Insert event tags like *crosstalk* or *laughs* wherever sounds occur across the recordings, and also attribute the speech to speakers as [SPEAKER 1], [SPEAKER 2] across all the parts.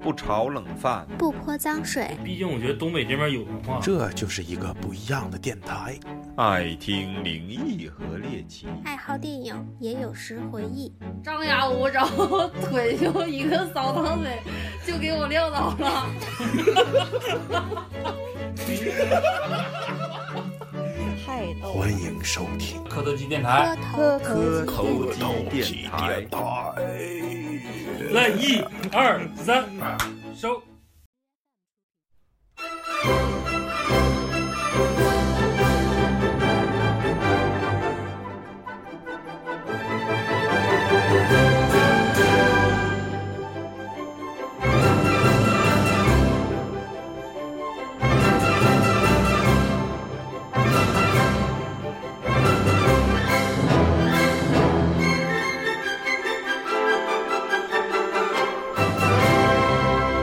[SPEAKER 1] 不炒冷饭，
[SPEAKER 2] 不泼脏水，
[SPEAKER 3] 毕竟我觉得东北这边有文化。
[SPEAKER 4] 这就是一个不一样的电台。
[SPEAKER 1] 爱听灵异和猎奇，
[SPEAKER 2] 爱好电影，也有时回忆。
[SPEAKER 5] 张牙舞爪， *laughs* 腿就一个扫堂腿就给我撂倒了。
[SPEAKER 6] 太逗
[SPEAKER 4] 欢迎收听
[SPEAKER 3] 磕头机电
[SPEAKER 2] 磕
[SPEAKER 3] 台，
[SPEAKER 2] 头
[SPEAKER 6] 磕
[SPEAKER 1] 头机电台。
[SPEAKER 3] 来一二三，收。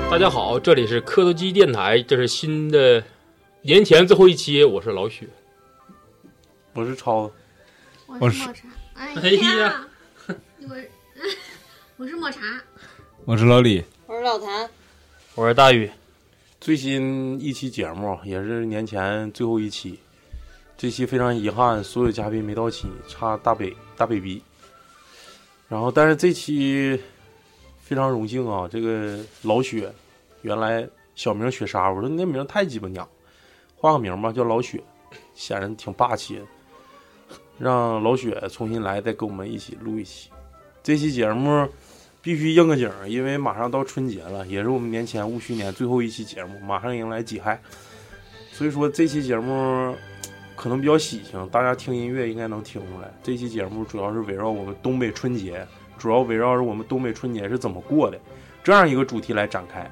[SPEAKER 7] 大家好，这里是磕头机电台，这是新的年前最后一期，我是老许。
[SPEAKER 8] 我是超，
[SPEAKER 5] 我是抹茶，哎
[SPEAKER 3] 哎呀，
[SPEAKER 5] 我 *laughs* 我是抹茶，
[SPEAKER 9] 我是老李，
[SPEAKER 6] 我是老谭，
[SPEAKER 3] 我是大宇，
[SPEAKER 8] 最新一期节目也是年前最后一期，这期非常遗憾，所有嘉宾没到齐，差大北大北鼻。然后，但是这期非常荣幸啊，这个老雪，原来小名雪莎，我说你那名太鸡巴娘，换个名吧，叫老雪，显然挺霸气的。让老雪重新来，再跟我们一起录一期。这期节目必须应个景儿，因为马上到春节了，也是我们年前戊戌年最后一期节目，马上迎来己亥，所以说这期节目可能比较喜庆，大家听音乐应该能听出来。这期节目主要是围绕我们东北春节，主要围绕着我们东北春节是怎么过的这样一个主题来展开。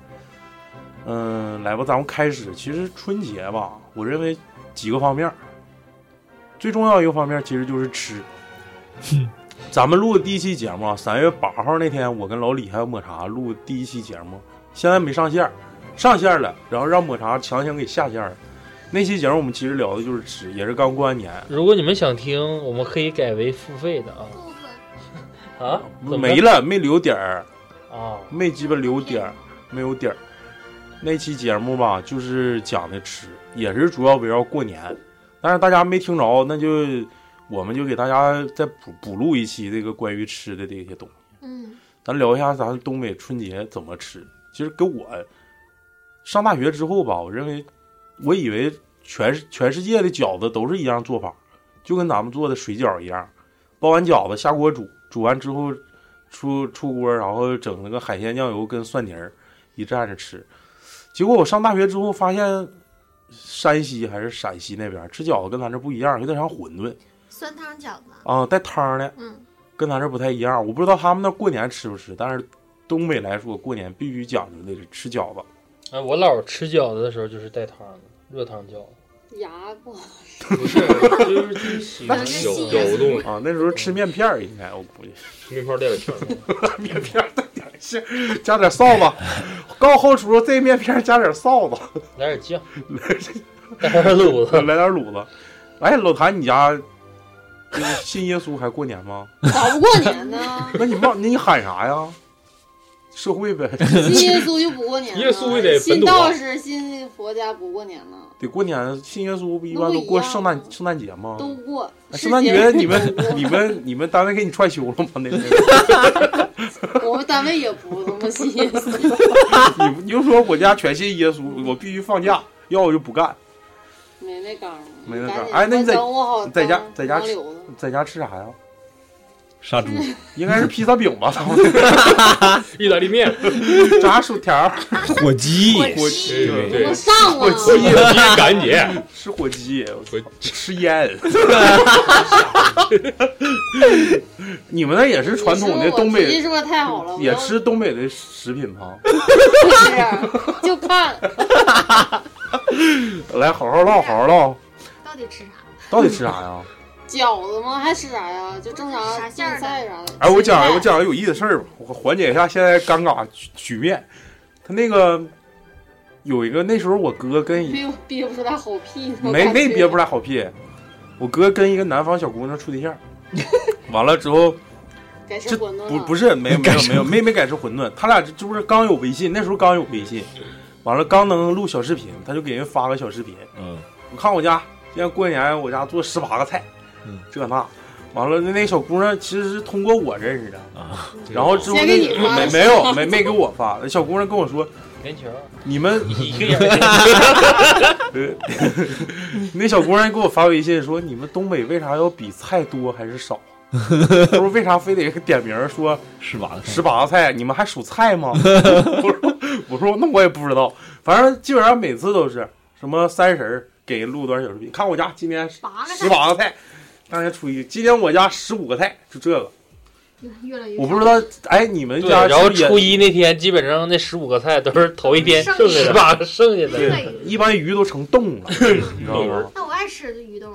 [SPEAKER 8] 嗯，来吧，咱们开始。其实春节吧，我认为几个方面儿，最重要一个方面其实就是吃。咱们录的第一期节目啊，三月八号那天，我跟老李还有抹茶录的第一期节目，现在没上线儿，上线了，然后让抹茶强行给下线了。那期节目我们其实聊的就是吃，也是刚过完年，
[SPEAKER 10] 如果你们想听，我们可以改为付费的啊
[SPEAKER 5] 不分
[SPEAKER 10] 啊，怎么
[SPEAKER 8] 没了，没留底儿，
[SPEAKER 10] 啊，
[SPEAKER 8] 没鸡巴留底儿，没有底儿。那期节目吧，就是讲的吃，也是主要围绕过年，但是大家没听着，那就我们就给大家再补补录一期这个关于吃的这些东西。
[SPEAKER 5] 嗯，
[SPEAKER 8] 咱聊一下咱东北春节怎么吃。其实跟我上大学之后吧，我认为我以为全全世界的饺子都是一样做法，就跟咱们做的水饺一样，包完饺子下锅煮，煮完之后出出锅，然后整那个海鲜酱油跟蒜泥儿一蘸着吃。结果我上大学之后发现，山西还是陕西那边吃饺子跟咱这不一样，有点像馄饨
[SPEAKER 5] 酸汤饺子，
[SPEAKER 8] 啊，带汤儿的。
[SPEAKER 5] 嗯，
[SPEAKER 8] 跟咱这不太一样。我不知道他们那过年吃不吃，但是东北来说，过年必须讲究的是吃饺子。
[SPEAKER 10] 哎，我姥吃饺子的时候就是带汤的，热汤饺子，
[SPEAKER 6] 牙不好，
[SPEAKER 10] 不是，就是就是喜欢
[SPEAKER 5] 那是
[SPEAKER 7] 有
[SPEAKER 5] 细
[SPEAKER 7] 有动
[SPEAKER 8] 啊，那时候吃面片儿应该我估计
[SPEAKER 10] 面包带个圈儿。
[SPEAKER 8] 面片儿加点加点臊子，告后厨这面片儿加点臊子，
[SPEAKER 10] 来点酱，带点卤子，
[SPEAKER 8] *laughs* 来点卤子。哎，老谭，你家这个信耶稣还过年吗？
[SPEAKER 6] 咋不过年
[SPEAKER 8] *laughs*
[SPEAKER 6] 呢？
[SPEAKER 8] 那你冒你喊啥呀？社会呗，
[SPEAKER 6] 信耶稣就不过年了，
[SPEAKER 10] 耶稣也得本
[SPEAKER 6] 信
[SPEAKER 10] 土化
[SPEAKER 8] 啊
[SPEAKER 6] 道士、信佛家不过年呢，
[SPEAKER 8] 得过年。信耶稣不一般都过圣诞圣诞节吗？
[SPEAKER 6] 都过。
[SPEAKER 8] 圣诞
[SPEAKER 6] 世
[SPEAKER 8] 节
[SPEAKER 6] 界
[SPEAKER 8] 啊你们
[SPEAKER 6] 都过
[SPEAKER 8] 你们你们单位给你踹休了吗？那天。
[SPEAKER 6] *laughs* 我们单位也不他妈信耶稣，
[SPEAKER 8] 你不你就说我家全信耶稣，我必须放假，要我就不干。
[SPEAKER 6] 没那杆儿，
[SPEAKER 8] 没那杆儿
[SPEAKER 6] 赶紧
[SPEAKER 8] *laughs* 哎那你在
[SPEAKER 6] 等我好，
[SPEAKER 8] 在家
[SPEAKER 6] 当
[SPEAKER 8] 在家
[SPEAKER 6] 当
[SPEAKER 8] 吃
[SPEAKER 6] 瘤子
[SPEAKER 8] 在家吃啥呀？
[SPEAKER 9] 杀猪，
[SPEAKER 6] 嗯
[SPEAKER 8] *laughs* 应该是披萨饼吧，
[SPEAKER 7] 意大利面，
[SPEAKER 8] 炸薯条，
[SPEAKER 9] 火鸡，
[SPEAKER 8] 火鸡，
[SPEAKER 7] 对
[SPEAKER 6] 我
[SPEAKER 7] 对，
[SPEAKER 6] 上
[SPEAKER 8] 火
[SPEAKER 6] 啊！
[SPEAKER 8] 鸡，
[SPEAKER 7] 赶紧，
[SPEAKER 8] 吃火鸡，我
[SPEAKER 7] 我
[SPEAKER 8] 吃烟。 *laughs* 你们那也是传统的东
[SPEAKER 6] 你
[SPEAKER 8] 北，
[SPEAKER 6] 说我脾气是不是太好了？
[SPEAKER 8] 也吃东北的食品吗？
[SPEAKER 6] 不吃，啊就看
[SPEAKER 8] 来，好好唠，好好唠，
[SPEAKER 5] 到底吃啥？
[SPEAKER 8] 到底吃啥呀？
[SPEAKER 6] 饺子吗？还吃啥呀？就正常
[SPEAKER 5] 啥馅儿的
[SPEAKER 6] 酱菜啥的。
[SPEAKER 8] 哎，我讲
[SPEAKER 6] 芹菜
[SPEAKER 8] 我讲个有意思的事儿吧，我缓解一下现在尴尬局局面。他那个有一个那时候我哥跟一
[SPEAKER 6] 憋憋不出来好屁，
[SPEAKER 8] 没没憋不出
[SPEAKER 6] 来。
[SPEAKER 3] *laughs*
[SPEAKER 8] 来好屁。我哥跟一个南方小姑娘处对象，完了之后，
[SPEAKER 11] 改成
[SPEAKER 8] 这
[SPEAKER 11] 馄饨了
[SPEAKER 8] 不不是没有没有没有没没改成馄饨，他俩这这不是刚有微信，那时候刚有微信，完了刚能录小视频，他就给人发个小视频。
[SPEAKER 12] 嗯，
[SPEAKER 8] 我看我家今年过年我家做十八个菜，
[SPEAKER 12] 嗯，
[SPEAKER 8] 这那，完了那那小姑娘其实是通过我认识的
[SPEAKER 12] 啊，
[SPEAKER 8] 然后之后
[SPEAKER 3] 先
[SPEAKER 8] 那
[SPEAKER 3] 给你发
[SPEAKER 8] 没
[SPEAKER 3] 的
[SPEAKER 8] 没有没没给我发，小姑娘跟我说
[SPEAKER 3] 连球，
[SPEAKER 10] *laughs*
[SPEAKER 8] 你们
[SPEAKER 3] 一个眼儿
[SPEAKER 8] *laughs* 那小姑娘给我发微信说：“你们东北为啥要比菜多还是少？他说为啥非得点名儿说
[SPEAKER 1] 十八个
[SPEAKER 8] 十八个菜？你们还数菜吗？” *laughs* 我说：“我说那我也不知道，反正基本上每次都是什么三十儿给录段小视频，看我家今天十八个菜，当年初一，今天我家十五个菜，就这个，
[SPEAKER 11] 越来越
[SPEAKER 8] 我不知道，哎，你们
[SPEAKER 3] 对，
[SPEAKER 8] 家
[SPEAKER 3] 然后
[SPEAKER 8] 是不是也
[SPEAKER 3] 初一那天基本上那十五个菜都是头一天
[SPEAKER 11] 剩下的
[SPEAKER 3] 十八个剩下的，
[SPEAKER 8] 对，一般鱼都成冻了，你知道
[SPEAKER 3] 嗯
[SPEAKER 8] 吗？
[SPEAKER 11] 那我爱吃的鱼冻，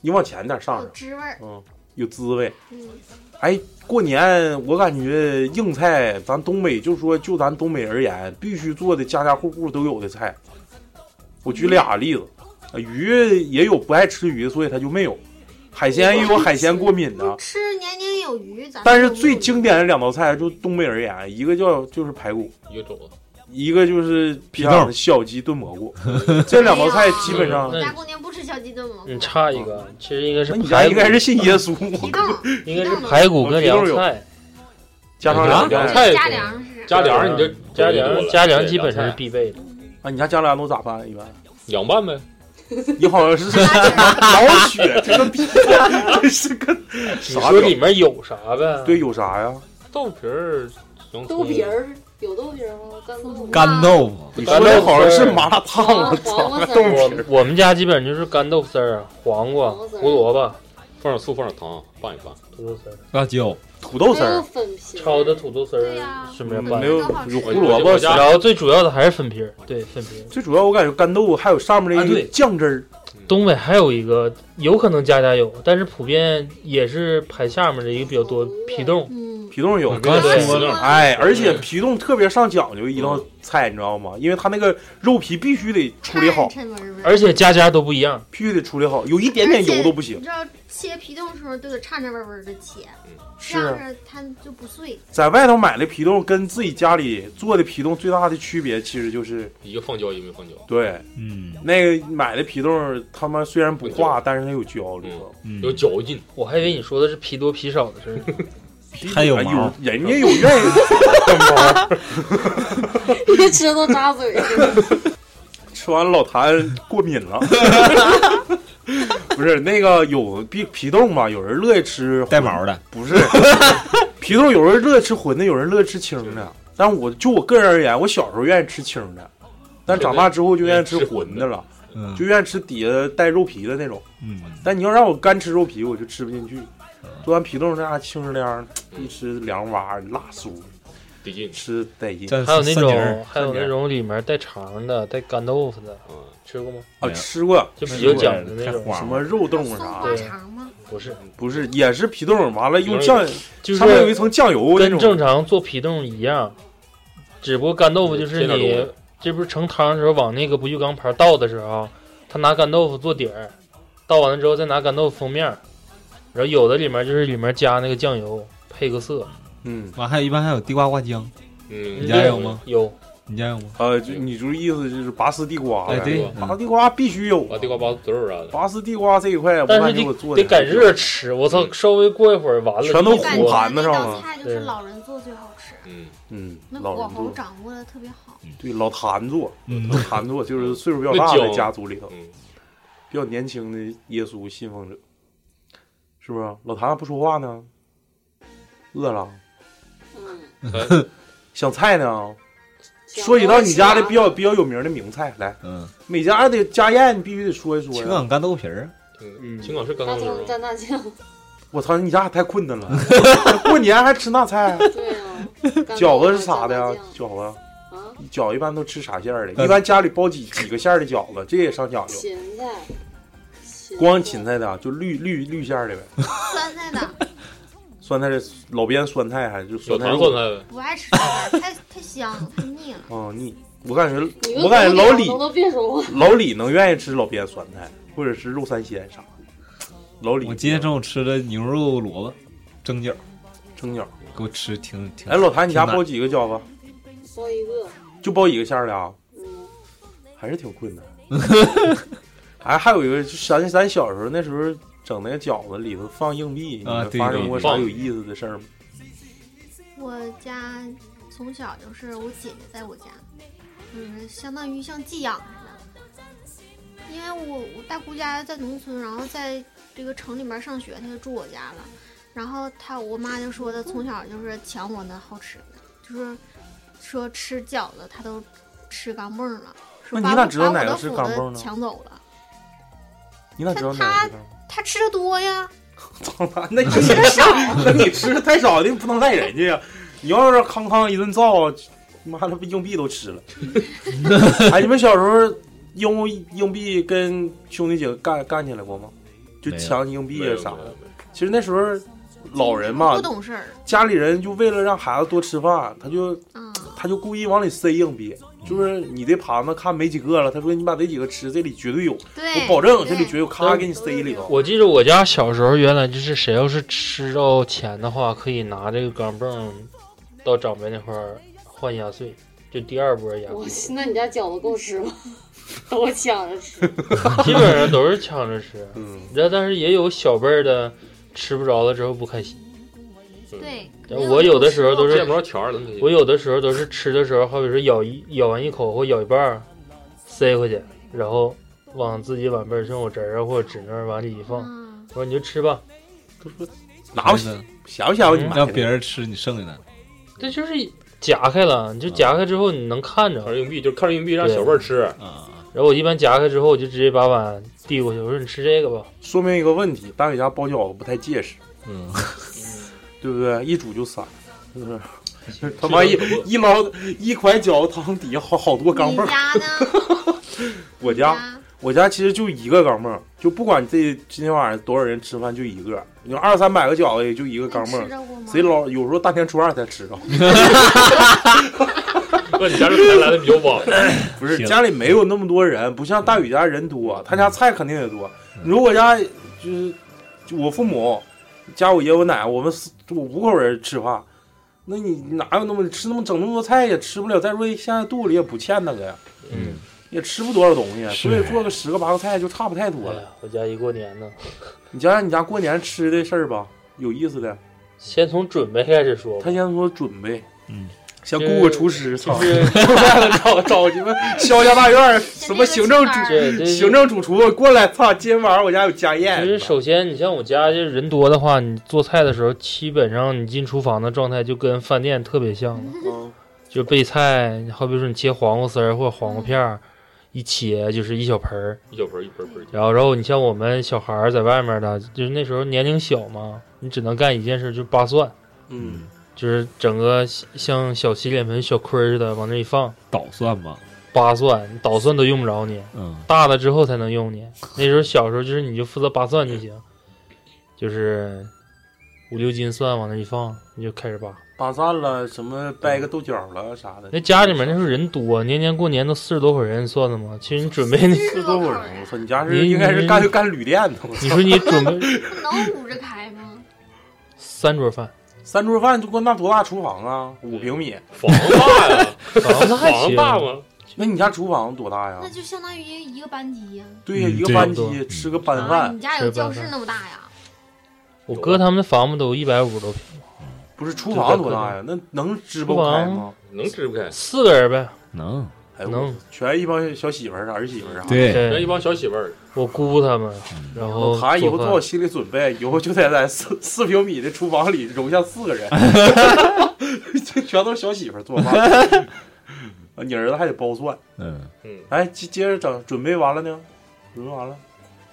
[SPEAKER 8] 你往前点上
[SPEAKER 11] 有
[SPEAKER 8] 上，
[SPEAKER 11] 滋味儿。
[SPEAKER 8] 嗯，有滋味。
[SPEAKER 11] 嗯，
[SPEAKER 8] 哎，过年我感觉硬菜，咱东北就说就咱东北而言，必须做的家家户户都有的菜。我举俩例子，呃鱼也有不爱吃鱼，所以他就没有；海鲜也有海鲜过敏的。
[SPEAKER 11] 吃年年有余，咱
[SPEAKER 8] 啊但是最经典的两道菜，就东北而言，一个叫就是排骨，
[SPEAKER 7] 一个肘子，
[SPEAKER 8] 一个就是皮蛋小鸡炖蘑菇。这两道菜基本上
[SPEAKER 11] 我，家过年不吃小鸡炖蘑菇，
[SPEAKER 3] 你嗯差一个，其实应该是
[SPEAKER 8] 啊你家
[SPEAKER 3] 排
[SPEAKER 8] 应该是
[SPEAKER 3] 骨，
[SPEAKER 8] 信耶哦稣，
[SPEAKER 11] 皮冻
[SPEAKER 3] 应该是排骨跟凉菜，
[SPEAKER 8] 加上
[SPEAKER 7] 啊
[SPEAKER 8] 两样
[SPEAKER 7] 菜
[SPEAKER 11] 加粮食，
[SPEAKER 7] 加粮你就
[SPEAKER 3] 加
[SPEAKER 7] 多
[SPEAKER 3] 粮
[SPEAKER 7] 了
[SPEAKER 3] 加粮
[SPEAKER 7] 对
[SPEAKER 3] 基本上是
[SPEAKER 7] 凉菜
[SPEAKER 3] 必备的。
[SPEAKER 8] 啊！你家加两都咋办？一般？
[SPEAKER 7] 凉拌呗，
[SPEAKER 8] 你好像是老雪，这个逼，这是个
[SPEAKER 3] 你
[SPEAKER 8] 啥
[SPEAKER 3] 说
[SPEAKER 8] 表
[SPEAKER 3] 里面有啥呗？
[SPEAKER 8] 对，有啥呀？
[SPEAKER 7] 豆皮儿，洋葱
[SPEAKER 6] 豆皮，儿有豆皮儿吗？干豆腐
[SPEAKER 1] 干豆腐，
[SPEAKER 8] 你说的好像是麻辣烫，我操，
[SPEAKER 6] 黄瓜丝
[SPEAKER 8] 豆
[SPEAKER 6] 儿，
[SPEAKER 8] 皮
[SPEAKER 3] 我
[SPEAKER 8] 儿，
[SPEAKER 3] 我们家基本就是干豆丝儿、啊黄瓜、
[SPEAKER 6] 黄瓜丝儿
[SPEAKER 3] 胡萝卜、
[SPEAKER 7] 放点醋，放点糖，拌一拌。
[SPEAKER 3] 土豆丝儿，
[SPEAKER 1] 辣椒，
[SPEAKER 8] 土豆丝
[SPEAKER 6] 还有
[SPEAKER 8] 儿，
[SPEAKER 6] 粉皮儿，
[SPEAKER 3] 焯的土豆丝
[SPEAKER 11] 对
[SPEAKER 3] 儿
[SPEAKER 11] 呀
[SPEAKER 3] 顺便拌
[SPEAKER 8] 嗯没。有
[SPEAKER 11] 都好吃
[SPEAKER 8] 有胡萝卜
[SPEAKER 7] 我。家
[SPEAKER 3] 然后最主要的还是粉皮儿，对粉皮儿。
[SPEAKER 8] 最主要我感觉干豆腐还有上面那
[SPEAKER 3] 啊
[SPEAKER 8] 个
[SPEAKER 3] 对
[SPEAKER 8] 酱汁儿，
[SPEAKER 3] 东北还有一个，有可能家家有，但是普遍也是排下面的一个比较多皮冻。
[SPEAKER 11] 嗯，
[SPEAKER 8] 皮冻有
[SPEAKER 1] 我。刚才说
[SPEAKER 11] 对
[SPEAKER 1] 了，
[SPEAKER 8] 哎，而且
[SPEAKER 7] 嗯
[SPEAKER 8] 皮冻特别上讲究一道菜，你知道吗？因为它那个肉皮必须得处理好，
[SPEAKER 11] 趁闻闻
[SPEAKER 3] 而且家家都不一样，
[SPEAKER 8] 必须得处理好，有一点点油都不行
[SPEAKER 11] 你。知道切皮冻的时候都得颤颤巍巍的切，
[SPEAKER 3] 嗯
[SPEAKER 11] 这
[SPEAKER 8] 是
[SPEAKER 11] 样是它就不碎。
[SPEAKER 8] 在外头买的皮冻跟自己家里做的皮冻最大的区别，其实就是
[SPEAKER 7] 一个放椒，一个没放椒。
[SPEAKER 8] 对
[SPEAKER 1] 嗯
[SPEAKER 8] 那个买的皮冻，他妈虽然不化，但是它有胶里头。
[SPEAKER 1] 嗯，
[SPEAKER 7] 有嚼劲，
[SPEAKER 3] 我还以为你说的是皮多皮少的事儿。
[SPEAKER 1] 还有
[SPEAKER 8] 哎
[SPEAKER 1] 毛
[SPEAKER 8] 有人家有愿意 *laughs* 干包，
[SPEAKER 6] 一吃都扎嘴。
[SPEAKER 8] *laughs* 吃完老谭过敏了。 *laughs* 不是那个有皮皮冻嘛？有人乐意吃
[SPEAKER 1] 带毛的，
[SPEAKER 8] 不是 *laughs* 皮冻，有人乐意吃荤的，有人乐意吃青的。但我就我个人而言，我小时候愿意吃青的，但长大之后就愿意吃荤的了，
[SPEAKER 1] 嗯
[SPEAKER 8] 就愿意吃底下带肉皮的那种。
[SPEAKER 1] 嗯，
[SPEAKER 8] 但你要让我干吃肉皮，我就吃不进去。做完皮冻那啥清凉，一吃凉哇辣酥，
[SPEAKER 7] 得劲。
[SPEAKER 8] 吃带劲。啊
[SPEAKER 1] 蘸
[SPEAKER 3] 还有那
[SPEAKER 1] 蒜泥儿
[SPEAKER 3] 种，还有那种里面带肠的、带干豆腐的，
[SPEAKER 7] 嗯，
[SPEAKER 3] 吃过吗？
[SPEAKER 8] 啊，吃过
[SPEAKER 3] 就比较讲究那
[SPEAKER 1] 太
[SPEAKER 3] 种，
[SPEAKER 1] 黄
[SPEAKER 8] 什
[SPEAKER 1] 了
[SPEAKER 8] 么肉冻
[SPEAKER 11] 松
[SPEAKER 8] 啥
[SPEAKER 11] 花
[SPEAKER 8] 的，
[SPEAKER 11] 肠吗？
[SPEAKER 3] 不是，
[SPEAKER 8] 不是也是皮冻，完了用酱，
[SPEAKER 3] 就
[SPEAKER 8] 上面有一
[SPEAKER 3] 是
[SPEAKER 8] 层酱油那
[SPEAKER 3] 跟正
[SPEAKER 8] 种。
[SPEAKER 3] 常做皮冻一样，只不过干豆腐就是
[SPEAKER 7] 这点
[SPEAKER 3] 你
[SPEAKER 7] 东
[SPEAKER 3] 这不是盛汤的时候往那个不锈钢盘倒的时候，他拿干豆腐做底儿，倒完了之后再拿干豆腐封面儿，然后有的里面就是里面加那个酱油配个色，
[SPEAKER 8] 嗯，
[SPEAKER 3] 啊
[SPEAKER 1] 完还有一般还有地瓜挂姜，
[SPEAKER 7] 嗯，
[SPEAKER 1] 你家有吗？
[SPEAKER 3] 有，
[SPEAKER 1] 你家有吗？
[SPEAKER 8] 呃，就你就是意思就是拔丝地瓜
[SPEAKER 1] 哎，
[SPEAKER 8] 呗，
[SPEAKER 1] 对，
[SPEAKER 7] 嗯
[SPEAKER 8] 拔丝地瓜必须有
[SPEAKER 7] 把地瓜包子肉啥的，
[SPEAKER 8] 拔丝地瓜这一块，我
[SPEAKER 3] 但
[SPEAKER 8] 感
[SPEAKER 3] 是
[SPEAKER 8] 觉
[SPEAKER 3] 得
[SPEAKER 8] 我做的
[SPEAKER 3] 得赶热吃，我操，
[SPEAKER 7] 嗯
[SPEAKER 3] 稍微过一会儿完了，
[SPEAKER 8] 全都
[SPEAKER 11] 感
[SPEAKER 8] 糊
[SPEAKER 11] 觉
[SPEAKER 8] 盘
[SPEAKER 11] 那
[SPEAKER 8] 子上
[SPEAKER 11] 道
[SPEAKER 8] 了
[SPEAKER 11] 菜就是
[SPEAKER 3] 对
[SPEAKER 11] 老人做最好吃，
[SPEAKER 7] 嗯，
[SPEAKER 8] 嗯，
[SPEAKER 11] 那
[SPEAKER 8] 老
[SPEAKER 11] 火
[SPEAKER 8] 人
[SPEAKER 11] 候
[SPEAKER 8] 做，
[SPEAKER 11] 掌握的特别好。
[SPEAKER 8] 对老坛做，
[SPEAKER 1] 嗯
[SPEAKER 8] 老坛做就是岁数比较
[SPEAKER 7] 那
[SPEAKER 8] 大的
[SPEAKER 7] 酒
[SPEAKER 8] 家族里头，
[SPEAKER 7] 嗯
[SPEAKER 8] 比较年轻的耶稣信奉者，是不是？老谭不说话呢，饿了
[SPEAKER 6] 嗯，
[SPEAKER 8] 想菜呢。
[SPEAKER 6] 行
[SPEAKER 8] 说起到你家的
[SPEAKER 11] 啊
[SPEAKER 6] 我吃
[SPEAKER 8] 比较比较有名的名菜，来，
[SPEAKER 1] 嗯，
[SPEAKER 8] 每家的家宴你必须得说一说
[SPEAKER 1] 青
[SPEAKER 8] 呀。
[SPEAKER 1] 港干豆皮儿，啊
[SPEAKER 7] 嗯，青港是干
[SPEAKER 6] 辣
[SPEAKER 7] 豆
[SPEAKER 6] 椒
[SPEAKER 7] 腐吗？
[SPEAKER 6] 蘸大酱，
[SPEAKER 8] *laughs* 我操，你家还太困难
[SPEAKER 1] *laughs*
[SPEAKER 8] 了，过年还吃那菜？
[SPEAKER 6] *laughs* 对啊，干
[SPEAKER 8] 饺
[SPEAKER 6] 豆
[SPEAKER 8] 子是
[SPEAKER 6] 腐
[SPEAKER 8] 啥的
[SPEAKER 6] 蘸
[SPEAKER 8] 呀
[SPEAKER 6] 大酱？
[SPEAKER 8] 饺子，
[SPEAKER 6] 啊，
[SPEAKER 8] 饺一般都吃啥馅儿的？
[SPEAKER 1] 嗯
[SPEAKER 8] 一般家里包几几个馅儿的饺子，这也上讲究。
[SPEAKER 6] 芹菜，芹
[SPEAKER 8] 光
[SPEAKER 6] 菜
[SPEAKER 8] 芹菜的啊就绿绿绿馅儿的呗，
[SPEAKER 11] 酸菜的
[SPEAKER 8] 酸菜的老煸酸菜还是就
[SPEAKER 7] 有
[SPEAKER 8] 酸菜
[SPEAKER 7] 糖
[SPEAKER 8] 肉
[SPEAKER 7] 蒜菜呗，
[SPEAKER 11] 不爱吃那个，太太香太腻了。
[SPEAKER 8] 啊腻。我感觉
[SPEAKER 6] 你们
[SPEAKER 8] 我感觉
[SPEAKER 6] 老
[SPEAKER 8] 老李
[SPEAKER 6] 都别说话，
[SPEAKER 8] 老李能愿意吃老煸酸菜，或者是肉三鲜啥的。老李，
[SPEAKER 1] 我今天中午吃的牛肉萝卜蒸饺，
[SPEAKER 8] 蒸饺。
[SPEAKER 1] 给我吃挺挺。
[SPEAKER 8] 哎，老谭，你家
[SPEAKER 1] 挺
[SPEAKER 8] 包几个饺子？
[SPEAKER 6] 包一个，
[SPEAKER 8] 就包一个馅儿的啊？
[SPEAKER 6] 嗯，
[SPEAKER 8] 还是挺困难。哎， *laughs* 还有一个，就是咱咱小时候那时候整那个饺子里头放硬币，你
[SPEAKER 1] 啊
[SPEAKER 8] 们
[SPEAKER 1] 对
[SPEAKER 8] 发
[SPEAKER 1] 对
[SPEAKER 8] 生过
[SPEAKER 1] 对
[SPEAKER 8] 啥有意思的事儿吗？
[SPEAKER 11] 我家从小就是我姐姐在我家，就是相当于像寄养似的。因为我我大姑家在农村，然后在这个城里面上学，她就住我家了。然后她我妈就说她从小就是抢我那好吃的，就是说吃饺子她都吃钢镚儿了，说把
[SPEAKER 8] 那你
[SPEAKER 11] 我
[SPEAKER 8] 咋知道
[SPEAKER 11] 把
[SPEAKER 8] 哪
[SPEAKER 11] 我
[SPEAKER 8] 个
[SPEAKER 11] 的
[SPEAKER 8] 是
[SPEAKER 11] 斧
[SPEAKER 8] 钢镚儿
[SPEAKER 11] 子
[SPEAKER 8] 呢
[SPEAKER 11] 抢走了。
[SPEAKER 8] 你咋知道哪
[SPEAKER 11] 他
[SPEAKER 8] 个是
[SPEAKER 11] 她吃的多呀，
[SPEAKER 8] 钢 *laughs* 镚儿？
[SPEAKER 11] *laughs*
[SPEAKER 8] 那你吃少，那你吃的太少，你不能赖人家呀。你要是康康一顿造，妈的硬币都吃了。 *laughs* 哎，你们小时候用硬币跟兄弟几个干干起来过吗？就
[SPEAKER 1] 没有
[SPEAKER 8] 抢硬币
[SPEAKER 7] 没
[SPEAKER 8] 啊
[SPEAKER 7] 有
[SPEAKER 8] 啥
[SPEAKER 7] 没有
[SPEAKER 8] 的。
[SPEAKER 7] 没有
[SPEAKER 8] 其实那时候老人嘛
[SPEAKER 11] 不，懂事儿
[SPEAKER 8] 家里人就为了让孩子多吃饭，他就
[SPEAKER 11] 啊。
[SPEAKER 8] 他就故意往里塞硬币，就是你这盘子看没几个了，他说你把这几个吃，这里绝对有，我
[SPEAKER 11] 对，
[SPEAKER 8] 保证
[SPEAKER 11] 哎
[SPEAKER 8] 这
[SPEAKER 11] 对
[SPEAKER 8] 里绝对有，咔给你塞里头。
[SPEAKER 3] 我记得我家小时候原来就是谁要是吃到钱的话，可以拿这个钢镚到长辈那块儿换压岁，就第二波压
[SPEAKER 6] 我
[SPEAKER 3] 岁，
[SPEAKER 6] 那你家饺子够吃吗？ *laughs* 我抢着吃，
[SPEAKER 3] 基本上都是抢着吃。
[SPEAKER 8] 嗯，
[SPEAKER 3] 你知道，但是也有小辈儿的吃不着了之后不开心。
[SPEAKER 11] 对，嗯
[SPEAKER 3] 然后我有的时候都是
[SPEAKER 7] 见不着条儿了，那
[SPEAKER 3] 我有的时候都是吃的时候，好比说咬一咬完一口或咬一半儿，塞回去，然后往自己碗背儿像我侄儿啊或者侄女儿往里一放，
[SPEAKER 11] 嗯
[SPEAKER 3] 我说你就吃吧，
[SPEAKER 8] 拿不
[SPEAKER 1] 真的
[SPEAKER 8] 想不想你
[SPEAKER 3] 嗯
[SPEAKER 8] 妈
[SPEAKER 1] 让别人吃你剩下的，
[SPEAKER 3] 这就是夹开了，你就夹开之后你能看着。
[SPEAKER 7] 看着硬币，就是看着硬币让小辈儿吃，
[SPEAKER 1] 啊，
[SPEAKER 3] 然后我一般夹开之后，我就直接把碗递过去，我说你吃这个吧。
[SPEAKER 8] 说明一个问题，大伟家包饺子不太结实，
[SPEAKER 1] 嗯，
[SPEAKER 8] *laughs* 对不对？一煮就散，是不是？ *laughs* 他妈一一捞一块饺子汤底下好好多钢
[SPEAKER 11] 你
[SPEAKER 8] 镚儿，
[SPEAKER 11] 家呢？
[SPEAKER 8] 我
[SPEAKER 11] 你
[SPEAKER 8] 家。我家其实就一个钢镚儿，就不管这今天晚上多少人吃饭，就一个。你说二三百个饺子也就一个
[SPEAKER 11] 那
[SPEAKER 8] 钢镚
[SPEAKER 11] 吃
[SPEAKER 8] 儿，
[SPEAKER 11] 着过吗？
[SPEAKER 8] 谁老有时候大年初二
[SPEAKER 7] *laughs*
[SPEAKER 8] 才吃着，
[SPEAKER 7] 那你家这菜来的比较晚，
[SPEAKER 8] *laughs* 不是
[SPEAKER 1] 行
[SPEAKER 8] 家里没有那么多人，不像大宇家人多，他家菜肯定也多。你说我家就是就我父母加我爷我奶，我们四我五口人吃饭，那你哪有那么吃那么整那么多菜也吃不了？再说现在肚里也不欠那个呀，
[SPEAKER 3] 嗯，
[SPEAKER 8] 也吃不多少东西，
[SPEAKER 1] 是
[SPEAKER 8] 所以做个十个八个菜就差不太多
[SPEAKER 3] 哎
[SPEAKER 8] 了。
[SPEAKER 3] 呀，我家一过年呢，
[SPEAKER 8] 你讲讲你家过年吃的事儿吧，有意思的。
[SPEAKER 3] 先从准备开始说吧
[SPEAKER 8] 他。先说准备，
[SPEAKER 1] 嗯，
[SPEAKER 8] 先
[SPEAKER 3] 这
[SPEAKER 8] 雇个厨师，操
[SPEAKER 3] 就，是
[SPEAKER 8] *laughs* 找找你们肖家大院儿什么行政主
[SPEAKER 3] 这这
[SPEAKER 8] *laughs* 行政主厨过来，操，今晚上我家有家宴
[SPEAKER 3] 其。实首先，你像我家这人多的话，你做菜的时候，基本上你进厨房的状态就跟饭店特别像了，
[SPEAKER 8] 嗯
[SPEAKER 3] 就备菜，好比说你切黄瓜丝儿或者黄瓜片儿，一切就是一小盆儿，
[SPEAKER 7] 一小盆儿一盆儿盆儿
[SPEAKER 3] 然后然后你像我们小孩儿在外面的，就是那时候年龄小嘛，你只能干一件事，就是扒蒜，
[SPEAKER 8] 嗯，
[SPEAKER 3] 就是整个像小洗脸盆小盔儿似的往那一放，
[SPEAKER 1] 捣蒜吧，
[SPEAKER 3] 扒蒜，你捣蒜都用不着你。
[SPEAKER 1] 嗯，
[SPEAKER 3] 大了之后才能用呢。那时候小时候就是你就负责扒蒜就行，就是五六斤蒜往那一放，你就开始扒。
[SPEAKER 8] 扒散了，什么掰个豆角了啥的。
[SPEAKER 3] 那家里面那时候人多，年年过年都四十多口人，你算算吧。其实你准备
[SPEAKER 11] *laughs*
[SPEAKER 3] 那，
[SPEAKER 8] 四多口人，我操，你家是
[SPEAKER 3] 你
[SPEAKER 8] 应该是
[SPEAKER 3] 你
[SPEAKER 8] 干干旅店的。我
[SPEAKER 3] 你
[SPEAKER 8] 操，
[SPEAKER 3] 说你准备
[SPEAKER 11] 不能捂着开吗？
[SPEAKER 3] 三桌饭，
[SPEAKER 8] *laughs* 三桌饭就光那多大厨房啊？五平米。
[SPEAKER 7] 房大呀，
[SPEAKER 3] 房子还
[SPEAKER 7] 房
[SPEAKER 3] 行，
[SPEAKER 7] 大吗？
[SPEAKER 8] 那你家厨房多大呀
[SPEAKER 11] 那？就相当于一个班级呀、
[SPEAKER 8] 对呀，
[SPEAKER 1] 嗯
[SPEAKER 8] 一个班
[SPEAKER 3] 差不
[SPEAKER 8] 级
[SPEAKER 3] 多
[SPEAKER 8] 吃个班
[SPEAKER 11] 啊。
[SPEAKER 8] 饭，
[SPEAKER 11] 你家有教室那么大呀？
[SPEAKER 3] 我哥他们的房子都一百五多平，
[SPEAKER 8] 不是厨房多大呀？那能支不
[SPEAKER 3] 厨房
[SPEAKER 8] 开吗？
[SPEAKER 7] 能支不开？
[SPEAKER 3] 四个人呗。
[SPEAKER 1] 能，
[SPEAKER 8] 哎呦，
[SPEAKER 3] 能
[SPEAKER 8] 全一帮小媳妇儿、儿媳妇儿啥的。
[SPEAKER 1] 对，
[SPEAKER 7] 那一
[SPEAKER 3] 对，
[SPEAKER 7] 帮小媳妇儿，
[SPEAKER 3] 我姑他们，然后
[SPEAKER 8] 他以后
[SPEAKER 3] 哦
[SPEAKER 8] 做好
[SPEAKER 3] 做饭
[SPEAKER 8] 心理准备，以后就得在四四平米的厨房里容下四
[SPEAKER 3] *laughs*
[SPEAKER 8] 个人，这全都是小媳妇儿做饭。 *laughs* 啊你儿子还得包蒜，
[SPEAKER 1] 嗯，
[SPEAKER 8] 哎，接接着整，准备完了呢，准备完了，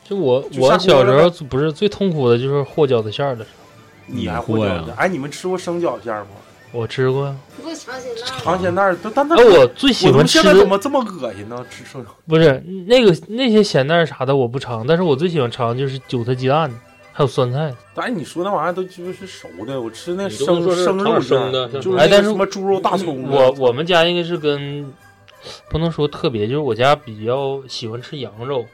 [SPEAKER 3] 就我我
[SPEAKER 8] 就下锅了
[SPEAKER 3] 小
[SPEAKER 8] 呗
[SPEAKER 3] 时候不是最痛苦的就是和饺子馅儿的时候，
[SPEAKER 8] 你
[SPEAKER 1] 嗯
[SPEAKER 8] 还
[SPEAKER 1] 嚯
[SPEAKER 8] 会
[SPEAKER 3] 啊
[SPEAKER 1] 呀
[SPEAKER 8] 饺子？哎，你们吃过生饺馅儿吗？
[SPEAKER 3] 我吃过呀。
[SPEAKER 6] 不过尝起来
[SPEAKER 8] 尝鲜蛋儿，但但那
[SPEAKER 3] 哎，我最喜
[SPEAKER 8] 我他妈
[SPEAKER 3] 欢吃
[SPEAKER 8] 现在
[SPEAKER 3] 的
[SPEAKER 8] 怎么这么恶心呢？吃生饺
[SPEAKER 3] 不是那个那些咸蛋啥的我不尝，但是我最喜欢尝就是韭菜鸡蛋，还有酸菜。
[SPEAKER 8] 但是哎你说那玩意儿都就是熟的，我吃那
[SPEAKER 7] 你都
[SPEAKER 8] 生
[SPEAKER 7] 说是
[SPEAKER 8] 生
[SPEAKER 7] 尝
[SPEAKER 8] 肉
[SPEAKER 7] 点生
[SPEAKER 8] 馅儿
[SPEAKER 7] 的像
[SPEAKER 8] 就是
[SPEAKER 3] 哎
[SPEAKER 8] 那
[SPEAKER 3] 但
[SPEAKER 8] 个
[SPEAKER 3] 是
[SPEAKER 8] 什么猪肉大葱啊，
[SPEAKER 3] 我我们家应该是跟不能说特别，就是我家比较喜欢吃羊肉，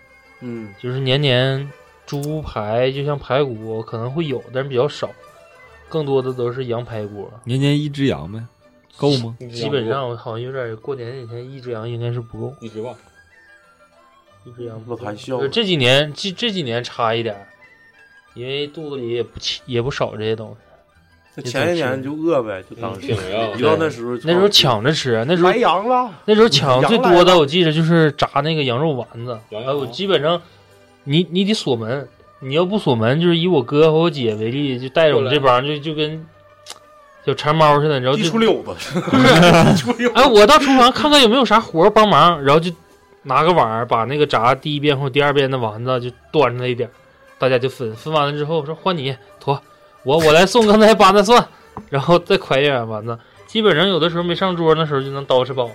[SPEAKER 8] 嗯，
[SPEAKER 3] 就是年年猪排就像排骨可能会有，但是比较少。更多的都是羊排锅。
[SPEAKER 9] 年年一只羊呗，够吗？
[SPEAKER 3] 基本上好像有点过年那天一只羊应该是不够，一只吧，一只羊不
[SPEAKER 8] 老
[SPEAKER 3] 够
[SPEAKER 8] 谭笑
[SPEAKER 3] 呃这几年这这几年差一点儿，因为肚子里也不起也不少这些东西。
[SPEAKER 8] 前些年就饿呗，就
[SPEAKER 7] 嗯
[SPEAKER 8] 当时
[SPEAKER 3] 挺饿
[SPEAKER 8] 一到那时候
[SPEAKER 3] 那时候抢着吃，啊那时候
[SPEAKER 8] 来羊 *laughs* 了，
[SPEAKER 3] 那时候抢最多
[SPEAKER 8] 羊来
[SPEAKER 3] 的
[SPEAKER 8] 了
[SPEAKER 3] 我记得就是炸那个羊肉丸子，哎，我基本上你你得锁门，你要不锁门，就是以我哥和我姐为例，就带着我们这帮就就跟小馋猫似的，然后就
[SPEAKER 8] 一出溜子一出溜子
[SPEAKER 3] 哎，我到厨房看看有没有啥活儿帮忙，然后就拿个碗儿把那个炸第一遍或第二遍的丸子就端上来一点儿，大家就分分完了之后说换你妥，我我来送刚才扒的蒜，然后再㧟一点丸子，基本上有的时候没上桌那时候就能叨吃饱了。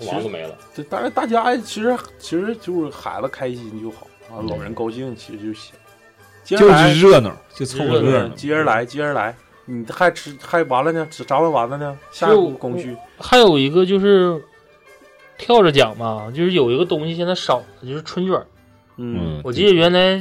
[SPEAKER 8] 其实。 *laughs* 对，但是大家哎其实其实就是孩子开心就好啊，老人高兴其实就行。接着来嗯
[SPEAKER 9] 就是热闹就凑个热闹
[SPEAKER 8] 接着来，接着来，你还吃还完了呢，只炸完丸子呢，下一
[SPEAKER 3] 就嗯
[SPEAKER 8] 步工序
[SPEAKER 3] 还有一个就是跳着讲嘛，就是有一个东西现在少了，就是春卷儿。
[SPEAKER 8] 嗯
[SPEAKER 3] 我记得原来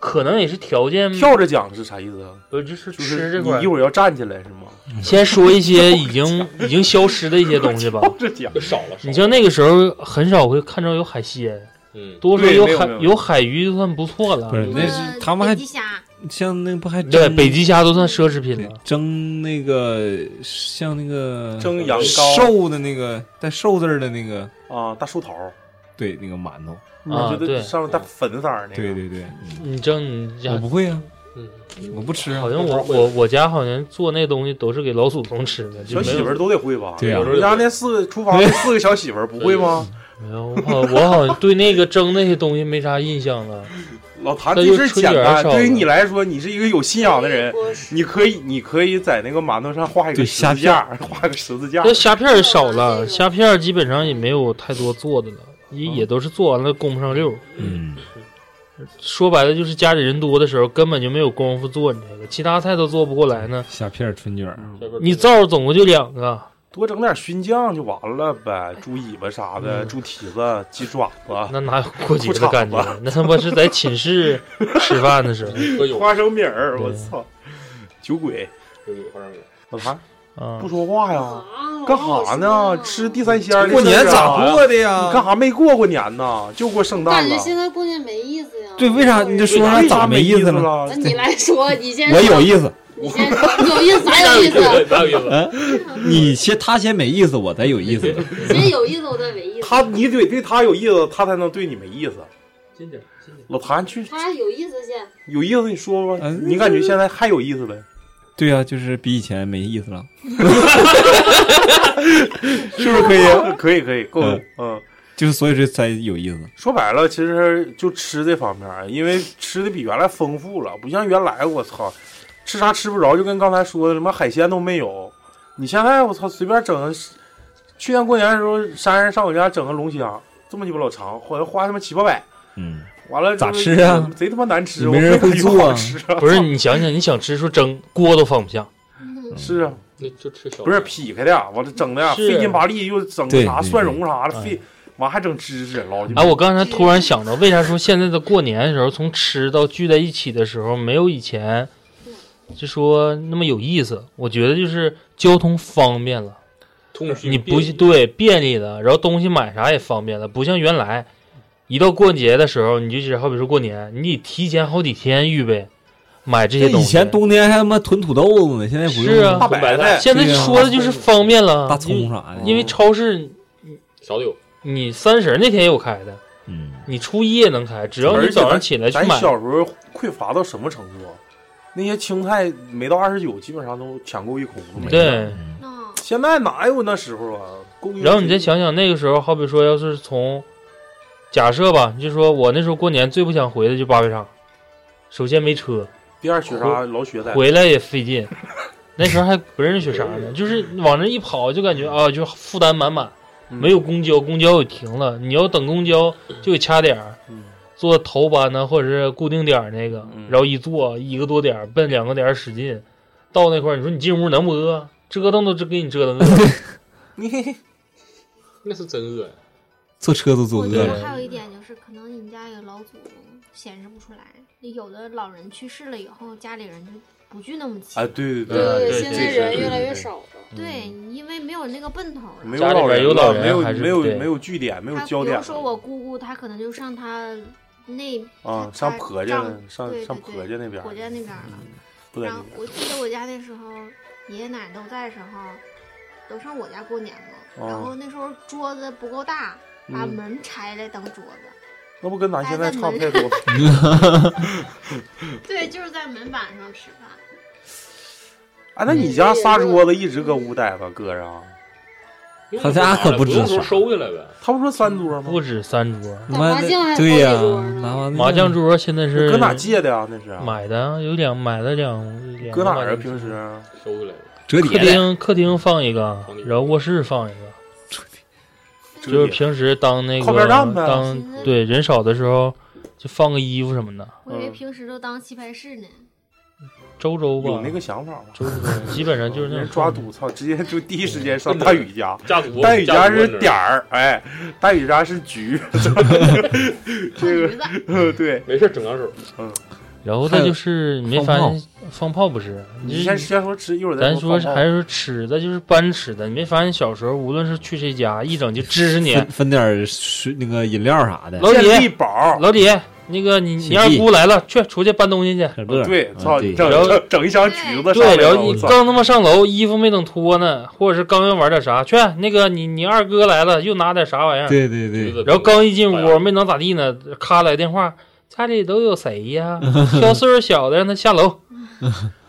[SPEAKER 3] 可能也是条
[SPEAKER 9] 嗯
[SPEAKER 3] 件
[SPEAKER 8] 跳着讲是啥意思啊？
[SPEAKER 3] 呃，就是
[SPEAKER 8] 就是
[SPEAKER 3] 吃这块儿
[SPEAKER 8] 你一会儿要站起来是吗？
[SPEAKER 3] 先说一些已经已经消失的一些东西吧。
[SPEAKER 8] 这讲
[SPEAKER 3] 少了。你像那个时候很少会看着有海鲜，
[SPEAKER 7] 嗯
[SPEAKER 3] 多说
[SPEAKER 9] 对
[SPEAKER 3] 有
[SPEAKER 9] 没有
[SPEAKER 3] 海
[SPEAKER 9] 没有
[SPEAKER 3] 有海鱼就算不错了。
[SPEAKER 9] 不是，那
[SPEAKER 2] 呃
[SPEAKER 9] 是他们还像那不还
[SPEAKER 3] 对
[SPEAKER 9] 蒸
[SPEAKER 3] 北极虾都算奢侈品了，
[SPEAKER 9] 蒸那个像那个
[SPEAKER 8] 蒸羊羔
[SPEAKER 9] 瘦的那个带瘦字儿的那个
[SPEAKER 8] 啊，大寿桃，
[SPEAKER 9] 对，那个馒头
[SPEAKER 8] 我觉得上面带粉色儿那个，
[SPEAKER 9] 啊对对对，
[SPEAKER 3] 啊
[SPEAKER 9] 嗯
[SPEAKER 3] 你蒸你家
[SPEAKER 9] 我不会啊，
[SPEAKER 3] 嗯，
[SPEAKER 9] 我不吃啊，
[SPEAKER 3] 好像我我我家好像做那东西都是给老祖宗吃的，就
[SPEAKER 8] 小
[SPEAKER 3] 没有
[SPEAKER 8] 媳妇儿都得会吧？
[SPEAKER 9] 对呀啊
[SPEAKER 8] 我们家那四厨房那四个小媳妇儿不会吗？
[SPEAKER 3] 没有，我好我好像对那个蒸那些东西没啥印象了。
[SPEAKER 8] 老谭，
[SPEAKER 3] 那
[SPEAKER 8] 这
[SPEAKER 3] 就
[SPEAKER 8] 事儿
[SPEAKER 3] 春
[SPEAKER 8] 简
[SPEAKER 3] 卷
[SPEAKER 8] 单，
[SPEAKER 3] 少了
[SPEAKER 8] 对于你来说，你是一个有信仰的人，你可以，你可以在那个馒头上画一个
[SPEAKER 3] 对
[SPEAKER 8] 十
[SPEAKER 3] 虾
[SPEAKER 8] 字架， *laughs* 画个十字架。
[SPEAKER 3] 那虾片儿少了，虾片儿基本上也没有太多做的了，也也都是做完了供不上溜。
[SPEAKER 9] 嗯，
[SPEAKER 3] 说白了就是家里人多的时候，根本就没有功夫做你这个，其他菜都做不过来呢。
[SPEAKER 9] 虾片儿春卷儿，
[SPEAKER 3] 你灶儿总共就两个，
[SPEAKER 8] 多整点熏酱就完了呗，猪尾巴啥的，猪蹄子、鸡爪子，
[SPEAKER 3] 那哪有过节
[SPEAKER 8] 裤
[SPEAKER 3] 的
[SPEAKER 8] 衩
[SPEAKER 3] 感
[SPEAKER 8] 子
[SPEAKER 3] 觉？那他妈是在寝室吃饭的时
[SPEAKER 7] *laughs*
[SPEAKER 3] 候。
[SPEAKER 8] 花生米儿，我
[SPEAKER 3] 对
[SPEAKER 8] 操，酒鬼，酒鬼花生米，嗯老谭
[SPEAKER 3] 啊
[SPEAKER 8] 不说话呀，
[SPEAKER 6] 啊
[SPEAKER 8] 干哈呢？吃地三鲜儿的
[SPEAKER 9] 过年
[SPEAKER 8] 事儿
[SPEAKER 9] 咋
[SPEAKER 8] 干啥
[SPEAKER 9] 过的呀
[SPEAKER 8] 你干哈没过过年呢？就过圣诞
[SPEAKER 6] 感
[SPEAKER 8] 了
[SPEAKER 6] 觉。现在过年没意思呀。
[SPEAKER 9] 对，为啥你就说
[SPEAKER 8] 为
[SPEAKER 9] 啥
[SPEAKER 8] 啥
[SPEAKER 9] 咋
[SPEAKER 8] 没
[SPEAKER 9] 意
[SPEAKER 8] 意思
[SPEAKER 9] 呢？
[SPEAKER 8] 了
[SPEAKER 6] 那你来说，你先
[SPEAKER 9] 我
[SPEAKER 6] 说
[SPEAKER 9] 有意思，
[SPEAKER 6] 你先说，有意
[SPEAKER 8] *laughs*
[SPEAKER 6] 思啥有意思？
[SPEAKER 7] 哪有意
[SPEAKER 9] 思？你先他先没意思，我才有意思。
[SPEAKER 6] 先有意思，我再没意思。
[SPEAKER 8] 他，你得对他有意思，他才能对你没意思。
[SPEAKER 3] 近点，
[SPEAKER 8] 老谭去
[SPEAKER 6] 他有意思先。
[SPEAKER 8] 有意思，你说吧，
[SPEAKER 9] 嗯
[SPEAKER 8] 你感觉现在还有意思呗？
[SPEAKER 9] 对呀、就是比以前没意思了。
[SPEAKER 8] 是不是可以？ *laughs* 可以，可以，够了
[SPEAKER 9] 嗯。
[SPEAKER 8] 嗯，
[SPEAKER 9] 就是所以这才有意思。
[SPEAKER 8] 说白了，其实就吃这方面儿，因为吃的比原来丰富了，不像原来我操，吃啥吃不着，就跟刚才说的什么海鲜都没有。你现在我操，随便整个，去年过年的时候，山人上我家整个龙虾，这么鸡巴老长，好像花他妈七八百。
[SPEAKER 9] 嗯，
[SPEAKER 8] 完了
[SPEAKER 3] 咋
[SPEAKER 8] 就是
[SPEAKER 3] 吃啊
[SPEAKER 8] 贼他妈难吃，
[SPEAKER 3] 没人
[SPEAKER 8] 我没
[SPEAKER 3] 会做啊
[SPEAKER 8] 感觉好吃啊
[SPEAKER 3] 不是你想想，你想吃说蒸锅都放不下，
[SPEAKER 8] 是啊，
[SPEAKER 7] 那就吃小
[SPEAKER 8] 不是劈开的啊，完了整的啊
[SPEAKER 3] 是
[SPEAKER 8] 费劲巴力，又整个
[SPEAKER 3] 对
[SPEAKER 8] 啥
[SPEAKER 3] 对
[SPEAKER 8] 蒜蓉啥的，
[SPEAKER 3] 对
[SPEAKER 8] 费完还整芝士，老鸡巴
[SPEAKER 3] 哎，我刚才突然想到，为啥说现在的过年的时候，从吃到聚在一起的时候，没有以前就说那么有意思？我觉得就是交通方便了，
[SPEAKER 7] 通讯
[SPEAKER 3] 你不
[SPEAKER 7] 便利
[SPEAKER 3] 对便利了，然后东西买啥也方便了，不像原来一到过节的时候，你就是好比说过年，你得提前好几天预备买这些东
[SPEAKER 9] 以
[SPEAKER 3] 西。
[SPEAKER 9] 前冬天还他妈囤土豆子呢，现在不用
[SPEAKER 3] 是啊，现在说的就是方便了，
[SPEAKER 9] 大葱啥的
[SPEAKER 8] 嗯
[SPEAKER 3] 因为因为超市
[SPEAKER 7] 少有。
[SPEAKER 3] 你三十那天也有开的，
[SPEAKER 9] 嗯，
[SPEAKER 3] 你初一也能开，只要
[SPEAKER 8] 而
[SPEAKER 3] 你
[SPEAKER 8] 且
[SPEAKER 3] 早上
[SPEAKER 8] 咱
[SPEAKER 3] 起来去
[SPEAKER 8] 咱
[SPEAKER 3] 买。
[SPEAKER 8] 小时候匮乏到什么程度啊？那些青菜没到二十九，基本上都抢购一空
[SPEAKER 1] 嗯
[SPEAKER 8] 了。没
[SPEAKER 3] 对
[SPEAKER 8] 了，
[SPEAKER 6] 啊
[SPEAKER 8] 现在哪有那时候啊？供应
[SPEAKER 3] 然后你再
[SPEAKER 8] 这
[SPEAKER 3] 想想那个时候，好比说要是从假设吧，你就说我那时候过年最不想回的就八百场，首先没车，
[SPEAKER 8] 第二雪
[SPEAKER 3] 回
[SPEAKER 8] 啥老雪在
[SPEAKER 3] 回来也费劲，那时候还不认识雪啥呢，就是往那一跑就感觉啊，就负担满满，
[SPEAKER 8] 嗯
[SPEAKER 3] 没有公交，公交也停了，你要等公交就得掐点儿，
[SPEAKER 8] 嗯
[SPEAKER 3] 坐头班呢或者是固定点儿那个，然后一坐一个多点儿奔两个点儿使劲，到那块儿你说你进屋能不饿？折腾都这给你折腾饿了，
[SPEAKER 8] 你
[SPEAKER 7] 那是真饿呀。
[SPEAKER 9] 坐车都坐
[SPEAKER 11] 我觉
[SPEAKER 9] 饿
[SPEAKER 11] 得还
[SPEAKER 9] 了。
[SPEAKER 11] 有一点就是，可能你们家有老祖宗显示不出来，有的老人去世了以后，家里人就不去那么勤。
[SPEAKER 8] 哎，对
[SPEAKER 11] 对
[SPEAKER 8] 对
[SPEAKER 6] 现在人越来越少了。
[SPEAKER 11] 对，
[SPEAKER 8] 嗯
[SPEAKER 11] 因为没有那个奔头了。
[SPEAKER 8] 没有老人
[SPEAKER 3] 有老
[SPEAKER 8] 了，
[SPEAKER 3] 人
[SPEAKER 8] 没有
[SPEAKER 3] 还是
[SPEAKER 8] 没有
[SPEAKER 3] 对
[SPEAKER 8] 没有据点，没有
[SPEAKER 11] 他
[SPEAKER 8] 焦
[SPEAKER 11] 比
[SPEAKER 8] 点
[SPEAKER 11] 如说我姑姑，她可能就上她那
[SPEAKER 8] 啊，
[SPEAKER 11] 她
[SPEAKER 8] 上
[SPEAKER 11] 她
[SPEAKER 8] 婆家
[SPEAKER 11] 丈
[SPEAKER 8] 了，上
[SPEAKER 11] 对
[SPEAKER 8] 上
[SPEAKER 11] 对对
[SPEAKER 8] 婆家那边儿
[SPEAKER 11] 婆，家那边儿了。
[SPEAKER 8] 嗯不在
[SPEAKER 11] 然
[SPEAKER 8] 那
[SPEAKER 11] 后
[SPEAKER 8] 边
[SPEAKER 11] 我记得我家那时候，爷爷奶奶都在的时候，都上我家过年嘛。然
[SPEAKER 8] 哦
[SPEAKER 11] 后那时候桌子不够大，把
[SPEAKER 8] 嗯
[SPEAKER 11] 门拆了当桌子。
[SPEAKER 8] 那不跟咱现在
[SPEAKER 11] 待在
[SPEAKER 8] 差不太
[SPEAKER 11] 门
[SPEAKER 8] 多吗？
[SPEAKER 11] 对，就是在门板上吃饭。
[SPEAKER 8] 啊，那你家仨桌子一直搁屋待着，搁着啊？
[SPEAKER 9] 他家可不止
[SPEAKER 7] 用说收下来呗。
[SPEAKER 8] 他不说三桌吗？
[SPEAKER 3] 不止三桌，
[SPEAKER 9] 他妈
[SPEAKER 6] 麻将还
[SPEAKER 9] 的对呀
[SPEAKER 6] 好几桌呢，
[SPEAKER 9] 拿完
[SPEAKER 3] 麻将桌现在是
[SPEAKER 8] 嗯搁哪借的呀？那是
[SPEAKER 3] 买的啊，有两买的两两个
[SPEAKER 8] 搁哪
[SPEAKER 3] 麻
[SPEAKER 8] 儿啊？
[SPEAKER 3] 将桌
[SPEAKER 8] 平时
[SPEAKER 7] 收下来呗。
[SPEAKER 9] 折
[SPEAKER 3] 客
[SPEAKER 9] 叠的，
[SPEAKER 3] 厅客厅放一个，然后卧室放一个，
[SPEAKER 8] 折
[SPEAKER 3] 就是
[SPEAKER 8] 叠
[SPEAKER 3] 平时当那
[SPEAKER 8] 靠边
[SPEAKER 3] 个
[SPEAKER 8] 站呗
[SPEAKER 3] 当对人少的时候就放个衣服什么的，
[SPEAKER 11] 我以为
[SPEAKER 8] 嗯
[SPEAKER 11] 平时都当棋牌室呢。
[SPEAKER 3] 周周吧
[SPEAKER 8] 有，那个想法吗？
[SPEAKER 3] 周周基本上就是那
[SPEAKER 8] 人
[SPEAKER 3] 种嗯
[SPEAKER 8] 抓赌，操，直接就第一时间上大宇家。
[SPEAKER 7] 家族
[SPEAKER 8] 大宇家
[SPEAKER 7] 族
[SPEAKER 8] 是点儿，哎，大宇家是局，
[SPEAKER 11] 橘
[SPEAKER 8] 这个
[SPEAKER 11] 子，
[SPEAKER 3] 嗯
[SPEAKER 8] 呃 *laughs* 对，
[SPEAKER 7] 没事整两手。
[SPEAKER 3] 然后再就是你没发现放炮不是？
[SPEAKER 8] 你
[SPEAKER 3] 你
[SPEAKER 8] 先
[SPEAKER 3] 这
[SPEAKER 8] 先说吃，一会儿再
[SPEAKER 3] 咱说
[SPEAKER 8] 放炮
[SPEAKER 3] 还是说吃的，就是搬吃的。你没发现小时候无论是去谁家，一整就支持你，
[SPEAKER 9] 分分点儿水那个饮料啥的，
[SPEAKER 3] 老
[SPEAKER 8] 健力
[SPEAKER 3] 李
[SPEAKER 8] 宝，
[SPEAKER 3] 老李，那个你
[SPEAKER 9] 起
[SPEAKER 3] 你二
[SPEAKER 9] 立
[SPEAKER 3] 姑来了，去出去搬东西去。
[SPEAKER 9] 可乐。
[SPEAKER 8] 对，
[SPEAKER 3] 嗯
[SPEAKER 9] 啊
[SPEAKER 8] 操，整
[SPEAKER 9] 对
[SPEAKER 8] 整整一箱橘子上
[SPEAKER 3] 对，
[SPEAKER 8] 来
[SPEAKER 3] 然
[SPEAKER 8] 了，
[SPEAKER 3] 后
[SPEAKER 8] 我
[SPEAKER 3] 你
[SPEAKER 8] 操
[SPEAKER 3] 刚他妈上楼，衣服没等脱呢，或者是刚要玩点啥，去那个你你二哥来了，又拿点啥玩意儿，
[SPEAKER 9] 对对对，
[SPEAKER 3] 然后刚一进
[SPEAKER 7] 哎呀
[SPEAKER 8] 啊
[SPEAKER 3] 屋没能咋地呢，咔来电话，家里都有谁
[SPEAKER 8] *laughs*
[SPEAKER 3] 呀？挑岁数小的让他下楼，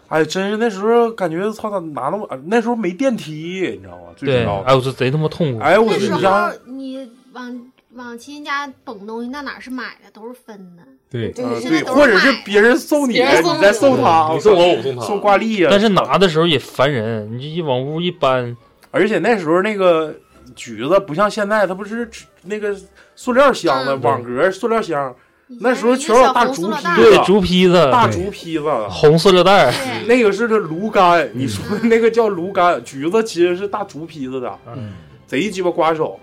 [SPEAKER 8] 哎，真是那时候感觉操，咋拿那么那时候没电梯，你知道吗？最
[SPEAKER 3] 对，
[SPEAKER 8] 主要
[SPEAKER 3] 哎，我说贼他妈痛苦，
[SPEAKER 8] 哎，我
[SPEAKER 11] 那
[SPEAKER 8] 你
[SPEAKER 11] 时
[SPEAKER 8] 家
[SPEAKER 11] 候你往往亲戚家捧东西，那哪是买的，都是分的。
[SPEAKER 9] 对，
[SPEAKER 8] 呃
[SPEAKER 11] 现
[SPEAKER 8] 对，
[SPEAKER 11] 在都是
[SPEAKER 8] 或者是
[SPEAKER 11] 买
[SPEAKER 8] 别人送你，哎
[SPEAKER 6] 别人送
[SPEAKER 8] 你再
[SPEAKER 6] 你
[SPEAKER 8] 送他，
[SPEAKER 3] 嗯
[SPEAKER 7] 你送我，我送他。
[SPEAKER 8] 送挂历啊。
[SPEAKER 3] 但是拿的时候也烦人，你这一往屋一搬，
[SPEAKER 8] 而且那时候那个橘子不像现在，它不是纸那个塑料箱子、
[SPEAKER 11] 嗯
[SPEAKER 8] 网格塑料箱，
[SPEAKER 11] 以
[SPEAKER 8] 那
[SPEAKER 11] 前
[SPEAKER 8] 时候
[SPEAKER 11] 一
[SPEAKER 8] 全
[SPEAKER 11] 个
[SPEAKER 8] 有
[SPEAKER 11] 小
[SPEAKER 8] 大
[SPEAKER 11] 红
[SPEAKER 8] 竹
[SPEAKER 11] 塑料
[SPEAKER 8] 皮
[SPEAKER 11] 袋儿
[SPEAKER 8] 对
[SPEAKER 3] 嗯对，竹坯子，
[SPEAKER 8] 大竹坯子，啊
[SPEAKER 3] 红塑料袋儿，
[SPEAKER 11] 对，
[SPEAKER 8] 那个是这芦柑，
[SPEAKER 3] 嗯
[SPEAKER 8] 你说的那个叫芦柑，橘子其实是大竹坯子的，
[SPEAKER 3] 嗯
[SPEAKER 8] 贼鸡巴刮手。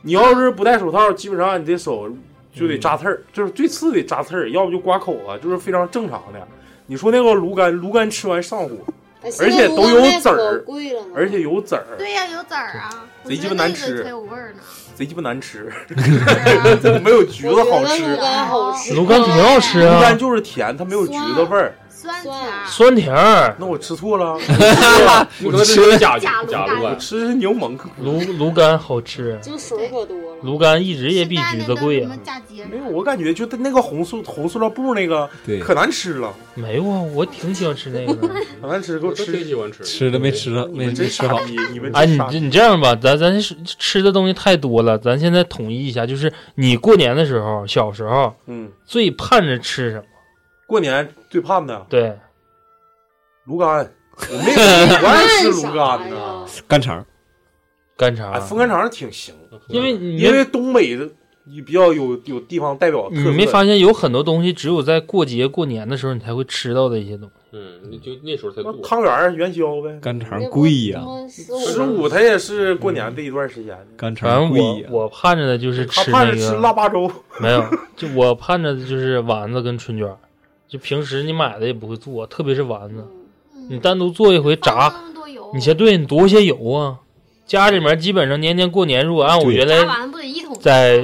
[SPEAKER 8] 你要是不戴手套，基本上你这手就
[SPEAKER 3] 嗯
[SPEAKER 8] 得扎刺儿，就是最次得扎刺儿，要不就刮口子，就是非常正常的。你说那个芦柑，芦柑吃完上火，
[SPEAKER 6] 哎
[SPEAKER 8] 而且都有籽儿，
[SPEAKER 6] 贵了呢
[SPEAKER 8] 而且有籽儿，
[SPEAKER 11] *laughs* 对呀，有籽儿啊，我
[SPEAKER 8] 贼
[SPEAKER 11] 觉
[SPEAKER 8] 鸡
[SPEAKER 11] 得
[SPEAKER 8] 巴难
[SPEAKER 11] 那个
[SPEAKER 8] 吃
[SPEAKER 11] 才有味儿
[SPEAKER 8] *laughs*
[SPEAKER 11] 呢。
[SPEAKER 8] 贼鸡巴难吃， *laughs*
[SPEAKER 11] 是啊
[SPEAKER 8] 没有橘子好吃。
[SPEAKER 6] 我觉得芦柑好吃，
[SPEAKER 3] 芦柑挺好吃
[SPEAKER 8] 芦柑
[SPEAKER 3] 啊，
[SPEAKER 8] 就是甜，它没有橘子味儿。
[SPEAKER 11] 酸啊
[SPEAKER 6] 酸
[SPEAKER 11] 甜儿，
[SPEAKER 3] 酸甜儿，
[SPEAKER 8] 那我吃错了，
[SPEAKER 3] *laughs*
[SPEAKER 7] 你刚才这是假
[SPEAKER 11] 假
[SPEAKER 7] 假
[SPEAKER 11] 如
[SPEAKER 7] 如
[SPEAKER 11] 吧
[SPEAKER 8] 我吃的是柠檬。
[SPEAKER 3] 芦芦柑好吃，
[SPEAKER 6] 就水可多了。
[SPEAKER 3] 芦柑一直也比
[SPEAKER 11] 现在
[SPEAKER 3] 橘
[SPEAKER 11] 那
[SPEAKER 3] 子
[SPEAKER 11] 都
[SPEAKER 3] 贵
[SPEAKER 11] 什
[SPEAKER 3] 啊
[SPEAKER 11] 么。嫁接
[SPEAKER 8] 没有，我感觉就那个红塑红塑料布那个
[SPEAKER 9] 对
[SPEAKER 8] 可难吃了，
[SPEAKER 3] 没有啊，我挺喜欢吃那个
[SPEAKER 11] *laughs*
[SPEAKER 3] 的。
[SPEAKER 8] 可难吃，给
[SPEAKER 7] 我
[SPEAKER 8] 我
[SPEAKER 7] 都挺
[SPEAKER 8] 吃。
[SPEAKER 7] 喜欢吃。
[SPEAKER 9] 吃的没吃上，
[SPEAKER 8] 你
[SPEAKER 9] 没
[SPEAKER 8] 们
[SPEAKER 9] 没
[SPEAKER 8] 真
[SPEAKER 9] 吃
[SPEAKER 8] 傻
[SPEAKER 9] 好。
[SPEAKER 8] 逼，你们
[SPEAKER 3] 哎，
[SPEAKER 8] 真
[SPEAKER 3] 你
[SPEAKER 8] 傻
[SPEAKER 3] 这。你这样吧，咱咱是吃的东西太多了，咱现在统一一下，就是你过年的时候，小时候
[SPEAKER 8] 嗯，
[SPEAKER 3] 最盼着吃什么？
[SPEAKER 8] 过年最盼的
[SPEAKER 3] 对，
[SPEAKER 8] 芦柑，我
[SPEAKER 3] *laughs*
[SPEAKER 8] 没有，我爱吃芦柑
[SPEAKER 6] 干啥
[SPEAKER 8] 呢
[SPEAKER 6] 呀。
[SPEAKER 3] 干
[SPEAKER 9] 干肠，
[SPEAKER 8] 哎，
[SPEAKER 3] 肠，
[SPEAKER 8] 风干肠挺行，
[SPEAKER 3] 因为你
[SPEAKER 8] 因为东北的你比较有有地方代表特
[SPEAKER 3] 你
[SPEAKER 8] 色。
[SPEAKER 3] 没发现有很多东西只有在过节过年的时候你才会吃到的一些东西。
[SPEAKER 7] 嗯，那就那时候才
[SPEAKER 8] 那
[SPEAKER 7] 做。
[SPEAKER 8] 汤圆儿元宵呗，
[SPEAKER 9] 干肠贵呀、
[SPEAKER 8] 十
[SPEAKER 6] 十
[SPEAKER 8] 五它也是过年这一段时间的。
[SPEAKER 9] 干
[SPEAKER 3] 反
[SPEAKER 9] 肠
[SPEAKER 3] 正
[SPEAKER 9] 贵
[SPEAKER 3] 我
[SPEAKER 9] 呀、
[SPEAKER 3] 我盼着的就是
[SPEAKER 8] 啊他
[SPEAKER 3] 嗯吃
[SPEAKER 8] 盼
[SPEAKER 3] 那
[SPEAKER 8] 着吃
[SPEAKER 3] 个，
[SPEAKER 8] 腊八粥，
[SPEAKER 3] 没有，就我盼着的就是丸子跟春卷儿，就平时你买的也不会做，特别是丸子，你
[SPEAKER 11] 嗯
[SPEAKER 3] 单独做一回炸，
[SPEAKER 11] 放那么多油，
[SPEAKER 3] 你先对你多些油啊！家里面基本上年年过年，如果按我
[SPEAKER 9] 对
[SPEAKER 3] 原
[SPEAKER 11] 炸
[SPEAKER 3] 来
[SPEAKER 11] 完不得一桶吗？
[SPEAKER 3] 在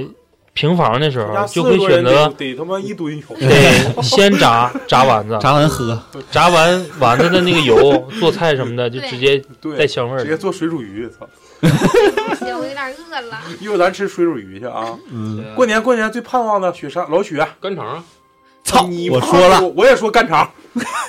[SPEAKER 3] 平房的时
[SPEAKER 8] 家
[SPEAKER 3] 候，
[SPEAKER 8] 四
[SPEAKER 3] 就
[SPEAKER 8] 个
[SPEAKER 3] 会
[SPEAKER 8] 人
[SPEAKER 3] 选
[SPEAKER 8] 得
[SPEAKER 3] 择
[SPEAKER 8] 得他妈一吨油。
[SPEAKER 3] 得先炸炸丸子，
[SPEAKER 9] 炸完喝，
[SPEAKER 3] 炸完丸子的那个油，做菜什么的就直接
[SPEAKER 8] 对，
[SPEAKER 3] 带香味
[SPEAKER 8] 直接
[SPEAKER 3] 儿。
[SPEAKER 8] 做水煮鱼，操！
[SPEAKER 11] 不行，我有点饿了。
[SPEAKER 8] 一会儿咱吃水煮鱼去啊！
[SPEAKER 9] 嗯，
[SPEAKER 8] 过年过年最盼望的雪山老雪，哎
[SPEAKER 7] 干肠啊，
[SPEAKER 9] 操，
[SPEAKER 8] 你
[SPEAKER 9] 我
[SPEAKER 8] 盼
[SPEAKER 9] 说了，，
[SPEAKER 8] 我也说干
[SPEAKER 9] *laughs*
[SPEAKER 8] 肠，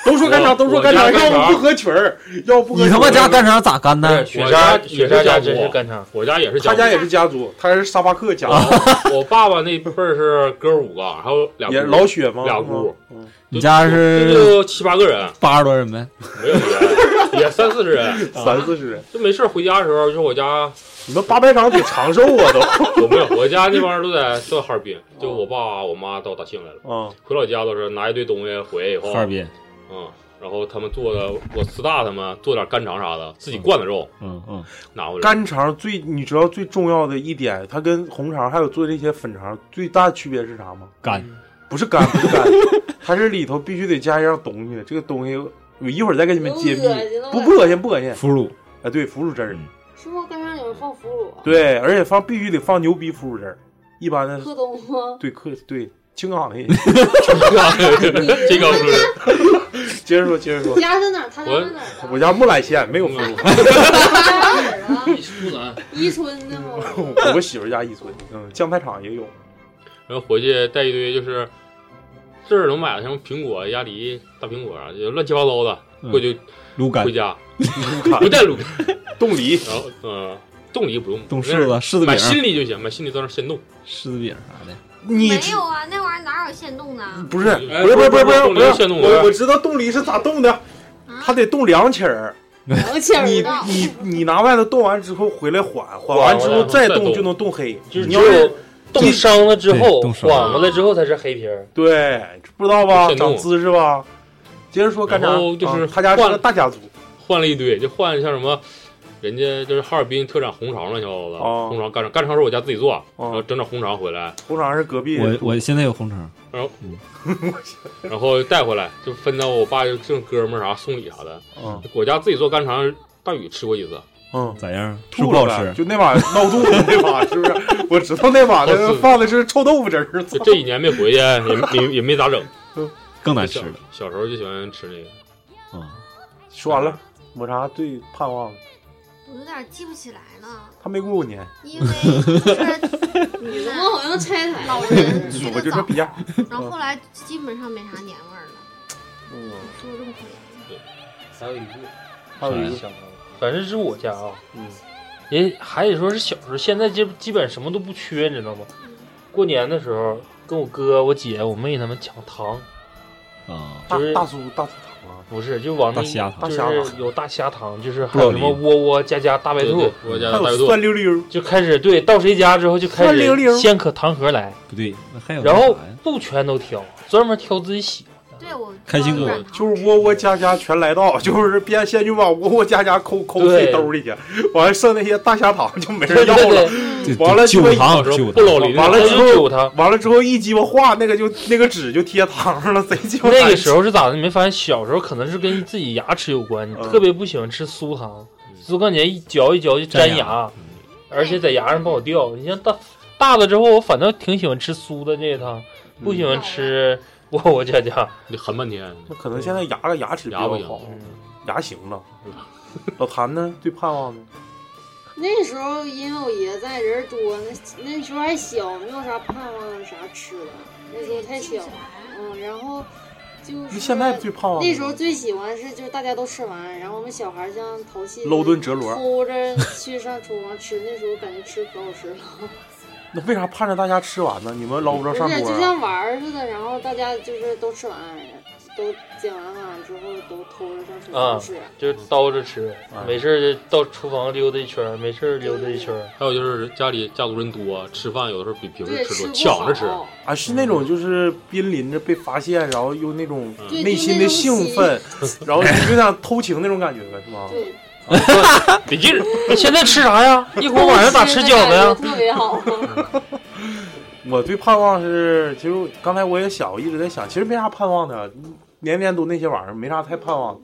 [SPEAKER 8] 都说干肠，
[SPEAKER 7] 我
[SPEAKER 8] 都说干肠，
[SPEAKER 7] 我家干肠
[SPEAKER 8] 要不不合群儿，要不不合
[SPEAKER 9] 你他妈
[SPEAKER 8] 群儿
[SPEAKER 9] 家干肠咋干呢？
[SPEAKER 3] 雪莎
[SPEAKER 7] 我家
[SPEAKER 3] 雪莎家
[SPEAKER 7] 也是
[SPEAKER 3] 真是
[SPEAKER 7] 我
[SPEAKER 3] 干肠，
[SPEAKER 7] 我家也是
[SPEAKER 8] 他家
[SPEAKER 7] 族
[SPEAKER 8] 也是家族，他是沙巴克家
[SPEAKER 9] 哦
[SPEAKER 8] 族，
[SPEAKER 7] 我爸爸那辈儿是哥五个，还有俩
[SPEAKER 8] 也
[SPEAKER 7] 姑
[SPEAKER 8] 老雪吗？
[SPEAKER 7] 俩
[SPEAKER 8] 是吗
[SPEAKER 7] 姑，
[SPEAKER 8] 嗯
[SPEAKER 9] 你家
[SPEAKER 7] 这
[SPEAKER 9] 是
[SPEAKER 7] 就七八个人，啊
[SPEAKER 9] 八十多人呗？
[SPEAKER 7] 没有人，也三四十人。
[SPEAKER 8] 嗯
[SPEAKER 9] 啊
[SPEAKER 8] 三四十人，
[SPEAKER 7] 就没事儿回家的时候，就是我家
[SPEAKER 8] 你们八百场挺长寿啊
[SPEAKER 9] *laughs*
[SPEAKER 8] 都。
[SPEAKER 7] 我没有，我家那帮人都在都在哈尔滨，就我爸我妈到大庆来了，
[SPEAKER 8] 啊，
[SPEAKER 7] 回老家都是拿一堆东西回来以后，
[SPEAKER 9] 哈尔，滨，
[SPEAKER 7] 嗯，然后他们做的，我四大他们做点干肠啥的，自己灌的肉
[SPEAKER 9] 嗯嗯，
[SPEAKER 7] 拿回来，
[SPEAKER 8] 干肠最你知道最重要的一点，它跟红肠还有做这些粉肠最大区别是啥吗？
[SPEAKER 9] 干 *laughs*
[SPEAKER 8] 不是干，不是干，它是里头必须得加一样东西，这个东西我一会儿再给你们揭秘
[SPEAKER 6] 有恶心的，吗
[SPEAKER 8] 不不恶心不恶心。
[SPEAKER 9] 腐乳，
[SPEAKER 8] 啊对，腐乳汁
[SPEAKER 7] 嗯
[SPEAKER 8] 儿，
[SPEAKER 6] 是不是跟上有人放腐乳啊？
[SPEAKER 8] 对，而且放必须得放牛逼腐乳汁儿，一般的
[SPEAKER 6] 克东
[SPEAKER 3] *laughs*
[SPEAKER 6] 吗？
[SPEAKER 8] 对克对青冈的，
[SPEAKER 7] 青
[SPEAKER 6] *laughs*
[SPEAKER 7] 冈
[SPEAKER 8] 腐乳。 *laughs* 接着说，接着说，
[SPEAKER 6] 家是哪儿？他家是哪儿？
[SPEAKER 8] 我家木兰县 *laughs* 没有腐
[SPEAKER 7] 嗯
[SPEAKER 8] 乳，
[SPEAKER 6] *laughs*
[SPEAKER 7] *laughs*
[SPEAKER 6] 伊春的吗？
[SPEAKER 8] 我媳妇家伊春，嗯，酱菜厂也有。
[SPEAKER 7] 然后回去带一堆就是这儿能买的什么苹果、鸭梨、大苹果啊，就乱七八糟的，回
[SPEAKER 9] 嗯
[SPEAKER 7] 去
[SPEAKER 9] 撸
[SPEAKER 7] 回
[SPEAKER 9] 干，
[SPEAKER 7] 家
[SPEAKER 8] *laughs* 干
[SPEAKER 7] 不带卤，
[SPEAKER 8] 冻梨，
[SPEAKER 7] 然后嗯，冻梨不用，
[SPEAKER 9] 冻柿子柿子饼
[SPEAKER 7] 买心梨就行，买心梨到那儿现冻。
[SPEAKER 9] 柿子饼啥的，
[SPEAKER 8] 你
[SPEAKER 11] 没有啊，那玩意儿哪有现冻的啊？
[SPEAKER 8] 不是
[SPEAKER 7] 哎
[SPEAKER 8] 不是不是不是不是
[SPEAKER 7] 冻梨
[SPEAKER 8] 不是，
[SPEAKER 7] 现冻的
[SPEAKER 8] 我我知道冻梨是咋冻的，它得冻凉起儿。
[SPEAKER 6] 两千
[SPEAKER 8] 你
[SPEAKER 6] 的，
[SPEAKER 8] 你你拿外头冻完之后回来缓，缓完之后再冻就能冻黑。
[SPEAKER 10] 就是
[SPEAKER 8] 你
[SPEAKER 10] 只
[SPEAKER 8] 要是
[SPEAKER 10] 有冻伤了之后
[SPEAKER 9] 对，冻伤
[SPEAKER 10] 缓过来之后才是黑皮儿。
[SPEAKER 8] 对，不知道吧？
[SPEAKER 7] 现冻
[SPEAKER 8] 长姿势吧？接着说干啥
[SPEAKER 7] 然后？就是
[SPEAKER 8] 啊他家是
[SPEAKER 7] 换
[SPEAKER 8] 个
[SPEAKER 7] 了
[SPEAKER 8] 大家族，
[SPEAKER 7] 换了一堆，就换了像什么，人家就是哈尔滨特产红肠那小伙子，
[SPEAKER 8] 哦
[SPEAKER 7] 红肠干肠，干肠是我家自己做，然后
[SPEAKER 8] 啊，
[SPEAKER 7] 整点红肠回来，
[SPEAKER 8] 红肠是隔壁。
[SPEAKER 9] 我我现在有红肠，
[SPEAKER 7] 嗯然后带回来就分到我爸就剩哥们儿啥送礼啥的。
[SPEAKER 8] 嗯
[SPEAKER 7] 我家自己做干肠，大宇吃过一次，
[SPEAKER 8] 嗯，
[SPEAKER 9] 咋样？是
[SPEAKER 8] 吐
[SPEAKER 9] 不
[SPEAKER 8] 了
[SPEAKER 9] 好
[SPEAKER 8] 呗，
[SPEAKER 9] 吃？
[SPEAKER 8] 就那把闹肚子那把，是不是？我知道那把那
[SPEAKER 7] 哦
[SPEAKER 8] 个
[SPEAKER 7] 是
[SPEAKER 8] 放的是臭豆腐汁儿。
[SPEAKER 7] 就这一年没回去，也也也没咋整。
[SPEAKER 9] 更难吃
[SPEAKER 7] 小
[SPEAKER 9] 了
[SPEAKER 7] 小时候就喜欢吃那个，
[SPEAKER 9] 啊！
[SPEAKER 8] 说完了，抹茶最盼望
[SPEAKER 11] 我有点记不起来了，
[SPEAKER 8] 他没过过年，
[SPEAKER 11] 因
[SPEAKER 8] *laughs*
[SPEAKER 11] 为就是
[SPEAKER 6] 你怎么好像拆台？
[SPEAKER 11] 老人去
[SPEAKER 8] 我
[SPEAKER 11] 的
[SPEAKER 8] 就说
[SPEAKER 11] 早，
[SPEAKER 8] 别。
[SPEAKER 11] *laughs* 然后后来基本上没啥年味儿了。
[SPEAKER 8] 嗯，
[SPEAKER 11] 说这么可怜。
[SPEAKER 3] 还有一个，
[SPEAKER 8] 还有一个，
[SPEAKER 3] 反正是我家啊，
[SPEAKER 8] 嗯，
[SPEAKER 3] 也还得说是小时候，现在基基本什么都不缺，你知道吗？过年的时候跟我哥、我姐、我妹他们抢糖，
[SPEAKER 9] 啊，
[SPEAKER 8] 大
[SPEAKER 3] 就是
[SPEAKER 8] 大叔大叔糖啊，
[SPEAKER 3] 不是就往那
[SPEAKER 9] 大虾糖
[SPEAKER 3] 就是有大虾糖，就是还有什么窝窝加加大白
[SPEAKER 7] 对
[SPEAKER 3] 兔
[SPEAKER 7] 对，，我家
[SPEAKER 8] 还
[SPEAKER 7] 的大白
[SPEAKER 8] 有
[SPEAKER 7] 兔
[SPEAKER 8] 酸溜溜，
[SPEAKER 3] 就开始对到谁家之后就开
[SPEAKER 8] 酸溜溜
[SPEAKER 3] 始先可糖盒来，
[SPEAKER 9] 不对，那还有
[SPEAKER 3] 然后
[SPEAKER 9] 那啥呀
[SPEAKER 3] 不全都挑，专门挑自己喜欢。
[SPEAKER 11] 对我
[SPEAKER 9] 开心
[SPEAKER 11] 哥
[SPEAKER 9] 果
[SPEAKER 8] 就是窝窝家家全来到，就是边先就把窝窝家家抠抠自己
[SPEAKER 3] 对
[SPEAKER 8] 兜里去，完了剩那些大虾糖就没人
[SPEAKER 3] 对
[SPEAKER 8] 要
[SPEAKER 3] 对
[SPEAKER 8] 了，
[SPEAKER 3] 对，
[SPEAKER 9] 这
[SPEAKER 8] 完了
[SPEAKER 9] 酒
[SPEAKER 8] 就一
[SPEAKER 9] 糖
[SPEAKER 7] 小时候
[SPEAKER 9] 酒
[SPEAKER 7] 不
[SPEAKER 9] 糖，
[SPEAKER 7] 老离
[SPEAKER 8] 完了之后
[SPEAKER 3] 就有糖。
[SPEAKER 8] 完了之后一鸡巴画那个就那个纸就贴糖上了，贼鸡巴
[SPEAKER 3] 那
[SPEAKER 8] 难
[SPEAKER 3] 个
[SPEAKER 8] 吃
[SPEAKER 3] 时候是咋的？你没发现小时候可能是跟自己牙齿有关，你
[SPEAKER 8] 嗯
[SPEAKER 3] 特别不喜欢吃酥糖，酥感觉一嚼一嚼就
[SPEAKER 9] 粘
[SPEAKER 3] 粘
[SPEAKER 9] 牙
[SPEAKER 3] 牙，而且在牙上不好掉。你像大大了之后，我反倒挺喜欢吃酥的这一汤，不喜
[SPEAKER 9] 嗯
[SPEAKER 3] 欢吃我我家家。
[SPEAKER 7] 得含半天。
[SPEAKER 8] 那可能现在牙个牙齿比较
[SPEAKER 7] 牙不行
[SPEAKER 8] 好，
[SPEAKER 3] 嗯
[SPEAKER 8] 牙行了。老谭 *laughs* 呢？最盼望的
[SPEAKER 6] 那时候因为我爷在，人多，那那时候还小，没有啥盼望啥吃的，那时候太小。嗯，然后就
[SPEAKER 8] 那
[SPEAKER 6] 是
[SPEAKER 8] 现在最盼望的
[SPEAKER 6] 那时候最喜欢是就是大家都吃完，然后我们小孩像淘气
[SPEAKER 8] 搂顿折罗，
[SPEAKER 6] 偷着去上厨房吃，那时候感觉吃可好吃了。
[SPEAKER 8] 那为啥盼着大家吃完呢？你们捞不着
[SPEAKER 6] 不
[SPEAKER 8] 上
[SPEAKER 6] 是，
[SPEAKER 8] 桌
[SPEAKER 6] 就
[SPEAKER 8] 啊？
[SPEAKER 6] 像玩儿似的，然后大家就是都吃完，都捡完饭之后都偷着上厨房
[SPEAKER 3] 啊
[SPEAKER 6] 吃。
[SPEAKER 3] 就叨着吃
[SPEAKER 8] 嗯，
[SPEAKER 3] 没事儿就到厨房溜达一圈儿，没事儿溜达一圈儿。
[SPEAKER 7] 还有就是家里家族人多，吃饭有的时候比平
[SPEAKER 6] 对，
[SPEAKER 7] 时
[SPEAKER 6] 吃
[SPEAKER 7] 吃
[SPEAKER 6] 不
[SPEAKER 7] 多，抢着吃。 *laughs*
[SPEAKER 6] 好
[SPEAKER 8] 啊，是那种就是濒临着被发现，然后又那种
[SPEAKER 6] 对
[SPEAKER 8] 内心的兴奋， *laughs* 然后有点偷情那种感觉呗，是吗？
[SPEAKER 6] 对，
[SPEAKER 7] 得劲儿，
[SPEAKER 3] 哎现在吃啥呀？一
[SPEAKER 9] *laughs*
[SPEAKER 3] 会儿晚上咋吃饺子呀？
[SPEAKER 6] 特
[SPEAKER 3] *laughs*
[SPEAKER 6] 别好。
[SPEAKER 8] 我最盼望是，其实刚才我也想，我一直在想，其实没啥盼望的，年年都那些玩意儿，没啥太盼望的。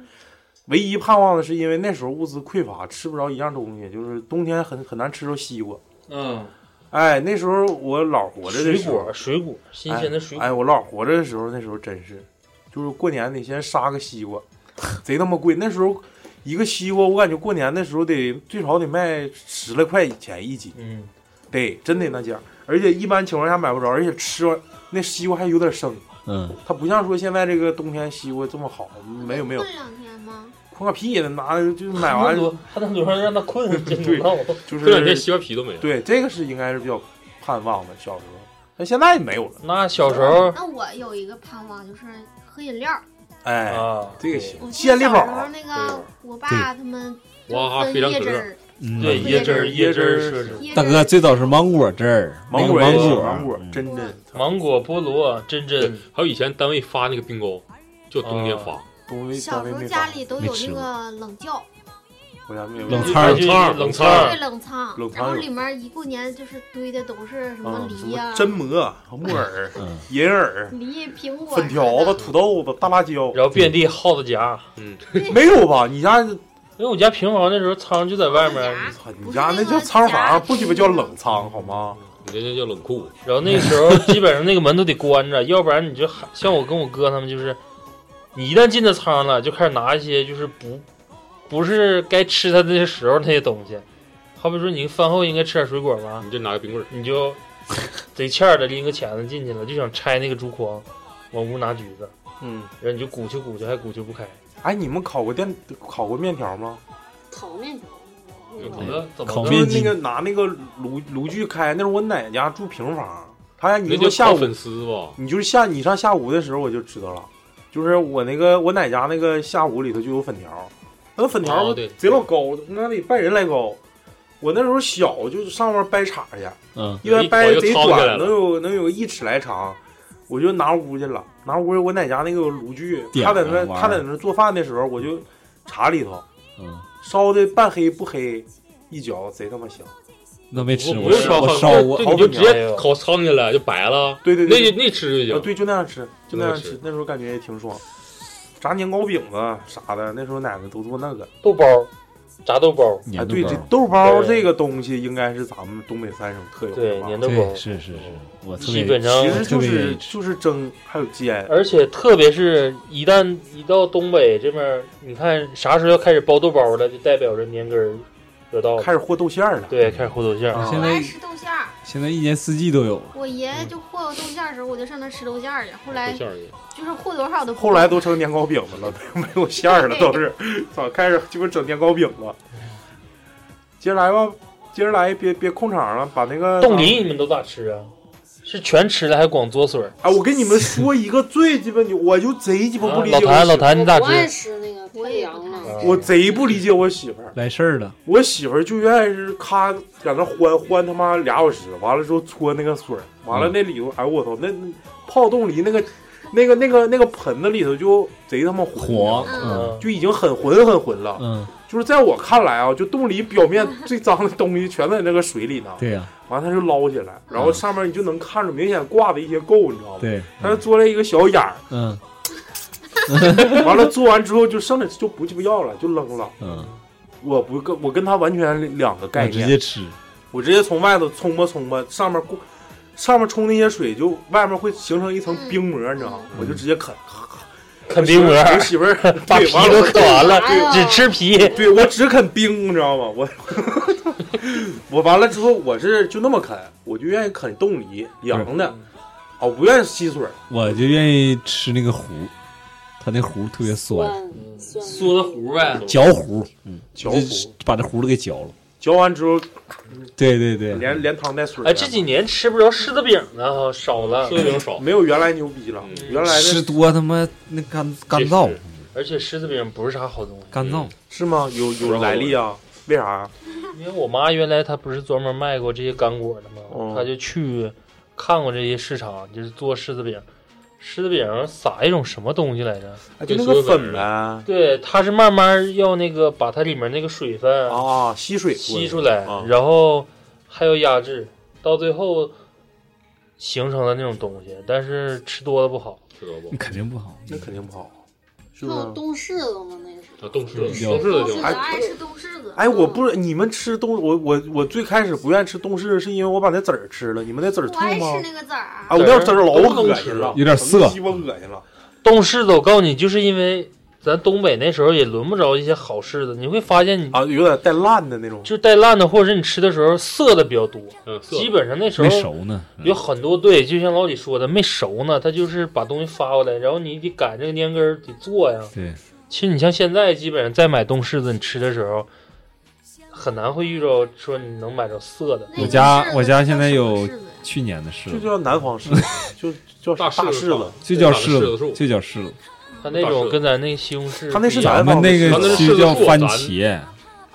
[SPEAKER 8] 唯一盼望的是，因为那时候物资匮乏，吃不着一样东西，就是冬天很很难吃着西瓜。
[SPEAKER 3] 嗯，
[SPEAKER 8] 哎，那时候我老活着的
[SPEAKER 3] 水
[SPEAKER 8] 时候
[SPEAKER 3] 果，，水果，新鲜的水果
[SPEAKER 8] 哎。。哎，我老活着的时候，那时候真是，就是过年得先杀个西瓜，贼他妈贵。那时候一个西瓜，我感觉过年的时候得最少得卖十来块钱一斤，
[SPEAKER 3] 嗯，
[SPEAKER 8] 得真得那价。而且一般情况下买不着，而且吃完那西瓜还有点生，
[SPEAKER 9] 嗯，
[SPEAKER 8] 它不像说现在这个冬天西瓜这么好，没有没有
[SPEAKER 11] 困，两天吗？
[SPEAKER 8] 困个屁的，拿就买
[SPEAKER 3] 还
[SPEAKER 8] 完
[SPEAKER 3] 能多，还能多让他困，真
[SPEAKER 8] 对
[SPEAKER 3] 的闹。
[SPEAKER 8] 就
[SPEAKER 7] 哎这
[SPEAKER 3] *laughs*
[SPEAKER 7] 两天
[SPEAKER 8] 是
[SPEAKER 7] 西瓜皮都没了。
[SPEAKER 8] 对这个是应该是比较盼望的，小时候，但现在也没有了。
[SPEAKER 3] 那小时候
[SPEAKER 11] 那我有一个盼望就是喝饮料。
[SPEAKER 8] 哎，
[SPEAKER 3] 啊，
[SPEAKER 8] 这个
[SPEAKER 3] 对
[SPEAKER 8] 行
[SPEAKER 11] 我记
[SPEAKER 8] 健
[SPEAKER 11] 得
[SPEAKER 8] 力
[SPEAKER 11] 小
[SPEAKER 8] 宝
[SPEAKER 11] 时候那个我爸他们
[SPEAKER 7] 哇
[SPEAKER 11] 分
[SPEAKER 7] 非常
[SPEAKER 11] 椰
[SPEAKER 7] 可
[SPEAKER 11] 汁
[SPEAKER 7] 乐
[SPEAKER 11] 儿，
[SPEAKER 9] 嗯
[SPEAKER 3] 对椰汁儿，椰汁儿是是
[SPEAKER 11] 椰
[SPEAKER 9] 大
[SPEAKER 11] 汁
[SPEAKER 9] 哥
[SPEAKER 11] 儿
[SPEAKER 9] 最早是芒果汁儿，
[SPEAKER 8] 芒
[SPEAKER 9] 果
[SPEAKER 8] 果
[SPEAKER 9] 芒
[SPEAKER 8] 也行
[SPEAKER 9] 果
[SPEAKER 8] 芒果
[SPEAKER 9] 嗯
[SPEAKER 8] 真啊真
[SPEAKER 3] 芒果、菠萝、啊真
[SPEAKER 7] 对
[SPEAKER 3] 真，
[SPEAKER 7] 还有以前单位发那个
[SPEAKER 3] 哦
[SPEAKER 7] 冰糕，就冬天发，
[SPEAKER 8] 东西
[SPEAKER 11] 小
[SPEAKER 8] 单
[SPEAKER 11] 时
[SPEAKER 8] 位
[SPEAKER 11] 候
[SPEAKER 8] 没
[SPEAKER 11] 家
[SPEAKER 8] 发。
[SPEAKER 11] 里都有那个冷窖，
[SPEAKER 8] 我家没有
[SPEAKER 3] 冷仓冷仓冷仓
[SPEAKER 11] 对冷仓，
[SPEAKER 8] 嗯冷
[SPEAKER 11] 然后
[SPEAKER 8] 仓
[SPEAKER 11] 里面一过年就是堆的都是什么
[SPEAKER 8] 啊什
[SPEAKER 11] 梨呀、
[SPEAKER 8] 么榛蘑、木耳、银耳、
[SPEAKER 11] 梨、苹果、
[SPEAKER 8] 粉条子、土豆子、大辣椒，
[SPEAKER 3] 然后遍地耗子夹。
[SPEAKER 7] 嗯，
[SPEAKER 8] 没有吧？你家
[SPEAKER 3] 因为我家平房那时候仓就在外面，
[SPEAKER 8] 你家那叫仓房，不鸡巴叫冷仓好吗？
[SPEAKER 7] 你这叫冷库。
[SPEAKER 3] 然后那时候基本上那个门都得关着，要不然你就喊像我跟我哥他们就是，你一旦进这仓了，就开始拿一些就是不不是该吃它的时候那些东西，好比说你饭后应该吃点水果吧，
[SPEAKER 7] 你就拿个冰棍儿，
[SPEAKER 3] 你就 *laughs* 贼欠儿的拎个钳子进去了，就想拆那个竹筐，往屋拿橘子，
[SPEAKER 8] 嗯，
[SPEAKER 3] 然后你就鼓秋鼓秋还鼓秋不开，
[SPEAKER 8] 哎，你们烤过电烤过面条吗？
[SPEAKER 6] 烤面条，
[SPEAKER 3] 怎么怎么
[SPEAKER 9] 烤
[SPEAKER 3] 着
[SPEAKER 9] 面
[SPEAKER 8] 就是那个拿那个炉炉具开，那时候我奶家住平房，她家你
[SPEAKER 7] 那
[SPEAKER 8] 说
[SPEAKER 7] 叫
[SPEAKER 8] 下
[SPEAKER 7] 下
[SPEAKER 8] 午
[SPEAKER 7] 粉丝吧？
[SPEAKER 8] 你就是下你上下午的时候我就知道了，就是我那个我奶家那个下午里头就有粉条，那粉条
[SPEAKER 7] 哦对
[SPEAKER 8] 贼老高，那得拜人来高。我那时候小，就上面掰叉去，
[SPEAKER 9] 嗯，
[SPEAKER 8] 一般掰贼
[SPEAKER 7] 一口就掏下来
[SPEAKER 8] 短，
[SPEAKER 7] 了
[SPEAKER 8] 能有能有一尺来长，我就拿屋去了。拿屋我奶家那个炉具，
[SPEAKER 9] 点
[SPEAKER 8] 她在
[SPEAKER 9] 着
[SPEAKER 8] 那
[SPEAKER 9] 玩儿
[SPEAKER 8] 她在那做饭的时候，我就查里头
[SPEAKER 9] 嗯，
[SPEAKER 8] 烧的半黑不黑，一嚼贼他妈香。
[SPEAKER 9] 那没吃，
[SPEAKER 3] 我
[SPEAKER 9] 我
[SPEAKER 3] 不用烧
[SPEAKER 9] 我
[SPEAKER 3] 饭
[SPEAKER 9] 烧过
[SPEAKER 7] 对，，你就直接烤苍去了，就白了。
[SPEAKER 8] 对对对
[SPEAKER 7] 那，那吃就
[SPEAKER 8] 啊，
[SPEAKER 7] 行。
[SPEAKER 8] 对，就那样吃，就那样
[SPEAKER 7] 就那样吃
[SPEAKER 8] 吃。那时候感觉也挺爽，炸年糕饼子啥的，那时候奶奶都做那个。
[SPEAKER 3] 豆包，炸豆包，
[SPEAKER 8] 哎，
[SPEAKER 9] 粘
[SPEAKER 8] 对，
[SPEAKER 9] 豆
[SPEAKER 8] 这
[SPEAKER 9] 包
[SPEAKER 8] 豆包
[SPEAKER 3] 对
[SPEAKER 8] 这个东西应该是咱们东北三省特有
[SPEAKER 3] 对
[SPEAKER 8] 的，吧？
[SPEAKER 3] 粘豆包
[SPEAKER 9] 对，，是是是，我特
[SPEAKER 3] 基
[SPEAKER 9] 别
[SPEAKER 3] 本上
[SPEAKER 8] 其实就
[SPEAKER 9] 特别愿
[SPEAKER 8] 是
[SPEAKER 9] 意吃
[SPEAKER 8] 就是蒸，还有煎。
[SPEAKER 3] 而且特别是一旦一到东北这边儿，你看啥时候要开始包豆包了，就代表着年根儿得到了，
[SPEAKER 8] 开始和豆馅儿了，
[SPEAKER 3] 对，开始和豆馅儿。
[SPEAKER 8] 啊
[SPEAKER 9] 现
[SPEAKER 11] 我
[SPEAKER 9] 在
[SPEAKER 11] 爱吃豆馅儿。
[SPEAKER 9] 现在一年四季都有，
[SPEAKER 11] 我爷
[SPEAKER 8] 嗯
[SPEAKER 11] 爷就和我豆馅儿的时候，我就上那吃豆馅儿去。后来
[SPEAKER 7] 馅儿也
[SPEAKER 11] 就是和多少都不
[SPEAKER 8] 后来都成年糕饼子了，没有馅儿了，
[SPEAKER 3] *laughs*
[SPEAKER 8] 都是，操，开始鸡巴整年糕饼了。接着来吧，接着来，别别空场了，把那个
[SPEAKER 3] 冻梨你们都咋吃啊？是全吃了还光嘬水儿？
[SPEAKER 8] 哎，我跟你们说一个最鸡巴牛，我就贼鸡巴不理解
[SPEAKER 3] 啊老
[SPEAKER 8] 我媳妇儿。
[SPEAKER 3] 谭，老谭你咋
[SPEAKER 6] 我不爱
[SPEAKER 3] 吃？啊
[SPEAKER 6] 吃那个，
[SPEAKER 11] 我
[SPEAKER 6] 太
[SPEAKER 11] 也
[SPEAKER 6] 凉
[SPEAKER 11] 不太
[SPEAKER 6] 了。
[SPEAKER 8] 我贼不理解我媳妇儿，
[SPEAKER 9] 来事儿了，
[SPEAKER 8] 我媳妇儿就愿意是咔在那欢欢他妈俩小时，完了之后搓那个水儿，完
[SPEAKER 9] 嗯
[SPEAKER 8] 了那里头，哎呦我操，那那泡冻梨那个那个那个那个盆子里头就贼他妈
[SPEAKER 9] 黄，
[SPEAKER 11] 嗯
[SPEAKER 9] 嗯
[SPEAKER 8] 就已经很浑很浑了。
[SPEAKER 9] 嗯，
[SPEAKER 8] 就是在我看来啊，就冻梨表面最脏的东西全在那个水里呢，
[SPEAKER 9] 对呀，
[SPEAKER 8] 完了他就捞起来，然后上面你就能看着明显挂的一些垢，你知道吗？
[SPEAKER 9] 对，
[SPEAKER 8] 他就做了一个小眼儿，
[SPEAKER 9] 嗯
[SPEAKER 8] 完了做完之后就剩的就不鸡巴要了，就扔了。
[SPEAKER 9] 嗯，
[SPEAKER 8] 我不跟我跟他完全两个概
[SPEAKER 9] 我
[SPEAKER 8] 念，
[SPEAKER 9] 啊直接吃，
[SPEAKER 8] 我直接从外头冲吧冲吧，上面过，上面冲那些水就外面会形成一层冰膜，你知道吗？我就直接啃，
[SPEAKER 3] 啃嗯冰膜， *laughs*
[SPEAKER 8] 我媳妇儿
[SPEAKER 3] 把
[SPEAKER 8] 对
[SPEAKER 3] 皮
[SPEAKER 8] 完
[SPEAKER 3] 都
[SPEAKER 8] 了，
[SPEAKER 3] 啃完了
[SPEAKER 6] 哎呀，
[SPEAKER 3] 只吃皮。
[SPEAKER 8] 对我只啃冰，你知道吗？我 *laughs* 我完了之后我是就那么啃，我就愿意啃冻梨凉的，
[SPEAKER 3] 嗯
[SPEAKER 8] 啊，我不愿意吸水。
[SPEAKER 9] 我就愿意吃那个糊，它那糊特别酸，
[SPEAKER 6] 蒜蒜
[SPEAKER 7] 缩的糊呗。
[SPEAKER 9] 嚼糊，嗯，
[SPEAKER 8] 嚼
[SPEAKER 9] 就
[SPEAKER 8] 糊
[SPEAKER 9] 是把这糊都给嚼了，
[SPEAKER 8] 嚼完之后
[SPEAKER 9] 对对对，
[SPEAKER 8] 连连汤带水的，啊
[SPEAKER 3] 哎，这几年吃不着柿子饼了，少了
[SPEAKER 7] 吃。的饼少，
[SPEAKER 8] 没有原来牛逼了，
[SPEAKER 7] 嗯
[SPEAKER 8] 原来
[SPEAKER 9] 吃
[SPEAKER 8] 那
[SPEAKER 9] 多他妈那干干
[SPEAKER 7] 确
[SPEAKER 9] 燥
[SPEAKER 7] 实
[SPEAKER 3] 而且柿子饼不是啥好东西，
[SPEAKER 9] 干燥，
[SPEAKER 8] 是吗？有有来历啊？为啥呀？
[SPEAKER 3] 因为我妈原来她不是专门卖过这些干果的
[SPEAKER 8] 哦
[SPEAKER 3] 吗？她就去看过这些市场，就是做柿子饼。柿子饼撒一种什么东西来着？
[SPEAKER 8] 哎就那个粉呗，啊，
[SPEAKER 3] 对，它是慢慢要那个把它里面那个水分
[SPEAKER 8] 哦啊吸水过
[SPEAKER 3] 吸出来，
[SPEAKER 8] 啊
[SPEAKER 3] 然后还有压制，到最后形成的那种东西。但是吃多了不好，
[SPEAKER 7] 知道不
[SPEAKER 9] 那？肯定不好，
[SPEAKER 8] 那肯定不好，是不
[SPEAKER 6] 那
[SPEAKER 11] 哦
[SPEAKER 3] 嗯
[SPEAKER 6] 我
[SPEAKER 8] 是？
[SPEAKER 6] 冻柿子吗？那个是
[SPEAKER 7] 啊，冻柿子，
[SPEAKER 9] 有
[SPEAKER 7] 冻柿子
[SPEAKER 11] 我
[SPEAKER 7] 就
[SPEAKER 8] 哎
[SPEAKER 11] 爱吃冻柿子。
[SPEAKER 8] 哎，我不
[SPEAKER 11] 嗯
[SPEAKER 8] 是你们吃冻，我我我最开始不愿意吃冻柿，是因为我把那籽儿吃了，你们那籽儿
[SPEAKER 11] 我
[SPEAKER 8] 吐
[SPEAKER 11] 爱
[SPEAKER 8] 吗
[SPEAKER 11] 吃？那个籽儿
[SPEAKER 8] 啊，我那籽儿老恶心了，
[SPEAKER 9] 有点涩
[SPEAKER 8] 鸡巴恶心了。
[SPEAKER 3] 冻柿子，我告诉你，就是因为咱东北那时候也轮不着一些好柿子，你会发现你
[SPEAKER 8] 啊，有点带烂的那种。
[SPEAKER 3] 就是带烂的，或者是你吃的时候涩的比较多。
[SPEAKER 7] 嗯，色
[SPEAKER 3] 基本上那时
[SPEAKER 9] 没
[SPEAKER 3] 候
[SPEAKER 9] 熟呢，嗯
[SPEAKER 3] 有很多对，就像老李说的，没熟呢，他就是把东西发过来，然后你得赶这个年根儿得做呀。
[SPEAKER 9] 对，
[SPEAKER 3] 其实你像现在，基本上再买冻柿子，你吃的时候很难会遇着说你能买着涩的。
[SPEAKER 11] 那
[SPEAKER 9] 我
[SPEAKER 11] 个
[SPEAKER 9] 家
[SPEAKER 11] 柿子
[SPEAKER 9] 我家
[SPEAKER 11] 叫
[SPEAKER 9] 现在
[SPEAKER 11] 什么
[SPEAKER 9] 有
[SPEAKER 11] 柿子呀
[SPEAKER 9] 去年的柿
[SPEAKER 8] 就
[SPEAKER 9] 子，
[SPEAKER 8] 叫南方柿，子，就叫
[SPEAKER 7] 大柿
[SPEAKER 8] 大柿
[SPEAKER 7] 子
[SPEAKER 8] 子，
[SPEAKER 9] 就叫
[SPEAKER 7] 柿子
[SPEAKER 9] 柿
[SPEAKER 7] 树
[SPEAKER 9] 子，就叫柿子，
[SPEAKER 3] 它那种跟咱那个西红柿不一样，
[SPEAKER 8] 它那是
[SPEAKER 9] 咱
[SPEAKER 8] 南
[SPEAKER 9] 们
[SPEAKER 8] 方
[SPEAKER 9] 那
[SPEAKER 7] 咱
[SPEAKER 9] 个
[SPEAKER 7] 那是柿
[SPEAKER 9] 是
[SPEAKER 7] 子
[SPEAKER 9] 叫
[SPEAKER 7] 树
[SPEAKER 9] 番
[SPEAKER 7] 咱
[SPEAKER 9] 茄，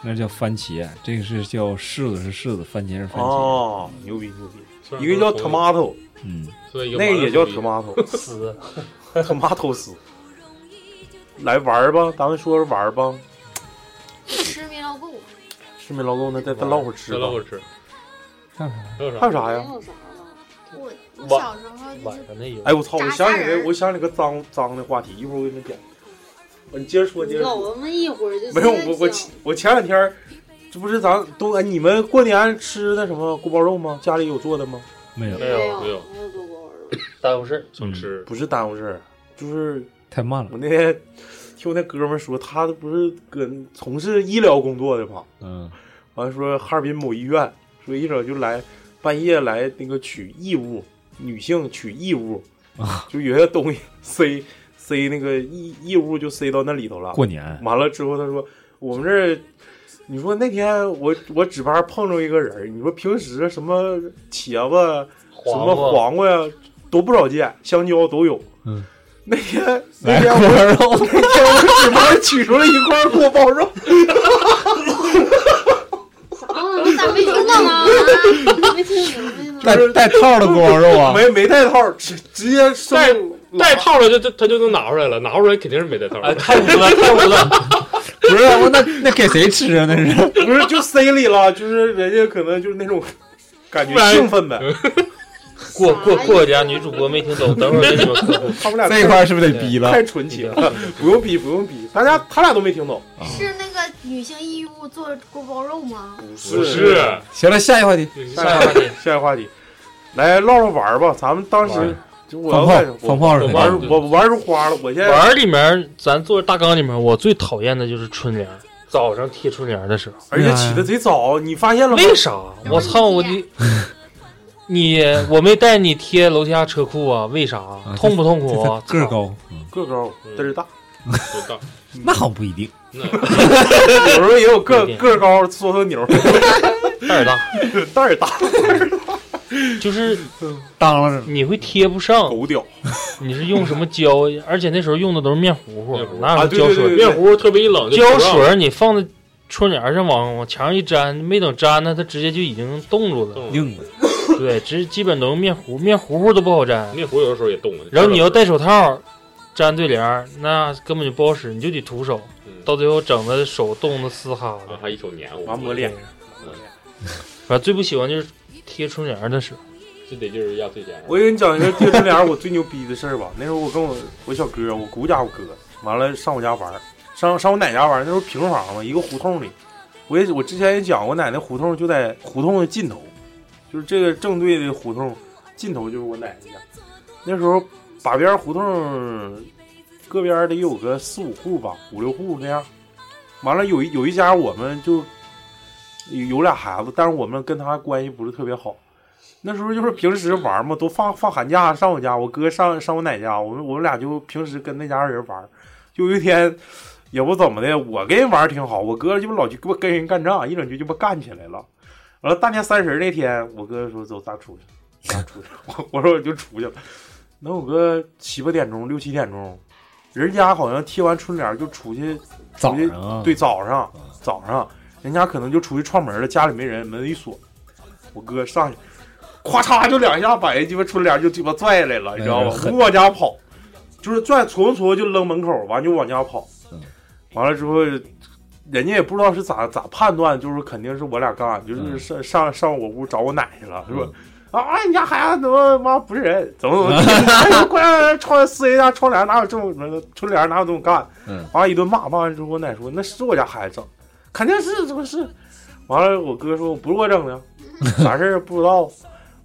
[SPEAKER 9] 那叫番茄，这个是叫柿子是柿子，番茄是番茄，
[SPEAKER 8] 哦，牛逼牛逼。一个叫 tomato，
[SPEAKER 9] 嗯，
[SPEAKER 7] 所以
[SPEAKER 8] 那个也叫
[SPEAKER 7] 麻
[SPEAKER 3] *laughs*
[SPEAKER 8] tomato，tomato
[SPEAKER 3] 丝，
[SPEAKER 8] 丝。来玩儿吧，咱们说说玩儿吧。
[SPEAKER 11] 吃没捞够，啊
[SPEAKER 8] 是没捞够呢，再再唠会儿吃吧。
[SPEAKER 7] 再唠会儿吃。
[SPEAKER 9] 看看
[SPEAKER 7] 还有啥？
[SPEAKER 8] 还有啥呀？
[SPEAKER 11] 我我小时候就
[SPEAKER 3] 晚
[SPEAKER 11] 是
[SPEAKER 3] 上那有。
[SPEAKER 8] 哎，我操！我想起
[SPEAKER 11] 炸虾
[SPEAKER 8] 来，
[SPEAKER 11] 仁儿
[SPEAKER 8] 我想起个脏脏的话题，一会儿我给你们讲。我你接着说，接着
[SPEAKER 6] 老
[SPEAKER 8] 说。
[SPEAKER 6] 我们一会儿就
[SPEAKER 8] 没有，我我前我前两天儿，这不是咱都哎，你们过年吃那什么锅包肉吗？家里有做的吗？
[SPEAKER 9] 没有
[SPEAKER 7] 没
[SPEAKER 6] 有
[SPEAKER 3] 啊
[SPEAKER 7] 有
[SPEAKER 6] 没
[SPEAKER 7] 没有，
[SPEAKER 6] 有做过耳朵
[SPEAKER 3] 耽误事儿，
[SPEAKER 7] 想吃
[SPEAKER 8] 不是耽误事儿，啊就是
[SPEAKER 9] 太慢了，
[SPEAKER 8] 我那天听我那哥们儿说，他不是跟从事医疗工作的嘛，
[SPEAKER 9] 嗯，
[SPEAKER 8] 完了说哈尔滨某医院说一整就来半夜来那个取异物，女性取异物，
[SPEAKER 9] 啊
[SPEAKER 8] 就有些东西 *laughs* 塞塞那个异异物就塞到那里头了。
[SPEAKER 9] 过年
[SPEAKER 8] 完了之后，他说我们这儿，你说那天我我值班碰着一个人儿，你说平时什么茄子、什
[SPEAKER 3] 黄瓜
[SPEAKER 8] 么黄啊瓜呀都不少见，香蕉都有。
[SPEAKER 9] 嗯，哎
[SPEAKER 8] 那
[SPEAKER 9] *laughs*
[SPEAKER 8] 天那
[SPEAKER 9] 来
[SPEAKER 8] 天
[SPEAKER 9] 锅
[SPEAKER 8] 我
[SPEAKER 9] 包肉，
[SPEAKER 8] 那天我值班取出了一块锅包肉，
[SPEAKER 11] 哦
[SPEAKER 6] 啊，咋没听
[SPEAKER 8] *laughs*
[SPEAKER 6] 到呢？
[SPEAKER 3] *laughs*
[SPEAKER 6] 没听明白呢？
[SPEAKER 9] *laughs* 带带套的锅包肉啊，
[SPEAKER 8] 没没带套，直直接送
[SPEAKER 7] 带
[SPEAKER 8] 老
[SPEAKER 7] 带套了就就他就能拿出来了，拿出来肯定是没带套。
[SPEAKER 3] 哎，太污了，太污了！
[SPEAKER 9] 不是我那那给谁吃啊？
[SPEAKER 8] *laughs*
[SPEAKER 9] 那是
[SPEAKER 8] 不是就塞里了，就是人家可能就是那种感觉兴奋呗。
[SPEAKER 3] 过过过家女主播没听懂，等会儿给你们科普。
[SPEAKER 8] 他们俩
[SPEAKER 9] 这一块儿是不是得逼了？
[SPEAKER 8] 太纯情
[SPEAKER 9] *laughs*
[SPEAKER 8] 了，不用比不用比，大家他俩都没听懂，
[SPEAKER 11] 是那个女性义务做锅包肉吗？
[SPEAKER 8] 不
[SPEAKER 7] 不是，
[SPEAKER 9] 行了，下一话题，
[SPEAKER 7] 下
[SPEAKER 8] 下一个话 *laughs* 题，下一个话题，来唠唠玩儿吧。咱们当
[SPEAKER 9] 玩
[SPEAKER 8] 时
[SPEAKER 9] 儿
[SPEAKER 8] 就我要
[SPEAKER 9] 放
[SPEAKER 8] 玩
[SPEAKER 9] 炮放炮是
[SPEAKER 7] 我
[SPEAKER 9] 谁
[SPEAKER 8] 玩
[SPEAKER 9] 的？
[SPEAKER 8] 儿我玩儿出花了，我现在
[SPEAKER 3] 玩儿里面，咱做大纲里面，我最讨厌的就是春联儿，早上贴春联儿的时候，
[SPEAKER 8] 而且起
[SPEAKER 9] 哎
[SPEAKER 8] 的贼早，你发现了吗？
[SPEAKER 3] 为啥？我操！ *laughs* 我的，你我没带你贴楼下车库啊？为啥？痛不痛苦啊
[SPEAKER 9] 这？个儿
[SPEAKER 3] 操
[SPEAKER 9] 高，嗯
[SPEAKER 8] 个高嘚儿大，
[SPEAKER 7] 多大？
[SPEAKER 9] 那好像哦不一定。
[SPEAKER 7] 那
[SPEAKER 8] 有时候也有个
[SPEAKER 3] 有点
[SPEAKER 8] 个儿高缩头牛，
[SPEAKER 3] 胆儿大，
[SPEAKER 8] 蛋儿大，
[SPEAKER 3] 就是
[SPEAKER 9] 当啷着
[SPEAKER 3] 你会贴不上，
[SPEAKER 8] 狗屌。
[SPEAKER 3] 你是用什么胶？
[SPEAKER 7] *laughs*
[SPEAKER 3] 而且那时候用的都是面糊糊
[SPEAKER 7] 面糊，
[SPEAKER 3] 哪有
[SPEAKER 8] 啊对对
[SPEAKER 3] 胶水
[SPEAKER 8] 对？
[SPEAKER 7] 面糊特别一冷就
[SPEAKER 3] 胶
[SPEAKER 7] 不让
[SPEAKER 3] 水儿你放在窗帘上往往墙上一粘，没等粘呢，它直接就已经冻住
[SPEAKER 7] *laughs*
[SPEAKER 3] 了。
[SPEAKER 7] 冻了，
[SPEAKER 9] 硬的，
[SPEAKER 3] 对，直基本都是面糊，面糊糊都不好粘。
[SPEAKER 7] 面糊有的时候也冻了。
[SPEAKER 3] 然后你要戴手套，粘对联儿那根本就不好使，你就得徒手，
[SPEAKER 7] 嗯
[SPEAKER 3] 到最后整的手冻得嘶哈
[SPEAKER 7] 然后
[SPEAKER 3] 的。
[SPEAKER 7] 啊还一手黏糊，
[SPEAKER 8] 完抹脸，
[SPEAKER 3] 反正最不喜欢就是贴窗帘儿的时候，
[SPEAKER 7] 这得劲儿压岁钱。
[SPEAKER 8] 我给你讲一个贴春联儿我最牛逼的事儿吧。那时候我跟我我小哥，我姑家我哥，完了上我家玩儿，上上我奶家玩儿。那时候平房嘛，一个胡同里。我也我之前也讲，我奶奶胡同就在胡同的尽头，就是这个正对的胡同尽头就是我奶奶家。那时候把边儿胡同各边儿得有个四五户吧，五六户那样。完了有一有一家我们就有有俩孩子，但是我们跟他关系不是特别好。那时候就是平时玩嘛，都放放寒假上我家，我哥上上我奶家，我们我们俩就平时跟那家人玩。就有一天，也不怎么的，我跟人玩儿挺好，我哥就老去给我跟人干仗，一整就就不干起来了。完了大年三十那天，我哥说走，咱出去，咱出去。 *laughs* 我我说我就出去了。能有个七八点钟，六七点钟，人家好像贴完春联儿就出去
[SPEAKER 9] 早上啊，
[SPEAKER 8] 对，，早上早上，人家可能就出去串门了，家里没人，门一锁，我哥上去，咵嚓就两下把人鸡巴春联就鸡巴拽下来了，你知道吧
[SPEAKER 9] 哎呦？
[SPEAKER 8] 不往家跑，就是拽搓搓就扔门口，完就往家跑
[SPEAKER 9] 嗯。
[SPEAKER 8] 完了之后，人家也不知道是咋咋判断，就是肯定是我俩干，就是
[SPEAKER 9] 嗯
[SPEAKER 8] 上上上我屋找我奶去了，是吧？
[SPEAKER 9] 嗯
[SPEAKER 8] 啊！你家孩子怎么妈不是人？怎
[SPEAKER 9] *laughs*
[SPEAKER 8] 么怎么地？哎呦，快窗撕人家窗帘，哪有这么呃春联哪有这么干？
[SPEAKER 9] 嗯，
[SPEAKER 8] 完了一顿骂，骂完之后我奶说那是我家孩子整，肯定是这不是？完了我哥说不是我整的，
[SPEAKER 9] *laughs*
[SPEAKER 8] 啥事儿不知道。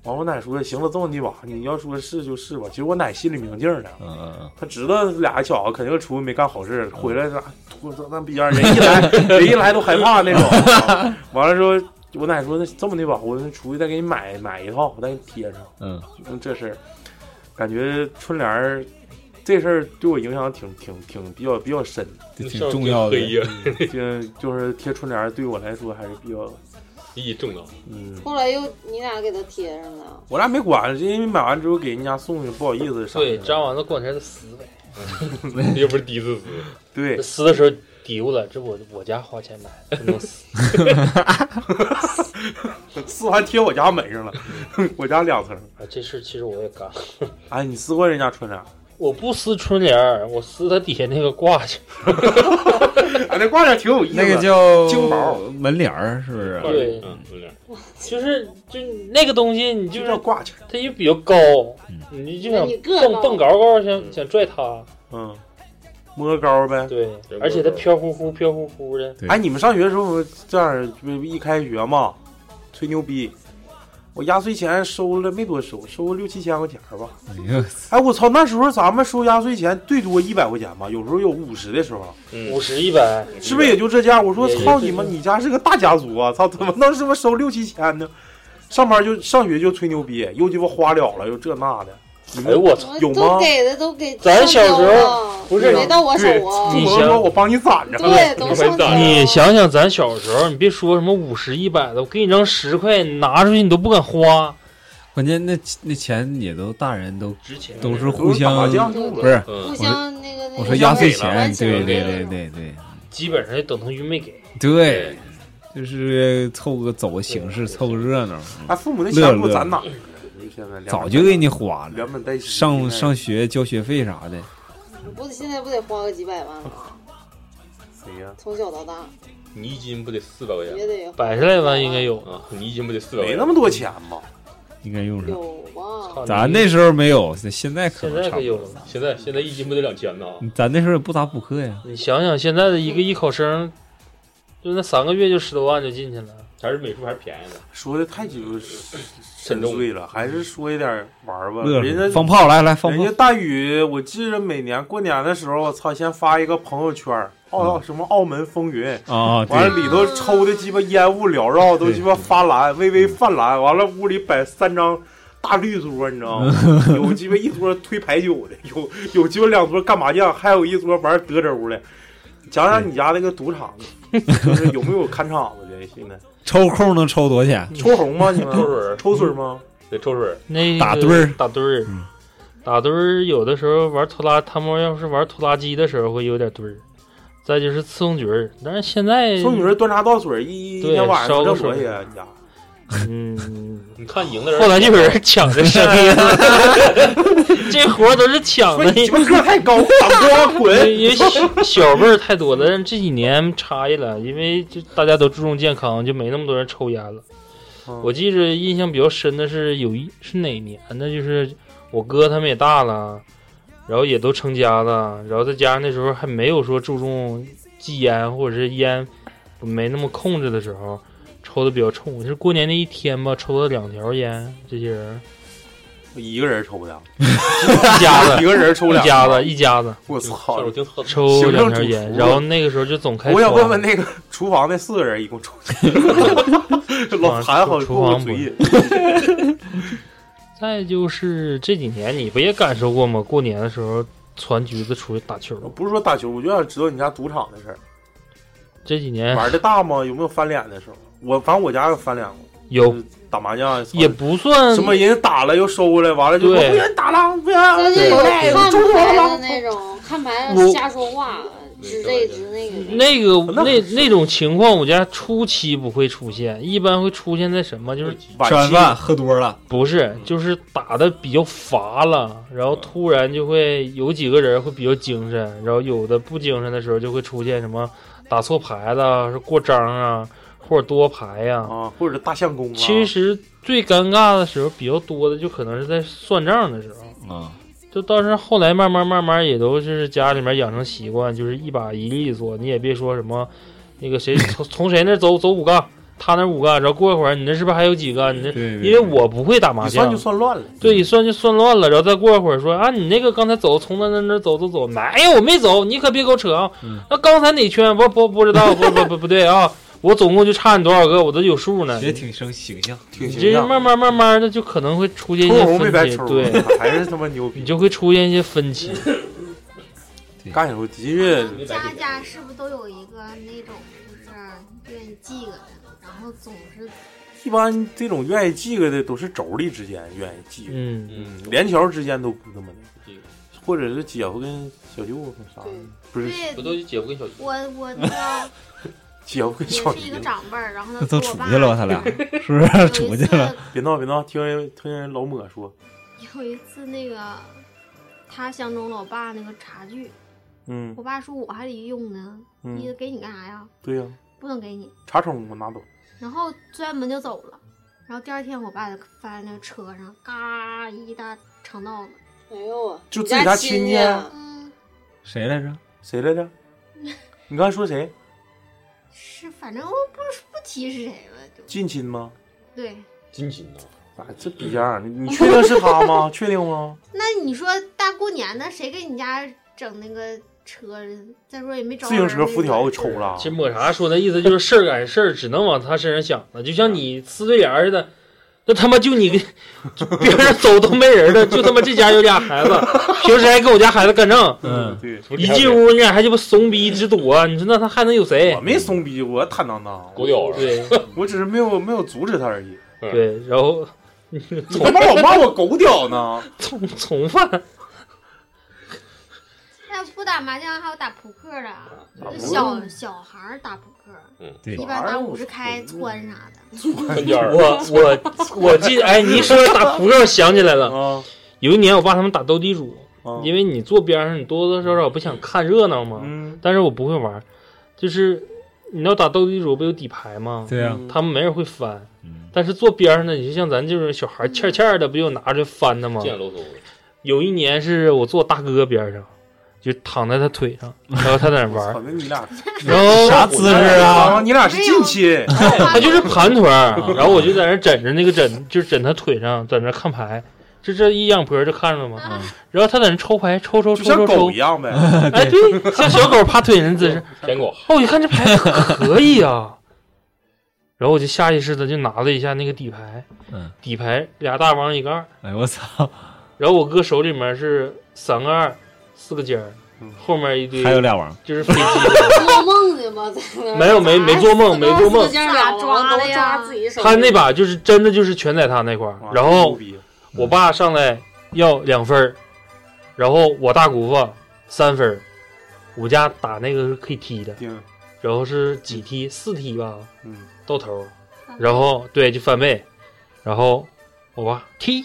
[SPEAKER 8] 完了我奶说行了，这么地吧，你要说是就是吧。其实我奶心里明镜呢，
[SPEAKER 9] 嗯嗯
[SPEAKER 8] 她知道俩小子肯定出去没干好事，回来啥吐这那逼样，人一来人一来都害怕
[SPEAKER 9] *laughs*
[SPEAKER 8] 那种。啊完了说我奶说那这么的吧，我出去再给你买买一套，我再给你贴上。
[SPEAKER 9] 嗯
[SPEAKER 8] 嗯，这事儿，感觉春联儿这事儿对我影响挺挺挺比较比较
[SPEAKER 9] *laughs*
[SPEAKER 8] 深，
[SPEAKER 9] 嗯，这挺重要的
[SPEAKER 7] 黑，呀，
[SPEAKER 8] 就就是贴春联儿对我来说还是比较，
[SPEAKER 7] 意义正当。
[SPEAKER 8] 嗯，
[SPEAKER 6] 后来又你俩给他贴上了，
[SPEAKER 8] 我俩没管，因为买完之后给人家送去，不好意思啥的。
[SPEAKER 3] 对，粘完了过两天就撕呗。
[SPEAKER 7] *laughs* 又不是第一次撕，
[SPEAKER 8] 对
[SPEAKER 3] 撕的时候嘀咕了，这我我家花钱买的，不能撕。
[SPEAKER 8] 撕完贴我 *laughs* 家门上了，我家两层。
[SPEAKER 3] 啊，这事儿其实我也干。
[SPEAKER 8] 哎，你撕过人家春联儿？
[SPEAKER 3] 我不撕春联儿，我撕它底下那个挂去。
[SPEAKER 8] 啊，那挂件挺有意思的，
[SPEAKER 9] 那个叫
[SPEAKER 8] 金宝
[SPEAKER 9] 门帘儿，是不是？
[SPEAKER 3] 对，
[SPEAKER 7] 嗯，有点
[SPEAKER 3] 就是就那个东西，你就是
[SPEAKER 8] 叫挂件，
[SPEAKER 3] 它也比较高，你就想
[SPEAKER 6] 你个
[SPEAKER 3] 蹦
[SPEAKER 6] 高
[SPEAKER 3] 蹦高高，想想拽它。
[SPEAKER 8] 嗯，摸高呗。
[SPEAKER 3] 对，而且它飘忽忽、飘忽忽的。
[SPEAKER 9] 对
[SPEAKER 8] 哎，你们上学的时候这样，不一开学嘛，吹牛逼。我压岁钱收了没多收，收了六七千块钱吧。
[SPEAKER 9] 哎呀，
[SPEAKER 8] 哎，我操！那时候咱们收压岁钱最多一百块钱吧，有时候有五十的时候，
[SPEAKER 7] 嗯
[SPEAKER 3] 五，十一百，
[SPEAKER 8] 是不是也就这价？我说
[SPEAKER 3] 也
[SPEAKER 8] 操
[SPEAKER 3] 也
[SPEAKER 8] 你妈，
[SPEAKER 3] 就是
[SPEAKER 8] 你家是个大家族啊！操，怎么能是不是收六七千呢？上班就上学就吹牛逼，又鸡巴花了了，又这那的。你
[SPEAKER 3] 哎呦
[SPEAKER 8] 们
[SPEAKER 6] *laughs*
[SPEAKER 3] 我操！
[SPEAKER 8] 有
[SPEAKER 6] 我
[SPEAKER 8] 吗
[SPEAKER 6] 都给的都给
[SPEAKER 3] 咱小时候
[SPEAKER 6] 上交了
[SPEAKER 3] 不是
[SPEAKER 6] 没到我手
[SPEAKER 8] 对，
[SPEAKER 6] 啊
[SPEAKER 8] 父，
[SPEAKER 3] 你
[SPEAKER 8] 母
[SPEAKER 3] 想
[SPEAKER 8] 说我帮你攒着了。
[SPEAKER 6] 对，都上交了。
[SPEAKER 3] 你想想，咱小时候，你别说什么五十、一百的，我给你扔十块，你拿出去你都不敢花，
[SPEAKER 9] 关键那那钱也都大人都
[SPEAKER 3] 值钱。
[SPEAKER 9] 都是
[SPEAKER 8] 都
[SPEAKER 9] 互
[SPEAKER 8] 是打麻
[SPEAKER 9] 相
[SPEAKER 8] 将
[SPEAKER 6] 对
[SPEAKER 8] 用
[SPEAKER 9] 不
[SPEAKER 8] 的，
[SPEAKER 9] 是，
[SPEAKER 7] 嗯
[SPEAKER 6] 互相那个那个
[SPEAKER 9] 我说压岁钱
[SPEAKER 6] 还，钱
[SPEAKER 9] 对
[SPEAKER 6] 那
[SPEAKER 9] 对
[SPEAKER 6] 种
[SPEAKER 9] 对对对
[SPEAKER 3] 基本上就等同于没给。
[SPEAKER 9] 对，就是凑个走个形式，凑个热闹。
[SPEAKER 8] 哎，父母那钱给我攒哪儿了？
[SPEAKER 9] 早就给你花了，
[SPEAKER 8] 两本带息
[SPEAKER 9] 上上学交学费啥的，
[SPEAKER 6] 不得现在不得花个几百万吗？
[SPEAKER 8] 谁呀？
[SPEAKER 6] 从小到大
[SPEAKER 7] 你一斤不得四百块钱
[SPEAKER 6] 也得
[SPEAKER 3] 百十来万应该有，
[SPEAKER 7] 啊？你一斤不得四百块
[SPEAKER 8] 没
[SPEAKER 7] 钱
[SPEAKER 8] 那？么多钱吧？
[SPEAKER 9] 应该用上。
[SPEAKER 6] 有啊吧？
[SPEAKER 3] *laughs* 操
[SPEAKER 9] 咱
[SPEAKER 3] 啊你
[SPEAKER 9] 那时候没有，现在可
[SPEAKER 3] 现
[SPEAKER 9] 能
[SPEAKER 3] 在
[SPEAKER 9] 差
[SPEAKER 3] 可
[SPEAKER 9] 不
[SPEAKER 3] 有
[SPEAKER 9] 多。
[SPEAKER 3] 了。
[SPEAKER 7] 现在现在一斤不得两千呢？
[SPEAKER 9] 咱那时候也不咋补课呀，
[SPEAKER 3] 你想想，现在的一个艺考生，就那三个月就十多万就进去了。
[SPEAKER 7] 还是美术还是便宜的？
[SPEAKER 8] 说的太久深
[SPEAKER 7] 重
[SPEAKER 8] 邃了，还是说一点玩儿吧。
[SPEAKER 9] 乐
[SPEAKER 8] 啊人家
[SPEAKER 9] 呵放炮来来放
[SPEAKER 8] 人
[SPEAKER 9] 炮
[SPEAKER 8] 家，大宇，我记着每年过年的时候，我操，先发一个朋友圈儿，澳、
[SPEAKER 9] 嗯
[SPEAKER 8] 什么澳门风云，
[SPEAKER 9] 啊，
[SPEAKER 8] 完
[SPEAKER 9] 对
[SPEAKER 8] 了里头抽的鸡巴烟雾缭绕，都
[SPEAKER 9] 对
[SPEAKER 8] 鸡巴发蓝，微微泛蓝。完了屋里摆三张大绿桌，你知道吗？有鸡巴一桌推牌九的，有有鸡巴两桌干麻将，还有一桌玩德州的。讲讲你家那个赌场，就是有没有看场子的？现在
[SPEAKER 9] 抽空能抽多少钱？
[SPEAKER 8] 抽红吗？你们
[SPEAKER 7] 抽水儿
[SPEAKER 8] 抽水吗？
[SPEAKER 7] 得抽水儿，
[SPEAKER 3] 那个
[SPEAKER 9] 打盹儿
[SPEAKER 3] 打盹儿
[SPEAKER 9] 嗯，
[SPEAKER 3] 打盹儿。有的时候玩拖拉，他们要是玩拖拉机的时候会有点盹儿。再就是刺送局儿，但是现在
[SPEAKER 8] 送女人端茶倒水，一一
[SPEAKER 3] 对
[SPEAKER 8] 天晚上
[SPEAKER 3] 烧
[SPEAKER 8] 挣
[SPEAKER 3] 个
[SPEAKER 8] 多少
[SPEAKER 3] 水
[SPEAKER 8] 钱？你家
[SPEAKER 3] 嗯，
[SPEAKER 7] 你看赢的人
[SPEAKER 3] 后来就有人抢着生意了， *laughs* 这活儿都是抢
[SPEAKER 8] 说
[SPEAKER 3] 的。
[SPEAKER 8] 你鸡巴个儿太高，打光
[SPEAKER 3] *laughs*
[SPEAKER 8] 滚！
[SPEAKER 3] 因为
[SPEAKER 8] *laughs*
[SPEAKER 3] 小小辈儿太多了，但是这几年差异了，因为就大家都注重健康，就没那么多人抽烟了。我记着印象比较深的是有一是哪年呢？就是我哥他们也大了，然后也都成家了，然后再加上那时候还没有说注重戒烟或者是烟没那么控制的时候，抽的比较冲。就是过年那一天吧，抽了两条烟，这些人
[SPEAKER 8] 一个人抽不了，
[SPEAKER 3] 一家子
[SPEAKER 8] 一个人抽
[SPEAKER 3] 一
[SPEAKER 8] 两
[SPEAKER 3] 家
[SPEAKER 8] 包
[SPEAKER 3] 子一家子
[SPEAKER 8] 我
[SPEAKER 7] 操！
[SPEAKER 8] 操
[SPEAKER 7] 我！挺狠的，
[SPEAKER 3] 抽
[SPEAKER 8] 行政
[SPEAKER 3] 两条
[SPEAKER 8] 主
[SPEAKER 3] 烟，
[SPEAKER 8] 厨
[SPEAKER 3] 然后那个时候就总开
[SPEAKER 8] 我想
[SPEAKER 3] 窗
[SPEAKER 8] 问问那个厨房那四个人一共 *laughs* 抽几个？老韩好像
[SPEAKER 3] 厨房
[SPEAKER 8] 不嘴瘾，
[SPEAKER 3] 再就是这几年，你不也感受过吗？过年的时候攒橘子出去打球，
[SPEAKER 8] 不是说打球，我就想知道你家赌场的事儿，
[SPEAKER 3] 这几年
[SPEAKER 8] 玩的大吗？有没有翻脸的时候？我反正我家有翻脸过，
[SPEAKER 3] 有
[SPEAKER 8] 就是打麻将
[SPEAKER 3] 也不算
[SPEAKER 8] 什么人打了又收回来，完了就说
[SPEAKER 3] 对
[SPEAKER 8] 不愿打了，不愿
[SPEAKER 6] 但是有
[SPEAKER 8] 来，
[SPEAKER 6] 看
[SPEAKER 8] 我中
[SPEAKER 6] 牌
[SPEAKER 8] 了
[SPEAKER 6] 的
[SPEAKER 8] 了。
[SPEAKER 6] 那种，看牌
[SPEAKER 3] 我
[SPEAKER 6] 的瞎说话，指这指那个的。
[SPEAKER 3] 那个
[SPEAKER 8] 那
[SPEAKER 3] 那那种情况，我家初期不会出现，一般会出现在什么？就是
[SPEAKER 9] 吃
[SPEAKER 8] 晚
[SPEAKER 9] 完
[SPEAKER 8] 期
[SPEAKER 9] 饭喝多了，
[SPEAKER 3] 不是
[SPEAKER 8] 嗯
[SPEAKER 3] 就是打的比较乏了，然后突然就会有几个人会比较精神，然后有的不精神的时候就会出现什么打错牌了、是过张啊，或者多牌呀、
[SPEAKER 8] 啊，或者大相公啊，
[SPEAKER 3] 其实最尴尬的时候比较多的，就可能是在算账的时候。
[SPEAKER 9] 啊，
[SPEAKER 3] 就倒是后来慢慢慢慢也都是家里面养成习惯，就是一把一利索，你也别说什么，那个谁从从谁那走走五杠，他那五杠，然后过一会儿你那是不是还有几杠？你这
[SPEAKER 9] 对，对
[SPEAKER 3] 因为我不会打麻
[SPEAKER 8] 你算
[SPEAKER 3] 将
[SPEAKER 8] 就，算乱了。
[SPEAKER 3] 对，一算就算乱了，然后再过一会儿说啊，你那个刚才走从那那那走走走，没有我没走，你可别给我扯啊
[SPEAKER 9] 嗯！
[SPEAKER 3] 那刚才哪圈不不不知道，不不不不对啊，我总共就差你多少个，我都有数呢。
[SPEAKER 9] 也挺生形象，
[SPEAKER 8] 挺
[SPEAKER 3] 你
[SPEAKER 8] 形
[SPEAKER 3] 这
[SPEAKER 8] 象
[SPEAKER 3] 慢慢慢慢的就可能会出现一
[SPEAKER 8] 抽
[SPEAKER 3] 些
[SPEAKER 8] 红没白
[SPEAKER 3] 分歧，
[SPEAKER 8] 抽，
[SPEAKER 3] 对， *laughs*
[SPEAKER 8] 还是他妈牛
[SPEAKER 3] 你
[SPEAKER 8] 逼。
[SPEAKER 3] 就会出现一些分 *laughs* 歧。
[SPEAKER 8] 干什么？的确，
[SPEAKER 11] 家家是不是都有一个那种就是愿意记个的，然后总是
[SPEAKER 8] 一般这种愿意记个的都是妯娌之间愿意记个，
[SPEAKER 3] 嗯，
[SPEAKER 8] 嗯，连桥之间都不那么那
[SPEAKER 7] 记个
[SPEAKER 8] 个，或者是姐夫跟小舅子啥的
[SPEAKER 6] 对，
[SPEAKER 8] 不是
[SPEAKER 11] 对
[SPEAKER 7] 不都姐夫跟小姨？
[SPEAKER 11] 我我那个
[SPEAKER 8] *laughs* 姐夫跟
[SPEAKER 11] 也
[SPEAKER 8] 小
[SPEAKER 11] 是一
[SPEAKER 8] 姨
[SPEAKER 11] 个。长辈儿，然后
[SPEAKER 9] 那
[SPEAKER 11] 呢
[SPEAKER 9] 都
[SPEAKER 11] 给我
[SPEAKER 9] 出
[SPEAKER 11] 爸
[SPEAKER 9] 去了吧？他 *laughs* 俩是不是出去了？
[SPEAKER 8] 别闹别闹，听人听人老抹说，
[SPEAKER 11] 有一次，有一次那个他相中了我爸那个茶具，
[SPEAKER 8] 嗯
[SPEAKER 11] 我爸说我还得用呢，
[SPEAKER 8] 嗯
[SPEAKER 11] 你给你干啥呀？
[SPEAKER 8] 对呀、
[SPEAKER 11] 不能给你。
[SPEAKER 8] 茶桶我拿走。
[SPEAKER 11] 然后摔门就走了。然后第二天，我爸就翻那个车上，嘎一大长道子。
[SPEAKER 6] 哎呦我，
[SPEAKER 8] 就自己家亲戚啊
[SPEAKER 11] 嗯，
[SPEAKER 9] 谁来着？
[SPEAKER 11] *laughs*
[SPEAKER 8] 谁来着？你刚才说谁？
[SPEAKER 11] 是反正我不不提是谁了，就
[SPEAKER 8] 近亲吗？
[SPEAKER 11] 对。
[SPEAKER 7] 近亲呐。
[SPEAKER 8] 啊，这逼样儿，你你确定是他吗？ *laughs* 确定吗？
[SPEAKER 11] 那你说大过年的，谁给你家整那个车？再说也没找
[SPEAKER 8] 自行车辐条给抽了。
[SPEAKER 3] 这抹茶说的意思就是事儿赶事儿，只能往他身上想了，就像你撕对联儿似的，那他妈就你跟 *laughs* 别人走都没人了，就他妈这家有俩 *laughs* 孩子，平时还跟我家孩子干仗，
[SPEAKER 9] 嗯，
[SPEAKER 8] 对，
[SPEAKER 3] 一进屋你俩还鸡巴怂逼直躲，你说那他还能有谁
[SPEAKER 8] 我？没怂逼，我坦荡荡，
[SPEAKER 7] 狗屌
[SPEAKER 3] 对
[SPEAKER 8] 我只是没有没有阻止他而已。
[SPEAKER 3] 对，然后 *laughs*
[SPEAKER 8] 你他妈老骂我狗屌呢？
[SPEAKER 3] 从从犯，
[SPEAKER 11] 那不打麻将还有打扑克的，就
[SPEAKER 8] 打扑克嗯
[SPEAKER 11] 小小孩儿打扑克，
[SPEAKER 9] 对
[SPEAKER 11] 一般打五十开、窜啥的。
[SPEAKER 7] 三尖儿，
[SPEAKER 3] 我我我记得，哎，你一说打扑克，我想起来了，
[SPEAKER 8] 啊
[SPEAKER 3] 有一年我爸他们打斗地主，
[SPEAKER 8] 啊，
[SPEAKER 3] 嗯因为你坐边上，你多多少少不想看热闹嘛。
[SPEAKER 8] 嗯，
[SPEAKER 3] 但是我不会玩儿，就是你要打斗地主不有底牌吗？
[SPEAKER 9] 对啊呀、
[SPEAKER 3] 他们没人会翻，
[SPEAKER 1] 嗯，
[SPEAKER 3] 但是坐边上的，你就像咱这种小孩儿欠欠的，不就拿着翻的吗？
[SPEAKER 7] 见楼头了，
[SPEAKER 3] 有一年是我坐大哥边上，就躺在他腿上，然后他在那玩
[SPEAKER 8] 操 *laughs*
[SPEAKER 3] 儿，
[SPEAKER 8] 那你俩
[SPEAKER 3] 然后
[SPEAKER 9] 啥姿势啊？
[SPEAKER 8] 哎你俩是近亲，
[SPEAKER 3] 他就是盘腿儿，然后我就在那枕着那个枕，就枕他腿上，在那看牌。就这一仰脖儿就看着嘛，然后他在那抽牌，抽抽
[SPEAKER 8] 嗯
[SPEAKER 3] 抽
[SPEAKER 8] 就像
[SPEAKER 3] 抽抽
[SPEAKER 8] 狗一，样呗。 *laughs*
[SPEAKER 3] 哎，对，像小狗趴腿上的
[SPEAKER 9] *laughs*
[SPEAKER 3] 姿势，
[SPEAKER 7] 舔狗，
[SPEAKER 3] 哦，一看这牌可以啊，然后我就下意识的就拿了一下那个底牌，
[SPEAKER 9] 嗯，
[SPEAKER 3] 底牌俩大王一个二，
[SPEAKER 9] 哎我操，
[SPEAKER 3] 然后我哥手里面是三个二，四个尖儿
[SPEAKER 8] 嗯，
[SPEAKER 3] 后面一堆
[SPEAKER 9] 还有俩王，
[SPEAKER 3] 就是飞机，
[SPEAKER 6] 啊做梦呢吗？在那儿
[SPEAKER 3] 没有没没做梦没做梦，
[SPEAKER 6] 家俩抓都抓自己手里，
[SPEAKER 3] 他那把就是真的就是全在他那块儿，然
[SPEAKER 8] 牛
[SPEAKER 3] 后
[SPEAKER 8] 逼
[SPEAKER 3] 我爸上来要两分儿，然后我大姑父三分儿，我家打那个是可以踢的，
[SPEAKER 8] 丁，
[SPEAKER 3] 然后是几踢四踢吧，
[SPEAKER 8] 嗯，
[SPEAKER 3] 到头儿，然后对就翻倍，然后我爸踢，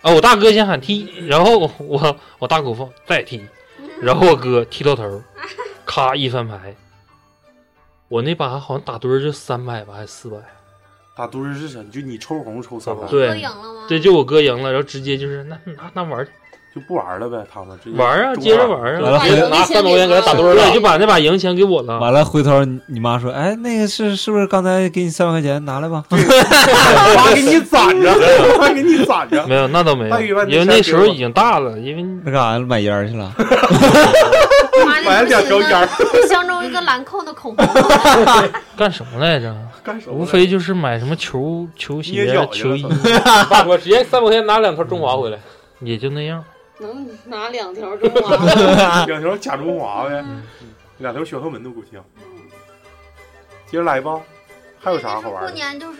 [SPEAKER 3] 啊，我大哥先喊踢，然后我我大姑父再踢，然后我哥踢到头儿，咔一翻牌，我那把好像打堆儿就三百吧，还是四百？
[SPEAKER 8] 打堆儿是啥？就你抽红抽三百，
[SPEAKER 11] 都
[SPEAKER 3] 对
[SPEAKER 11] 赢了吗？
[SPEAKER 3] 对，就我哥赢了，然后直接就是那那那玩儿去
[SPEAKER 8] 就不玩了呗。他们直接
[SPEAKER 3] 玩儿啊，
[SPEAKER 8] 中
[SPEAKER 3] 接着
[SPEAKER 8] *laughs*
[SPEAKER 3] 玩儿
[SPEAKER 9] 完
[SPEAKER 3] 啊
[SPEAKER 9] 了，
[SPEAKER 6] 把
[SPEAKER 7] 拿三毛钱给他打
[SPEAKER 6] 打
[SPEAKER 7] 堆
[SPEAKER 6] 多
[SPEAKER 7] 儿
[SPEAKER 6] 少？
[SPEAKER 3] 对，就把那把赢钱给我了。
[SPEAKER 9] 完了回头你你妈说，哎，那个是是不是刚才给你三百块钱拿来吧？
[SPEAKER 8] 妈给你攒着，妈给你攒 *laughs* 着。
[SPEAKER 3] 没有，那倒没
[SPEAKER 8] 大鱼
[SPEAKER 3] 有，
[SPEAKER 8] 万
[SPEAKER 3] 因为
[SPEAKER 8] 年
[SPEAKER 3] 那
[SPEAKER 8] 下
[SPEAKER 3] 时候
[SPEAKER 8] 给我
[SPEAKER 3] 已经大了，因为
[SPEAKER 9] 那干啥买烟儿去了？
[SPEAKER 11] 妈
[SPEAKER 8] 买了两条烟儿，
[SPEAKER 11] 那相中一个兰蔻的口红，
[SPEAKER 3] 干什么来着？
[SPEAKER 8] 干什么？
[SPEAKER 3] 无非就是买什么球球
[SPEAKER 8] 捏
[SPEAKER 3] 鞋
[SPEAKER 8] 脚、去
[SPEAKER 3] 球
[SPEAKER 8] 了
[SPEAKER 3] 衣，
[SPEAKER 8] *laughs*
[SPEAKER 7] 爸我直接三毛钱拿两套中华回来，
[SPEAKER 3] 也就那样。
[SPEAKER 6] 能拿两条中华，
[SPEAKER 8] 两条假中华呗，
[SPEAKER 3] 嗯
[SPEAKER 8] 两条血和门都够呛。接着来吧，还有啥好
[SPEAKER 11] 那时候过
[SPEAKER 8] 玩的？
[SPEAKER 11] 年就是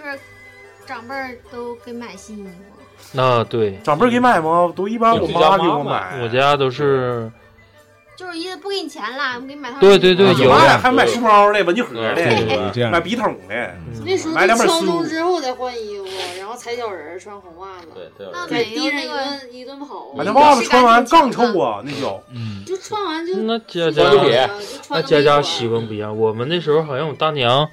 [SPEAKER 11] 长辈儿都给买新衣服，
[SPEAKER 3] 那啊对，
[SPEAKER 8] 长辈儿给买吗？都一般我妈给我
[SPEAKER 7] 我家
[SPEAKER 8] 买。
[SPEAKER 3] 我家都是
[SPEAKER 11] 就是意思不给你钱了，我给你买套
[SPEAKER 3] 对
[SPEAKER 11] 新
[SPEAKER 3] 对
[SPEAKER 11] 衣服
[SPEAKER 3] 对有
[SPEAKER 8] 我妈
[SPEAKER 3] 的
[SPEAKER 8] 俩还买书包的、文具盒的、
[SPEAKER 9] 对，这样
[SPEAKER 8] 买笔筒的。
[SPEAKER 6] 那时候
[SPEAKER 8] 买
[SPEAKER 6] 都
[SPEAKER 8] 两本
[SPEAKER 6] 敲钟
[SPEAKER 8] 书
[SPEAKER 6] 之后再换衣服，然后踩脚人儿穿红袜子，
[SPEAKER 7] 对对，
[SPEAKER 11] 那
[SPEAKER 6] 给
[SPEAKER 11] 没
[SPEAKER 6] 敌
[SPEAKER 11] 有
[SPEAKER 6] 人
[SPEAKER 11] 那
[SPEAKER 6] 一
[SPEAKER 11] 个
[SPEAKER 6] 顿一顿跑，啊
[SPEAKER 8] 把那袜子穿完杠抽啊，那脚
[SPEAKER 9] 嗯，
[SPEAKER 6] 就穿完就
[SPEAKER 3] 那家家
[SPEAKER 7] 光着脸
[SPEAKER 3] 那家家习
[SPEAKER 6] *laughs*
[SPEAKER 3] 惯不一样。我们那时候好像我大娘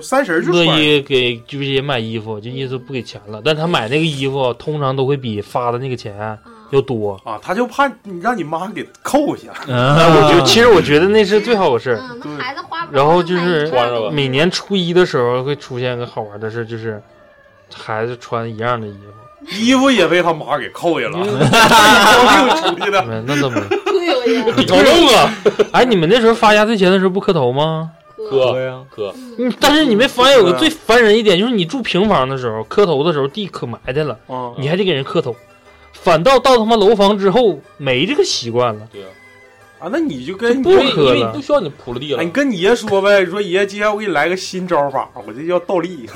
[SPEAKER 8] 三十就
[SPEAKER 3] 乐
[SPEAKER 8] 穿。
[SPEAKER 3] 意给就是也买衣服，就意思不给钱了。但她买那个衣服，通常都会比发的那个钱
[SPEAKER 11] 啊，
[SPEAKER 3] 要多。
[SPEAKER 8] 啊，他就怕你让你妈给扣下，
[SPEAKER 3] 但我觉得，
[SPEAKER 9] 就
[SPEAKER 3] 其实我觉得那是最好的事儿。
[SPEAKER 11] 嗯，那孩子花不着
[SPEAKER 3] 然后就是
[SPEAKER 11] 买一件
[SPEAKER 7] 穿着吧
[SPEAKER 3] 每年初一的时候会出现个好玩的事，就是孩子穿一样的衣服，
[SPEAKER 8] 衣服也被他妈给扣下了， *laughs* 嗯交定出去的。
[SPEAKER 3] 没那都没 *laughs* 有。
[SPEAKER 6] 对
[SPEAKER 7] 你瞅瞅啊，
[SPEAKER 3] *laughs* 哎，你们那时候发压岁钱的时候不磕头吗？
[SPEAKER 7] 哥
[SPEAKER 9] 呀，
[SPEAKER 7] 哥，
[SPEAKER 3] 嗯，但是你没发现有个最烦人一点，就是你住平房的时候，磕头的时候地可埋汰了，
[SPEAKER 8] 啊，
[SPEAKER 3] 你还得给人磕头。反倒到他妈楼房之后没这个习惯了，
[SPEAKER 7] 对啊，
[SPEAKER 8] 啊，那你就跟啊
[SPEAKER 3] 不
[SPEAKER 7] 因
[SPEAKER 3] 是
[SPEAKER 7] 为因为你不需要你铺了地了
[SPEAKER 8] 哎，你，跟你爷说呗，说爷，今天我给你来个新招法，我这叫倒立。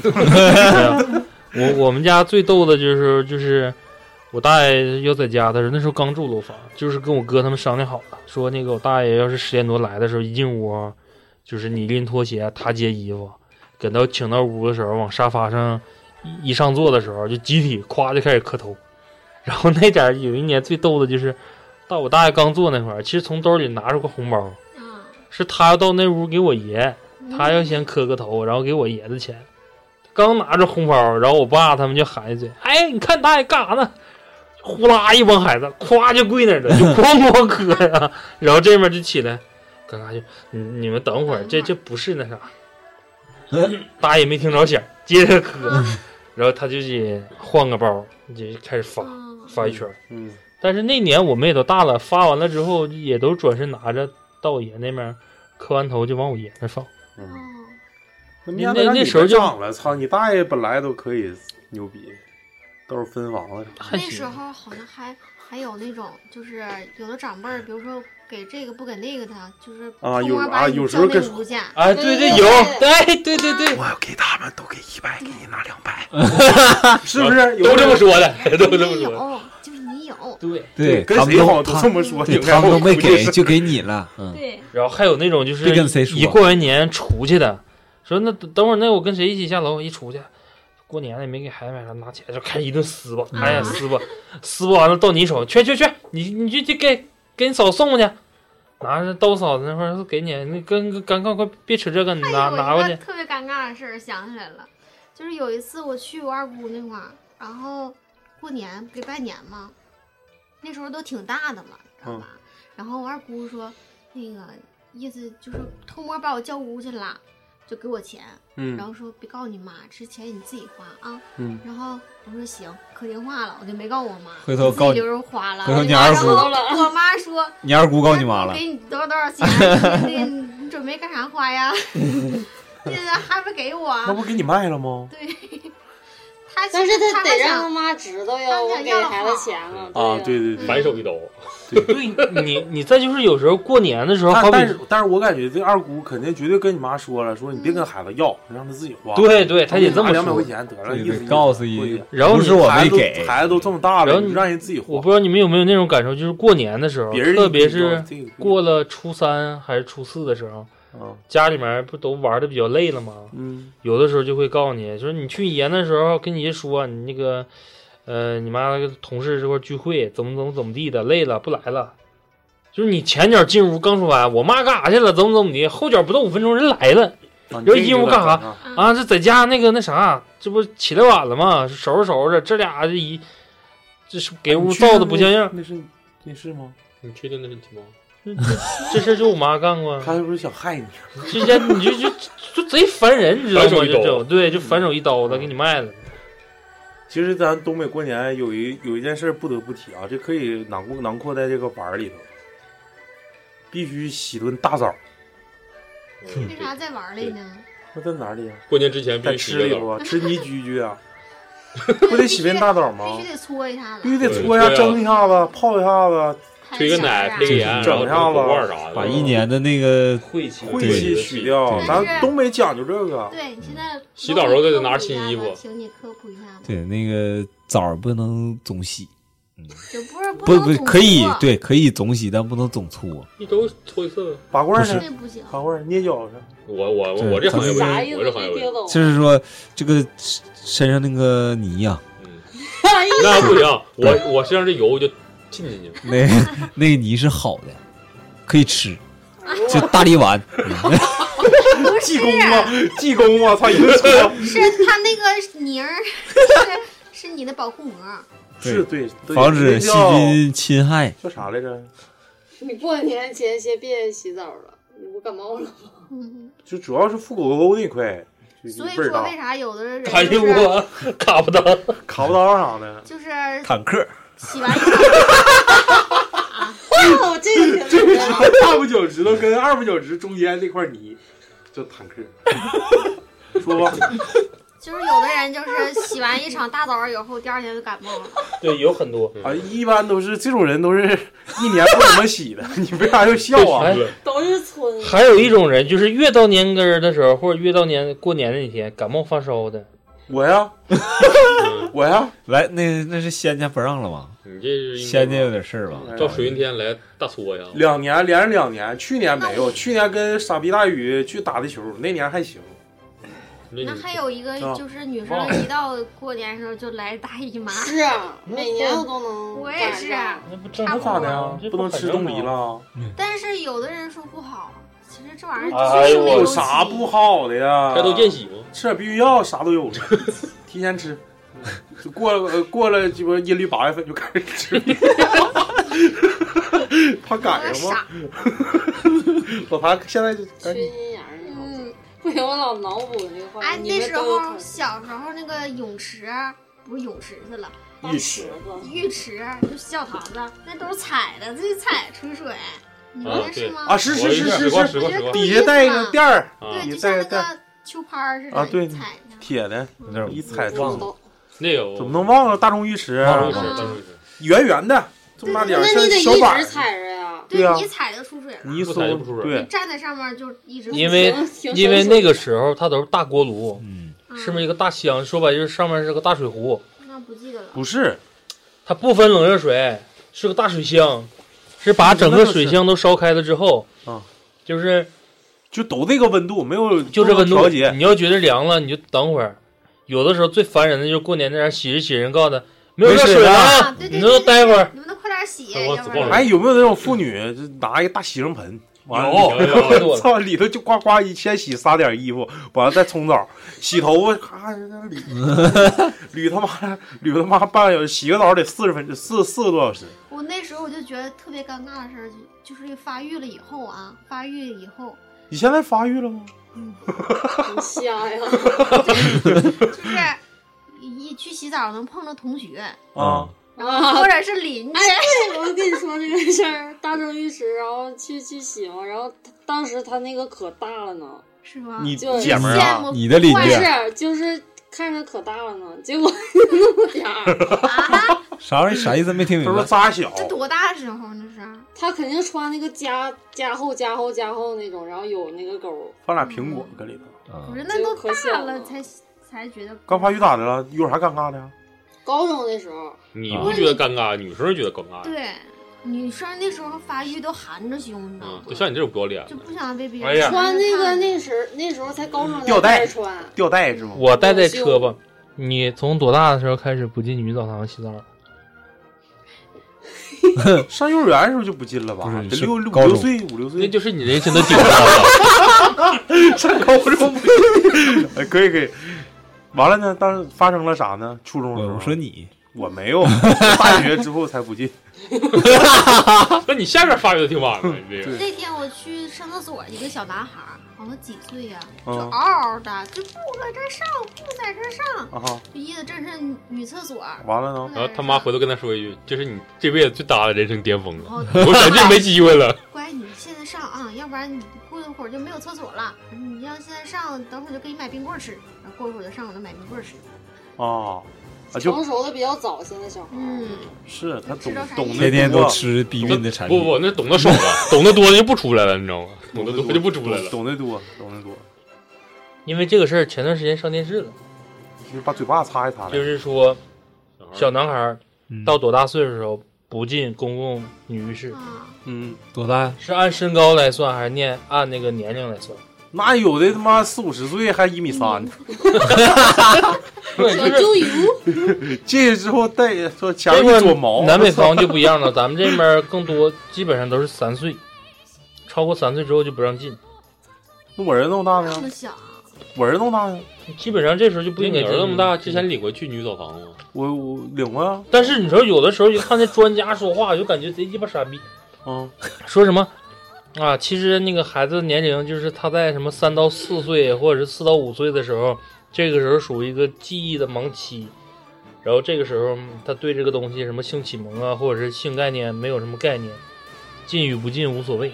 [SPEAKER 3] 我我们家最逗的就是就是我大爷要在家的时候，那时候刚住楼房，就是跟我哥他们商量好了，说那个我大爷要是十点多来的时候，一进屋啊，就是你拎拖鞋，他接衣服，给到请到屋的时候，往沙发上一一上座的时候，就集体夸就开始磕头。然后那点儿有一年最逗的就是到我大爷刚做那会儿，其实从兜里拿出个红包，
[SPEAKER 11] 嗯
[SPEAKER 3] 是他要到那屋给我爷，他要先磕个头，然后给我爷的钱。刚拿着红包，然后我爸他们就喊一嘴：“哎，你看大爷干啥呢？”呼啦一帮孩子，咵就跪那儿了，就 *laughs* 哐哐磕呀。然后这边就起来，干啥去？你你们等会儿，这这不是那啥。大爷没听着响，接着磕，然后他就得换个包，就开始发
[SPEAKER 11] 哦
[SPEAKER 3] 发一圈。
[SPEAKER 8] 嗯，
[SPEAKER 3] 但是那年我们也都大了，发完了之后也都转身拿着到我爷那边磕完头就往我爷那放。
[SPEAKER 8] 那
[SPEAKER 3] 那那时候就
[SPEAKER 8] 涨了，操你大爷！本来都可以牛逼，都是分房了。
[SPEAKER 11] 那时候好像还还有那种，就是有的长辈儿，比如说给这个不给那个的，就是
[SPEAKER 8] 啊
[SPEAKER 11] 偷
[SPEAKER 8] 有
[SPEAKER 11] 摸
[SPEAKER 8] 啊
[SPEAKER 11] 把你
[SPEAKER 8] 有时
[SPEAKER 11] 叫
[SPEAKER 8] 候
[SPEAKER 11] 那
[SPEAKER 8] 跟
[SPEAKER 11] 个屋
[SPEAKER 8] *laughs*
[SPEAKER 11] 去。
[SPEAKER 3] 哎，对对，有，哎，对对对，
[SPEAKER 8] 我要给他们都给一百，给你拿两 *laughs* 百，
[SPEAKER 3] 是不是？都这么说的，都这么说的。
[SPEAKER 11] 有，就是你
[SPEAKER 3] *laughs*
[SPEAKER 11] 有。
[SPEAKER 3] 对
[SPEAKER 9] 对，
[SPEAKER 8] 跟
[SPEAKER 9] 他们
[SPEAKER 8] 谁好像都
[SPEAKER 9] 他
[SPEAKER 8] 这么说
[SPEAKER 9] 对
[SPEAKER 8] 应该
[SPEAKER 9] 他们
[SPEAKER 8] 我
[SPEAKER 9] 都没
[SPEAKER 8] 估计
[SPEAKER 9] 给，
[SPEAKER 8] 是
[SPEAKER 9] 就给你了。嗯，
[SPEAKER 5] 对，
[SPEAKER 3] 然后还有那种就是
[SPEAKER 9] 别跟谁说
[SPEAKER 8] 啊
[SPEAKER 3] 一过完年出去的，说那等会儿那我跟谁一起下楼，一出去。过年了也没给孩子买啥，拿起来就开始一顿撕吧，
[SPEAKER 8] 嗯
[SPEAKER 3] 哎呀撕吧，撕吧完了到你手，去去去，你你去去给给你嫂送过去，拿着到嫂子那块儿说给你，你跟赶快快别扯这个，你拿拿
[SPEAKER 11] 我
[SPEAKER 3] 过
[SPEAKER 11] 一个
[SPEAKER 3] 去。
[SPEAKER 11] 特别尴尬的事儿想起来了，就是有一次我去我二姑那块儿，然后过年不给拜年嘛，那时候都挺大的了，知道吧？
[SPEAKER 8] 嗯
[SPEAKER 11] 然后我二姑说，那个意思就是偷摸把我叫屋去了，就给我钱，
[SPEAKER 8] 嗯
[SPEAKER 11] 然后说别告诉你妈，这钱你自己花啊。
[SPEAKER 8] 嗯
[SPEAKER 11] 然后我说行，可听话了，我就没告我妈，
[SPEAKER 9] 回头告
[SPEAKER 11] 自己留着花了。
[SPEAKER 9] 回头你
[SPEAKER 11] 然
[SPEAKER 9] 二
[SPEAKER 11] 后
[SPEAKER 9] 姑
[SPEAKER 11] 我妈
[SPEAKER 9] *laughs*
[SPEAKER 11] 说。哎
[SPEAKER 9] 你二姑告你妈了，
[SPEAKER 11] 给你多少多少钱？啊你你你准备干啥花
[SPEAKER 9] *laughs*
[SPEAKER 11] 呀？那还不给我？
[SPEAKER 8] 那不给你卖了吗？
[SPEAKER 11] 他
[SPEAKER 6] 但是
[SPEAKER 11] 他
[SPEAKER 6] 他得
[SPEAKER 11] 还
[SPEAKER 6] 让他
[SPEAKER 11] 想
[SPEAKER 6] 妈知道呀，
[SPEAKER 11] 他
[SPEAKER 6] 我
[SPEAKER 11] 想
[SPEAKER 6] 给
[SPEAKER 11] 要
[SPEAKER 6] 孩
[SPEAKER 11] 好
[SPEAKER 6] 子钱了。
[SPEAKER 8] 啊，对对
[SPEAKER 11] 嗯
[SPEAKER 7] 反
[SPEAKER 8] 对。
[SPEAKER 7] 手一刀，
[SPEAKER 3] 对你你再就是有时候过年的时候，好
[SPEAKER 8] 但
[SPEAKER 3] 比
[SPEAKER 8] 但是但是我感觉这二姑肯定绝对跟你妈说了，说你别跟孩子要，让他自己花。
[SPEAKER 3] 对对，他也这么
[SPEAKER 8] 两百
[SPEAKER 3] 说
[SPEAKER 8] 块。钱得了，
[SPEAKER 9] 对
[SPEAKER 8] 意思
[SPEAKER 9] 对，告诉
[SPEAKER 8] 意思
[SPEAKER 9] 一，
[SPEAKER 3] 然后
[SPEAKER 9] 不
[SPEAKER 3] 你
[SPEAKER 9] 是我
[SPEAKER 8] 孩
[SPEAKER 9] 没
[SPEAKER 8] 子都
[SPEAKER 9] 给，
[SPEAKER 8] 孩子都这么大
[SPEAKER 3] 然
[SPEAKER 8] 了，
[SPEAKER 3] 后
[SPEAKER 8] 你
[SPEAKER 3] 你
[SPEAKER 8] 让人自己
[SPEAKER 3] 我
[SPEAKER 8] 花
[SPEAKER 3] 不，知道你们有没有那种感受，就是过年的时候，
[SPEAKER 8] 别人
[SPEAKER 3] 特别
[SPEAKER 8] 你知道
[SPEAKER 3] 是
[SPEAKER 8] 这个
[SPEAKER 3] 过了初三还是初四的时候，
[SPEAKER 8] 啊，
[SPEAKER 3] 家里面不都玩的比较累了吗？
[SPEAKER 8] 嗯
[SPEAKER 3] 有的时候就会告诉你，就是你去爷那时候跟你爷说，你那个，呃，你妈同事这块聚会怎么怎么怎么地的，累了不来了。就是你前脚进屋刚说完，我妈干啥去了，怎么怎么地，后脚不到五分钟人来了
[SPEAKER 8] 啊，你
[SPEAKER 3] 人
[SPEAKER 8] 这
[SPEAKER 3] 一
[SPEAKER 8] 个
[SPEAKER 3] 屋干啥
[SPEAKER 8] 整啊？
[SPEAKER 3] 啊，这在家那个那啥，这不起来晚了吗？收拾收拾，这俩一，这是给屋造的不像样。
[SPEAKER 8] 那是那是吗？
[SPEAKER 7] 你确定那是鸡毛？
[SPEAKER 3] 这事儿就我妈干过，
[SPEAKER 8] 他是不是想害你？
[SPEAKER 3] 之前你就就就贼烦人，你知道吗？
[SPEAKER 7] 反手一
[SPEAKER 3] 就
[SPEAKER 7] 刀啊
[SPEAKER 3] 这种对，就反手一刀子给你卖了。
[SPEAKER 8] 其实咱东北过年有一有一件事不得不提啊，这可以囊括囊括在这个碗儿里头，必须洗顿大枣。
[SPEAKER 7] 嗯
[SPEAKER 11] 为啥在玩儿嘞呢？
[SPEAKER 8] 那在哪
[SPEAKER 3] 啊
[SPEAKER 8] 里呀、
[SPEAKER 7] 过年之前必
[SPEAKER 8] 在
[SPEAKER 7] 须
[SPEAKER 8] 吃里
[SPEAKER 7] 洗个澡
[SPEAKER 8] 头啊，吃泥蛐蛐啊，不得洗遍大枣吗
[SPEAKER 11] 必？须得搓一下
[SPEAKER 8] 必
[SPEAKER 11] 子，
[SPEAKER 8] 须得
[SPEAKER 7] 对
[SPEAKER 8] 搓一下、
[SPEAKER 7] 对啊
[SPEAKER 8] 蒸一下子、泡一下子，
[SPEAKER 7] 推个
[SPEAKER 11] 啊
[SPEAKER 7] 奶，推个
[SPEAKER 9] 这
[SPEAKER 7] 盐，
[SPEAKER 9] 是
[SPEAKER 7] 然后
[SPEAKER 8] 整上
[SPEAKER 7] 豆
[SPEAKER 8] 了
[SPEAKER 7] 瓣儿啥的，
[SPEAKER 9] 把一年的那个
[SPEAKER 3] 晦气
[SPEAKER 8] 晦气取掉。
[SPEAKER 9] 对
[SPEAKER 8] 咱
[SPEAKER 11] 但是
[SPEAKER 8] 东北讲究这个，
[SPEAKER 11] 对你现在
[SPEAKER 7] 嗯洗澡时候就得拿新衣服
[SPEAKER 11] 请你科普一下吧，
[SPEAKER 9] 对那个枣儿不能总洗，
[SPEAKER 11] 就不是
[SPEAKER 9] 不
[SPEAKER 11] 能
[SPEAKER 9] 不
[SPEAKER 11] 总啊
[SPEAKER 9] 可以
[SPEAKER 11] 搓，
[SPEAKER 9] 对可以总洗，但不能总啊搓。
[SPEAKER 7] 一周搓一次。
[SPEAKER 8] 拔罐儿呢？
[SPEAKER 11] 那不行。
[SPEAKER 8] 拔罐儿捏脚上，
[SPEAKER 7] 我我
[SPEAKER 9] 对
[SPEAKER 7] 我这行业不
[SPEAKER 6] 啥意
[SPEAKER 7] 行，
[SPEAKER 6] 思？
[SPEAKER 7] 我
[SPEAKER 6] 没
[SPEAKER 7] 这行业不
[SPEAKER 6] 听
[SPEAKER 7] 行，
[SPEAKER 6] 懂。
[SPEAKER 9] 就是说这个身身上那个泥呀、
[SPEAKER 7] 嗯，那不行，我
[SPEAKER 9] 对
[SPEAKER 7] 我身上这油就浸进去了。
[SPEAKER 9] 那 *laughs* 那个泥是好的，可以吃，就大力丸。 *laughs* 嗯
[SPEAKER 11] 不
[SPEAKER 8] 济
[SPEAKER 11] 是，
[SPEAKER 8] 公啊，济公啊，操，一个搓，
[SPEAKER 11] 是它那个泥儿是是你的保护膜，
[SPEAKER 8] 是对，对
[SPEAKER 9] 防止细
[SPEAKER 8] 那
[SPEAKER 9] 菌侵害。
[SPEAKER 8] 叫叫啥来着？
[SPEAKER 6] 你过年前先别洗澡了，你不感冒
[SPEAKER 11] *laughs*
[SPEAKER 6] 了？
[SPEAKER 11] 嗯，
[SPEAKER 8] 就主要是腹股沟那块，就就
[SPEAKER 11] 所以
[SPEAKER 8] 味儿
[SPEAKER 11] 说
[SPEAKER 8] 大
[SPEAKER 11] 为，啥有的人
[SPEAKER 3] 哎呦
[SPEAKER 11] 就是
[SPEAKER 3] 我 *laughs* 卡
[SPEAKER 8] *laughs*
[SPEAKER 3] 不当，
[SPEAKER 8] 卡不刀啥的。
[SPEAKER 11] 就是
[SPEAKER 9] 坦克，
[SPEAKER 11] 洗完以后，
[SPEAKER 6] 哦，这个挺
[SPEAKER 8] 这个啥？大拇脚趾头跟二拇脚趾中间那块泥叫坦克。说吧，
[SPEAKER 11] 就是有的人就是洗完一场大澡以后，第二天就感冒了。
[SPEAKER 3] 对，有很多。
[SPEAKER 8] 啊，一般都是这种人都是一年不怎么洗的， *laughs* 你为啥要笑啊？
[SPEAKER 3] 哎，
[SPEAKER 6] 都是村
[SPEAKER 3] 还有一种人就是越到年根儿的时候，或者越到年过年那天感冒发烧的，
[SPEAKER 8] 我呀，我呀，
[SPEAKER 9] 来，那那是仙家不让了吗？
[SPEAKER 7] 你这是应该
[SPEAKER 9] 仙家有点事儿吧？
[SPEAKER 7] 照水云天来大搓呀，
[SPEAKER 8] 两年连着两年，去年没有，去年跟傻逼大宇去打的球，那年还行。
[SPEAKER 11] 那还有一
[SPEAKER 8] 啊
[SPEAKER 11] 个就是女生一到过年的时候就来大姨妈，
[SPEAKER 6] *laughs* 是啊，每年我都能。
[SPEAKER 11] 我也是，
[SPEAKER 3] 那不正咋
[SPEAKER 7] 啊
[SPEAKER 3] 的呀？
[SPEAKER 8] 不啊能吃冻梨了。
[SPEAKER 11] 但是有的人说不好，其实这玩意
[SPEAKER 8] 哎
[SPEAKER 11] 儿
[SPEAKER 8] 呦，有啥不好的呀？
[SPEAKER 7] 开刀见血吗？
[SPEAKER 8] 吃点避孕药啥都
[SPEAKER 7] *laughs*
[SPEAKER 8] 有，提前吃。就过了呃过了鸡巴阴历八月份就开始 *laughs* 吃，怕赶上吗？我怕现在就
[SPEAKER 11] 啊
[SPEAKER 8] 赶
[SPEAKER 6] 缺
[SPEAKER 8] 紧
[SPEAKER 6] 心眼儿，嗯，不行，我老脑补这话。
[SPEAKER 11] 哎，
[SPEAKER 6] 你
[SPEAKER 11] 那
[SPEAKER 6] 们
[SPEAKER 11] 时
[SPEAKER 6] 都
[SPEAKER 11] 候小时候那个泳池不是泳池去了，
[SPEAKER 8] 一吃。
[SPEAKER 11] 浴池就小堂子，那都是踩的，自己踩吹水。你们
[SPEAKER 7] 啊
[SPEAKER 11] 那
[SPEAKER 7] 对
[SPEAKER 11] 是吗？
[SPEAKER 8] 啊是是是是是
[SPEAKER 7] 使过使过
[SPEAKER 8] 底下带一个垫儿，
[SPEAKER 11] 对，
[SPEAKER 8] 底
[SPEAKER 11] 就
[SPEAKER 8] 下带
[SPEAKER 11] 像那
[SPEAKER 8] 个垫儿
[SPEAKER 11] 个秋拍似的，
[SPEAKER 8] 啊，对
[SPEAKER 11] 踩，
[SPEAKER 8] 铁的，一踩撞了，
[SPEAKER 7] 那个
[SPEAKER 8] 怎么能忘了大众浴池？
[SPEAKER 7] 大众浴池大众浴池
[SPEAKER 8] 圆圆的，这么大点儿，
[SPEAKER 6] 那
[SPEAKER 8] 像
[SPEAKER 6] 你得
[SPEAKER 8] 小
[SPEAKER 6] 一
[SPEAKER 8] 板
[SPEAKER 6] 直
[SPEAKER 8] 儿，
[SPEAKER 6] 踩着呀。
[SPEAKER 8] 对啊
[SPEAKER 11] 你踩就出水了，
[SPEAKER 8] 你一
[SPEAKER 7] 不
[SPEAKER 8] 搜
[SPEAKER 7] 踩就不出水
[SPEAKER 8] 对，
[SPEAKER 11] 站在上面就一直
[SPEAKER 3] 因为
[SPEAKER 6] 行
[SPEAKER 3] 因为
[SPEAKER 6] 行
[SPEAKER 3] 那个时候它都是大锅炉，
[SPEAKER 11] 嗯
[SPEAKER 3] 是不是一个大箱？说白就是上面是个大水壶，
[SPEAKER 11] 那不记得了。
[SPEAKER 8] 不是
[SPEAKER 3] 它不分冷热水，是个大水箱，是把整个水箱都烧开了之后，
[SPEAKER 8] 啊，
[SPEAKER 3] 就是
[SPEAKER 8] 就都这个温度，没有
[SPEAKER 3] 就这温
[SPEAKER 8] 不
[SPEAKER 3] 度
[SPEAKER 8] 能调，节，
[SPEAKER 3] 你要觉得凉了，你就等会儿。有的时候最烦人的就是过年那点洗着洗着人告诉他没有
[SPEAKER 8] 没
[SPEAKER 3] 热
[SPEAKER 8] 水
[SPEAKER 3] 水了
[SPEAKER 11] 啊
[SPEAKER 3] 啊，
[SPEAKER 11] 对对
[SPEAKER 3] 你就
[SPEAKER 11] 对
[SPEAKER 3] 待会儿。
[SPEAKER 11] 你们能快点洗，
[SPEAKER 7] 哎我
[SPEAKER 11] 要不
[SPEAKER 7] 我
[SPEAKER 11] 然
[SPEAKER 8] 哎，有没有那种妇女就拿一个大洗净盆，完了
[SPEAKER 7] 有有有
[SPEAKER 3] 太多了
[SPEAKER 8] 操里头就呱呱一先洗仨点衣服，完了再冲澡，洗头发，咔捋捋他妈捋他妈半个小时，洗个澡得四十分四四个多小时，
[SPEAKER 11] 我那时候我就觉得特别尴尬的事儿，就就是发育了以后啊，发育以后
[SPEAKER 8] 你现在发育了吗？
[SPEAKER 6] 你瞎呀？
[SPEAKER 11] 就是一去洗澡能碰着同学，
[SPEAKER 8] 啊，
[SPEAKER 6] 啊
[SPEAKER 11] 或！者是邻居，
[SPEAKER 6] 我跟你说这个事儿，大众浴池，然后去去洗嘛，然后他当时他那个可大了呢，
[SPEAKER 11] 是吗？
[SPEAKER 8] 你
[SPEAKER 6] 就
[SPEAKER 8] 姐们儿
[SPEAKER 11] 羡
[SPEAKER 8] 啊，
[SPEAKER 11] 慕
[SPEAKER 9] 你的邻
[SPEAKER 6] 不
[SPEAKER 9] 居
[SPEAKER 6] 是就是看着可大了呢，结果那么点儿，
[SPEAKER 11] 啊，
[SPEAKER 9] 啥玩意儿啥意思？没听
[SPEAKER 8] 她
[SPEAKER 9] 明
[SPEAKER 8] 说
[SPEAKER 9] 白。
[SPEAKER 8] 扎小，
[SPEAKER 11] 这多大时候那是？
[SPEAKER 6] 他肯定穿那个加加厚加厚加厚那种，然后有那个钩。
[SPEAKER 8] 放俩苹果
[SPEAKER 11] 嗯
[SPEAKER 8] 搁里头。
[SPEAKER 9] 啊
[SPEAKER 7] 嗯
[SPEAKER 11] 不是那都大了才
[SPEAKER 6] 就
[SPEAKER 11] 才觉得
[SPEAKER 8] 刚发育咋的了？有啥尴尬的呀？
[SPEAKER 6] 高中的时候，
[SPEAKER 7] *laughs* 你不觉得尴尬，女生觉得尴尬呀。
[SPEAKER 11] 对，女生那时候发育都含着胸，你知道
[SPEAKER 7] 嗯
[SPEAKER 11] 吗，
[SPEAKER 7] 就？像你这种不要脸
[SPEAKER 11] 就
[SPEAKER 7] 的，
[SPEAKER 11] 不想被别
[SPEAKER 3] 哎
[SPEAKER 11] 人
[SPEAKER 3] 呀
[SPEAKER 6] 穿那个
[SPEAKER 11] 看
[SPEAKER 6] 那时那时候才高中
[SPEAKER 8] 嗯吊带啊
[SPEAKER 6] 才开始穿，
[SPEAKER 8] 吊带是吗？
[SPEAKER 3] 我带带车吧。你从多大的时候开始不进女澡堂洗澡？
[SPEAKER 8] 上幼儿园的时候就不进了吧？
[SPEAKER 9] 不是
[SPEAKER 8] 得
[SPEAKER 9] 是
[SPEAKER 8] 六六五
[SPEAKER 9] 高中
[SPEAKER 8] 六岁五六
[SPEAKER 7] 那
[SPEAKER 8] 岁
[SPEAKER 7] 就是你人生的顶峰了。
[SPEAKER 8] 上高中不进。 *laughs* 哎可以可以。完了呢？当时发生了啥呢？初中的时候，
[SPEAKER 9] 我说你
[SPEAKER 8] 我没有，大学之后才不
[SPEAKER 11] *laughs*
[SPEAKER 8] 进。
[SPEAKER 7] 那你下 *laughs* 边发育的挺晚的，你这个
[SPEAKER 8] 对
[SPEAKER 11] 那天我去上厕所，一个小男孩儿，好像几岁呀、
[SPEAKER 8] 嗯
[SPEAKER 11] 就嗷嗷的，就不搁这儿上，不在这儿上，
[SPEAKER 8] 啊哈，
[SPEAKER 11] 就意思这是女厕所。
[SPEAKER 8] 完了呢？
[SPEAKER 7] 然后他妈回头跟他说一句：“这是你这辈子最大的人生巅峰了，
[SPEAKER 11] 哦，
[SPEAKER 7] 我感觉没机会了。
[SPEAKER 11] 乖，你现在上啊，要不然你过一会儿就没有厕所了。你要现在上，等会儿就给你买冰棍儿吃。然后过一会儿就上，我就买冰棍儿吃。
[SPEAKER 8] 啊啊，就
[SPEAKER 6] 成熟的比较早，现在小孩。
[SPEAKER 11] 嗯，
[SPEAKER 8] 是他懂
[SPEAKER 11] 知道啥意思
[SPEAKER 8] 懂得
[SPEAKER 9] 天天都
[SPEAKER 8] 多
[SPEAKER 9] 吃避孕的”产
[SPEAKER 7] 不
[SPEAKER 9] 品，
[SPEAKER 7] 不，那懂得少了，懂得多的就不出来了，你知道吗？懂得多就不出来了。
[SPEAKER 8] 懂得多，懂得
[SPEAKER 3] *laughs*
[SPEAKER 8] 多，
[SPEAKER 11] 嗯
[SPEAKER 3] 因为这个事儿前段时间上电视了，
[SPEAKER 8] 就是把嘴巴擦一擦。
[SPEAKER 3] 就是说小
[SPEAKER 7] 小
[SPEAKER 3] 男孩儿
[SPEAKER 9] 嗯
[SPEAKER 3] 到多大岁数的时候不进公共女浴室，
[SPEAKER 11] 啊，
[SPEAKER 8] 嗯，
[SPEAKER 9] 多大呀？
[SPEAKER 3] 是按身高来算还是念按那个年龄来算？
[SPEAKER 8] 那有的他妈四五十岁还一米三
[SPEAKER 11] 嗯
[SPEAKER 8] 呢，
[SPEAKER 3] 对，
[SPEAKER 6] 我就有
[SPEAKER 8] 进去之后带说前
[SPEAKER 3] 这
[SPEAKER 8] 面
[SPEAKER 3] 边
[SPEAKER 8] 一撮毛，
[SPEAKER 3] 南北方就不一样了，咱们这边更多基本上都是三岁，超过三岁之后就不让进，
[SPEAKER 8] 那我儿子弄大
[SPEAKER 11] 这么
[SPEAKER 8] 呢？
[SPEAKER 11] 小啊，
[SPEAKER 8] 我儿子弄大呢？
[SPEAKER 3] 基本上这时候就不
[SPEAKER 7] 不是
[SPEAKER 3] 应
[SPEAKER 7] 你
[SPEAKER 3] 该
[SPEAKER 7] 儿
[SPEAKER 3] 进。
[SPEAKER 7] 子那么大，之前领过去女澡堂吗？
[SPEAKER 8] 我我领过呀，
[SPEAKER 3] 但是你说有的时候一看那专家说话，就感觉贼鸡巴傻逼，
[SPEAKER 8] 啊，
[SPEAKER 3] 说什么啊？其实那个孩子的年龄就是他在什么三到四岁，或者是四到五岁的时候，这个时候属于一个记忆的盲期，然后这个时候他对这个东西什么性启蒙啊，或者是性概念没有什么概念，进与不进无
[SPEAKER 9] *laughs*
[SPEAKER 3] 所谓。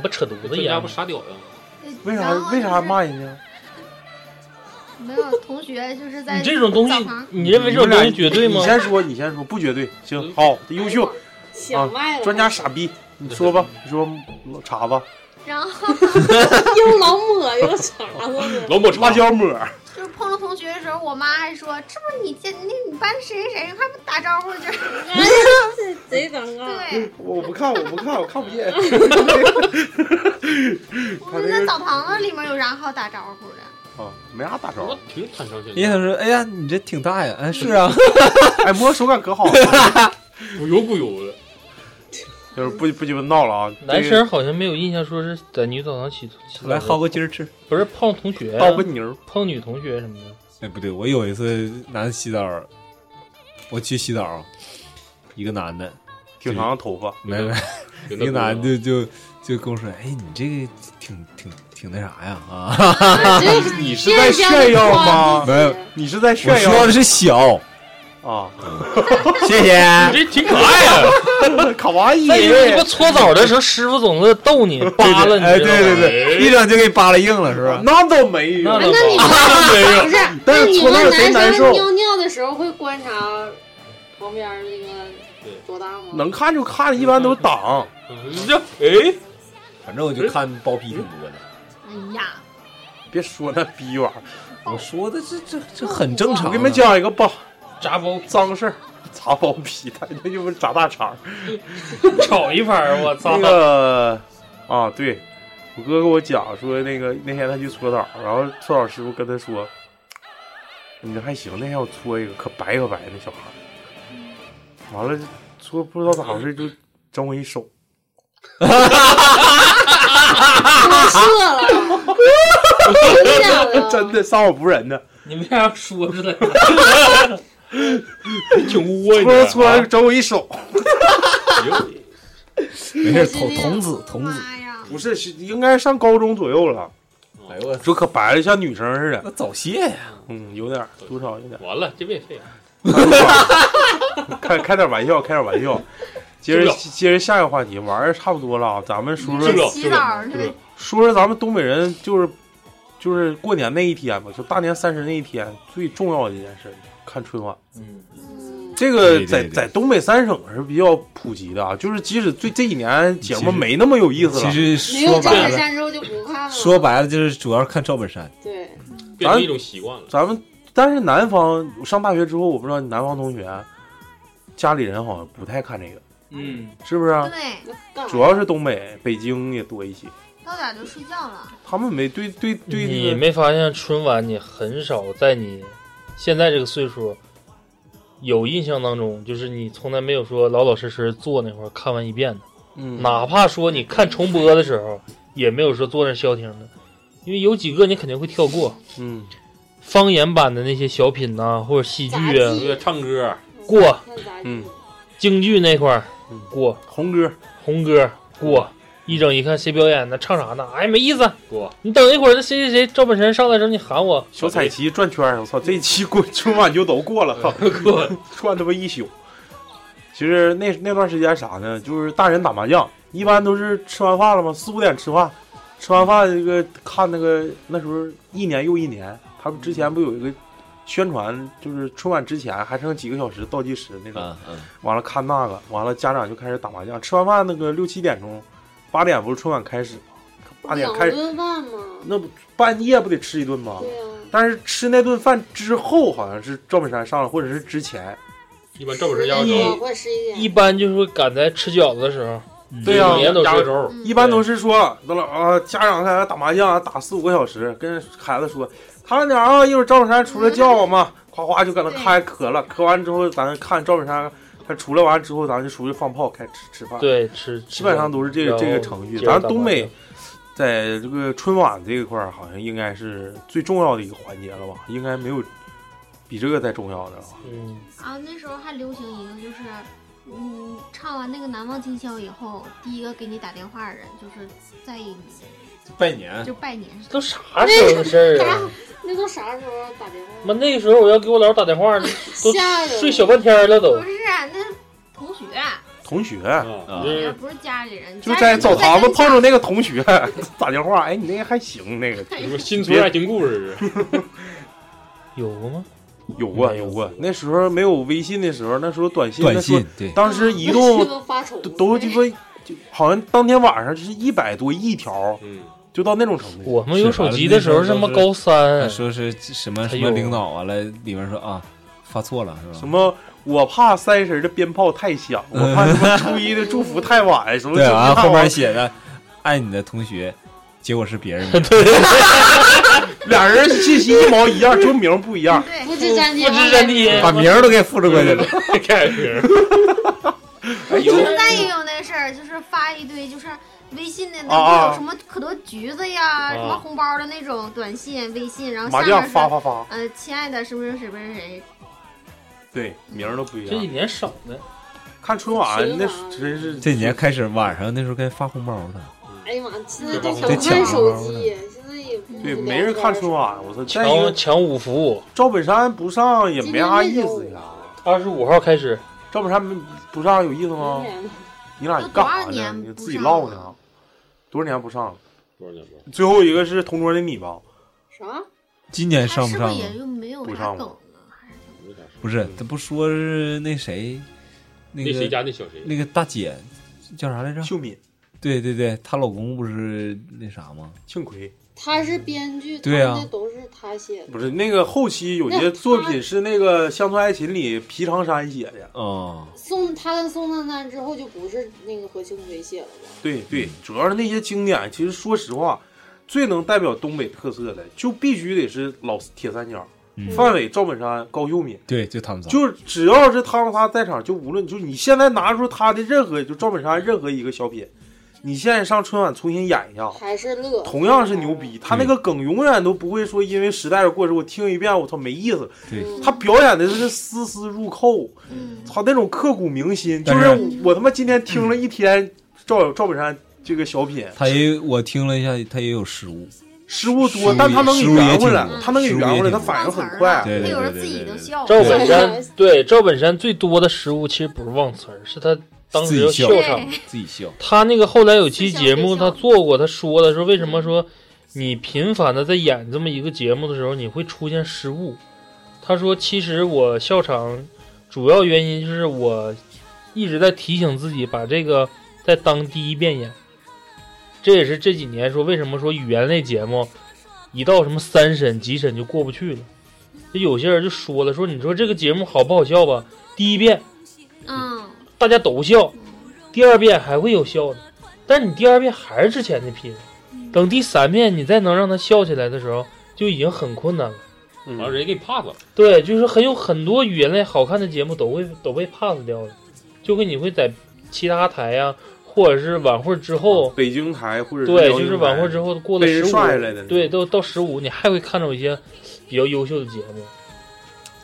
[SPEAKER 3] 不扯犊子
[SPEAKER 7] 专家
[SPEAKER 3] 呀
[SPEAKER 7] 不！傻屌呀？
[SPEAKER 8] 为
[SPEAKER 11] 然后
[SPEAKER 8] 啥为啥
[SPEAKER 11] 就是
[SPEAKER 8] 骂人家？
[SPEAKER 11] 没有同学就是在
[SPEAKER 3] 你这种东西
[SPEAKER 11] 澡堂，
[SPEAKER 3] 你认为这种东西绝对吗
[SPEAKER 8] 你？先说，你先说，不绝对。行，好，优秀，
[SPEAKER 6] 想卖了。
[SPEAKER 8] 嗯专家傻逼，你说吧，你说碴子、
[SPEAKER 11] 然后。
[SPEAKER 6] *laughs* 又老抹又啥子的，
[SPEAKER 7] 老抹叉
[SPEAKER 8] 辣椒抹，
[SPEAKER 11] 就是碰到同学的时候，我妈还说：“这不是你见那你班谁谁谁还不打招
[SPEAKER 8] *laughs*
[SPEAKER 11] 呼就是
[SPEAKER 6] *laughs* 这贼尴尬。
[SPEAKER 11] 对，
[SPEAKER 8] 我不看，我不看，我看不
[SPEAKER 11] *laughs*
[SPEAKER 8] 见。
[SPEAKER 11] 我说那澡堂子里面有啥好打招呼的？
[SPEAKER 8] 啊，没啥大招。我
[SPEAKER 7] 挺坦诚
[SPEAKER 9] 人家想说，哎呀，你这挺大呀，哎，是啊，
[SPEAKER 7] *laughs*
[SPEAKER 8] 哎，摸手感可好了，
[SPEAKER 7] 不油不油的。
[SPEAKER 8] 就是不不鸡巴闹了啊！
[SPEAKER 3] 男生好像没有印象，说是在女澡堂洗洗
[SPEAKER 9] 来薅个筋儿吃，
[SPEAKER 3] 不是碰同学、啊，
[SPEAKER 8] 倒个牛，
[SPEAKER 3] 碰女同学什么的。
[SPEAKER 9] 哎，不对，我有一次男洗澡，我去洗澡，一个男的，
[SPEAKER 8] 挺长的头发，
[SPEAKER 9] 没没，一个男的就就跟我说：“哎，你这个挺挺挺那啥呀啊！”
[SPEAKER 8] *laughs* 你是在炫耀吗？
[SPEAKER 9] 没有，
[SPEAKER 8] 你是在炫耀。
[SPEAKER 9] *laughs* 我说的是小。
[SPEAKER 8] 啊，
[SPEAKER 9] 谢 *laughs* 谢。
[SPEAKER 7] 你这挺可爱呀、
[SPEAKER 8] 啊， *laughs* 卡哇伊。
[SPEAKER 3] 你不搓澡的时候，师傅总是逗你，扒拉你。
[SPEAKER 9] 哎，对对对，一整就给扒拉硬了，是吧？
[SPEAKER 8] 那倒没
[SPEAKER 3] 那
[SPEAKER 8] 有，
[SPEAKER 6] 你们、
[SPEAKER 7] 啊、
[SPEAKER 6] 不是？
[SPEAKER 1] *laughs*
[SPEAKER 6] 那你们男生尿尿的时候会观察旁边那个多大吗？
[SPEAKER 8] 能看就看，一般都挡。
[SPEAKER 7] 这哎，
[SPEAKER 9] 反正我
[SPEAKER 8] 哎
[SPEAKER 9] 就看包皮挺多
[SPEAKER 8] 嗯
[SPEAKER 9] 的。
[SPEAKER 11] 哎呀，
[SPEAKER 8] 别说那逼玩意儿，
[SPEAKER 9] 我说的这这这很正常。
[SPEAKER 8] 我给你们讲一个吧。
[SPEAKER 3] 炸包
[SPEAKER 8] 脏事儿， *laughs* 炸包皮的，那就不炸大肠，
[SPEAKER 3] *laughs* 炒一盘我操！
[SPEAKER 8] *laughs* 那个啊，对我哥跟我讲说，那个那天他去搓澡，然后搓澡师傅跟他说：“你这还行，那天我搓一个，可白可白那小孩。”完了搓不知道咋回事就整我一手，
[SPEAKER 6] 哈哈哈哈
[SPEAKER 8] 了， *laughs* 真的撒我不人呢。
[SPEAKER 3] 你为啥说出来？
[SPEAKER 7] 挺窝
[SPEAKER 8] 你，搓啊搓整我一手，
[SPEAKER 9] 没事，童童子童子，
[SPEAKER 8] 不是是应该上高中左右了。
[SPEAKER 9] 哎呦我，
[SPEAKER 8] 这可白了，像女生似的。
[SPEAKER 9] 那早泄呀，
[SPEAKER 8] 嗯，有点多少有点。
[SPEAKER 7] 完了，这别废
[SPEAKER 8] *laughs* 了。开开点玩笑，开点玩笑。接着接着下一个话题，玩儿差不多了，啊咱们说说
[SPEAKER 11] 洗澡那个，
[SPEAKER 8] 说说咱们东北人就是就是过年那一天吧，就大年三十那一天最重要的一件事。看春晚，
[SPEAKER 3] 嗯，
[SPEAKER 8] 这个在在东北三省是比较普及的啊。就是即使最这几年节目没那么有意思了，
[SPEAKER 9] 其实说白了，
[SPEAKER 6] 之后就不看了。
[SPEAKER 9] 说白了就是主要看赵本山。
[SPEAKER 6] 对，
[SPEAKER 7] 变成一种习惯了。
[SPEAKER 8] 咱们但是南方上大学之后，我不知道南方同学家里人好像不太看这个，
[SPEAKER 3] 嗯，
[SPEAKER 8] 是不是、啊？
[SPEAKER 11] 对，
[SPEAKER 8] 主要是东北、北京也多一些。
[SPEAKER 11] 到点就睡觉了。
[SPEAKER 8] 他们没对对对，
[SPEAKER 3] 你没发现春晚你很少在你。现在这个岁数，有印象当中，就是你从来没有说老老实实坐那块儿看完一遍的，
[SPEAKER 8] 嗯，
[SPEAKER 3] 哪怕说你看重播的时候，也没有说坐那消停的，因为有几个你肯定会跳过，
[SPEAKER 8] 嗯，
[SPEAKER 3] 方言版的那些小品呐、啊，或者戏剧啊，
[SPEAKER 7] 对，唱歌
[SPEAKER 3] 过，
[SPEAKER 8] 嗯，
[SPEAKER 3] 京剧那块儿过，
[SPEAKER 8] 红歌
[SPEAKER 3] 红歌过，一整一看谁表演呢，唱啥呢，哎，没意思，过，你等一会儿那谁谁谁赵本山上来时候你喊我，
[SPEAKER 8] 小彩旗转圈我操，这一期过春晚就都过了，操，
[SPEAKER 3] 过
[SPEAKER 8] 转他妈一宿。其实那那段时间啥呢，就是大人打麻将，一般都是吃完饭了嘛，四五点吃饭，吃完饭这个看那个那时候一年又一年，他们之前不有一个宣传，就是春晚之前还剩几个小时倒计时那种、
[SPEAKER 9] 嗯嗯，
[SPEAKER 8] 完了看那个，完了家长就开始打麻将，吃完饭那个六七点钟。八点不是春晚开始吗？八点哎开始
[SPEAKER 6] 顿饭吗？
[SPEAKER 8] 那不半夜不得吃一顿吗？
[SPEAKER 6] 对呀、啊。
[SPEAKER 8] 但是吃那顿饭之后，好像是赵本山上了，或者是之前。
[SPEAKER 7] 一般赵本山压
[SPEAKER 6] 哎
[SPEAKER 7] 轴，
[SPEAKER 3] 一般就是赶在吃饺子的时候。嗯、
[SPEAKER 8] 对呀、啊，
[SPEAKER 7] 压轴、嗯。
[SPEAKER 8] 一般都是说，到了啊，家长在那打麻将，打四五个小时，跟孩子说，看点啊，一会儿赵本山出来叫我们，
[SPEAKER 3] 嗯
[SPEAKER 8] 夸夸就搁那开磕了，磕完之后咱看赵本山。他出来完之后，咱就出去放炮，开吃吃饭。
[SPEAKER 3] 对，吃
[SPEAKER 8] 基本上都是这个这个程序。咱东北在这个春晚这一块儿，好像应该是最重要的一个环节了吧？应该没有比这个再重要的了吧？
[SPEAKER 3] 嗯。
[SPEAKER 11] 啊，那时候还流行一个，就是嗯，唱完那个《难忘今宵》以后，第一个给你打电话的人，就是在意你。
[SPEAKER 9] 拜年。
[SPEAKER 11] 就拜年。
[SPEAKER 3] 都啥时候的事儿啊？
[SPEAKER 6] *laughs* 那都啥时候打电话？
[SPEAKER 3] 妈，那个时候我要给我姥姥打电话，都睡小半天了都。
[SPEAKER 11] 不是、啊，那同学、啊。
[SPEAKER 8] 同学、
[SPEAKER 7] 啊
[SPEAKER 11] 嗯，不是家里人。
[SPEAKER 8] 就在澡堂子碰着那个同学 *laughs* 打电话，哎，你那个还行，那个。
[SPEAKER 7] 什么新村爱情故事？
[SPEAKER 3] 有过吗？
[SPEAKER 8] 有过，有过。那时候没有微信的时候，那时候短信，
[SPEAKER 9] 短信
[SPEAKER 8] 对。当时移动都都鸡巴，好像当天晚上是一百多一条。
[SPEAKER 7] 嗯。
[SPEAKER 8] 就到那种程度。
[SPEAKER 3] 我们有手机的时候，什么高三，
[SPEAKER 9] 说是什么什么领导完了，里面说啊，发错了是吧？
[SPEAKER 8] 什么我怕三十的鞭炮太响，嗯、我怕什么初一的祝福太晚，什么
[SPEAKER 9] 对 *laughs* 啊，后面写的爱你的同学，结果是别人。
[SPEAKER 3] 对，
[SPEAKER 8] 俩人信息一毛一样，就名不一样。
[SPEAKER 6] 不知啊沾爹，
[SPEAKER 3] 不知沾爹，
[SPEAKER 9] 把名儿都给复制过去了。
[SPEAKER 3] 改 *laughs* 名。哎
[SPEAKER 11] 现在也有那事儿，就是发一堆，就是微信的那有什么可多橘子呀，
[SPEAKER 8] 啊
[SPEAKER 11] 什么红包的那种短信、微信，然后
[SPEAKER 8] 麻
[SPEAKER 11] 下
[SPEAKER 8] 将
[SPEAKER 11] 面是
[SPEAKER 8] 发发发，
[SPEAKER 11] 呃，亲爱的，是不是谁不是谁？
[SPEAKER 8] 对，名儿都不一样。
[SPEAKER 3] 这几年少呢，
[SPEAKER 8] 看春晚那真是
[SPEAKER 9] 这几年开始晚上那时候该发红包了，
[SPEAKER 6] 哎呀妈，现在
[SPEAKER 9] 对
[SPEAKER 6] 都
[SPEAKER 9] 吧
[SPEAKER 6] 想
[SPEAKER 9] 得抢
[SPEAKER 6] 看手
[SPEAKER 9] 着
[SPEAKER 6] 机，现在也不
[SPEAKER 8] 对，没人看春啊晚，我操！再一
[SPEAKER 3] 强
[SPEAKER 8] 个，
[SPEAKER 3] 强五服务，
[SPEAKER 8] 赵本山不上也没啥意思呀。啊
[SPEAKER 3] 二十五号开始，
[SPEAKER 8] 赵本山没不上有意思吗？你俩干啥呢？你自己唠呢？啊多少年不上了？
[SPEAKER 7] 多少年不
[SPEAKER 8] 最后一个是同桌的你吧？
[SPEAKER 6] 啥？
[SPEAKER 9] 今年
[SPEAKER 11] 他
[SPEAKER 9] 上
[SPEAKER 11] 是
[SPEAKER 9] 不
[SPEAKER 11] 不
[SPEAKER 9] 上
[SPEAKER 11] 是
[SPEAKER 9] 啊？
[SPEAKER 11] 也就没有
[SPEAKER 8] 不
[SPEAKER 11] 啥
[SPEAKER 8] 上
[SPEAKER 11] 梗？
[SPEAKER 9] 不是，他不说是那谁，那个
[SPEAKER 7] 那谁家那小谁
[SPEAKER 9] 那个大姐叫啥来着？
[SPEAKER 8] 秀敏。
[SPEAKER 9] 对对对，她老公不是那啥吗？
[SPEAKER 8] 庆奎
[SPEAKER 6] 他是编剧，
[SPEAKER 9] 对啊
[SPEAKER 6] 他那都是他写的。
[SPEAKER 8] 不是那个后期有些作品是那个《乡村爱情》里皮长山写的。
[SPEAKER 9] 哦，
[SPEAKER 6] 宋他跟宋丹丹之后就不是那个何庆魁写了吧？
[SPEAKER 8] 对对，主要是那些经典，其实说实话，最能代表东北特色的，就必须得是老铁三角，范伟、赵本山、高秀敏。
[SPEAKER 9] 对，就他们仨。
[SPEAKER 8] 就是只要是他们仨在场，就无论就你现在拿出他的任何，就赵本山任何一个小品，你现在上春晚重新演一下，
[SPEAKER 6] 还是乐？
[SPEAKER 8] 同样是牛逼，他那个梗永远都不会说因为时代而过时，我听一遍我操没意思。
[SPEAKER 9] 对，
[SPEAKER 8] 他表演的是丝丝入扣，操那种刻骨铭心，就
[SPEAKER 9] 但
[SPEAKER 8] 是
[SPEAKER 9] 是
[SPEAKER 8] 我他妈今天听了一天赵赵本山这个小品，
[SPEAKER 9] 他也我听了一下，他也有失误，
[SPEAKER 8] 失误
[SPEAKER 9] 失误
[SPEAKER 8] 多
[SPEAKER 9] 也，
[SPEAKER 8] 但他能给
[SPEAKER 9] 失误也
[SPEAKER 8] 圆回
[SPEAKER 9] 挺
[SPEAKER 8] 来
[SPEAKER 9] 多，
[SPEAKER 8] 他能给
[SPEAKER 9] 失误
[SPEAKER 8] 圆
[SPEAKER 9] 也
[SPEAKER 8] 回来，他
[SPEAKER 9] 挺
[SPEAKER 8] 反应很快。
[SPEAKER 9] 对对对对对对
[SPEAKER 11] 笑
[SPEAKER 3] 赵本山对赵本山最多的失误其实不是忘词儿，是他当时要
[SPEAKER 9] 自己笑
[SPEAKER 3] 场。
[SPEAKER 8] *laughs*
[SPEAKER 9] 自己笑。
[SPEAKER 3] 他那个后来有期节目，他做过，他说的说为什么说你频繁的在演这么一个节目的时候，你会出现失误。他说，其实我笑场主要原因就是我一直在提醒自己把这个再当第一遍演。这也是这几年说为什么说语言类节目一到什么三审几审就过不去了。就有些人就说了，说你说这个节目好不好笑吧？第一遍
[SPEAKER 11] 嗯，
[SPEAKER 3] 大家都笑，第二遍还会有笑的，但你第二遍还是之前的拼，等第三遍你再能让他笑起来的时候，就已经很困难了。
[SPEAKER 7] 完了，人家给你 pass 了。
[SPEAKER 3] 对，就是很有很多语言类好看的节目都会都被 pass 掉了，就跟你会在其他台呀、或者是晚会之后，
[SPEAKER 8] 北京台或者
[SPEAKER 3] 对，就是晚会之后过了
[SPEAKER 8] 被
[SPEAKER 3] 十
[SPEAKER 8] 人
[SPEAKER 3] 五
[SPEAKER 8] 刷下来的，，
[SPEAKER 3] 对，都到十五，你还会看到一些比较优秀的节目。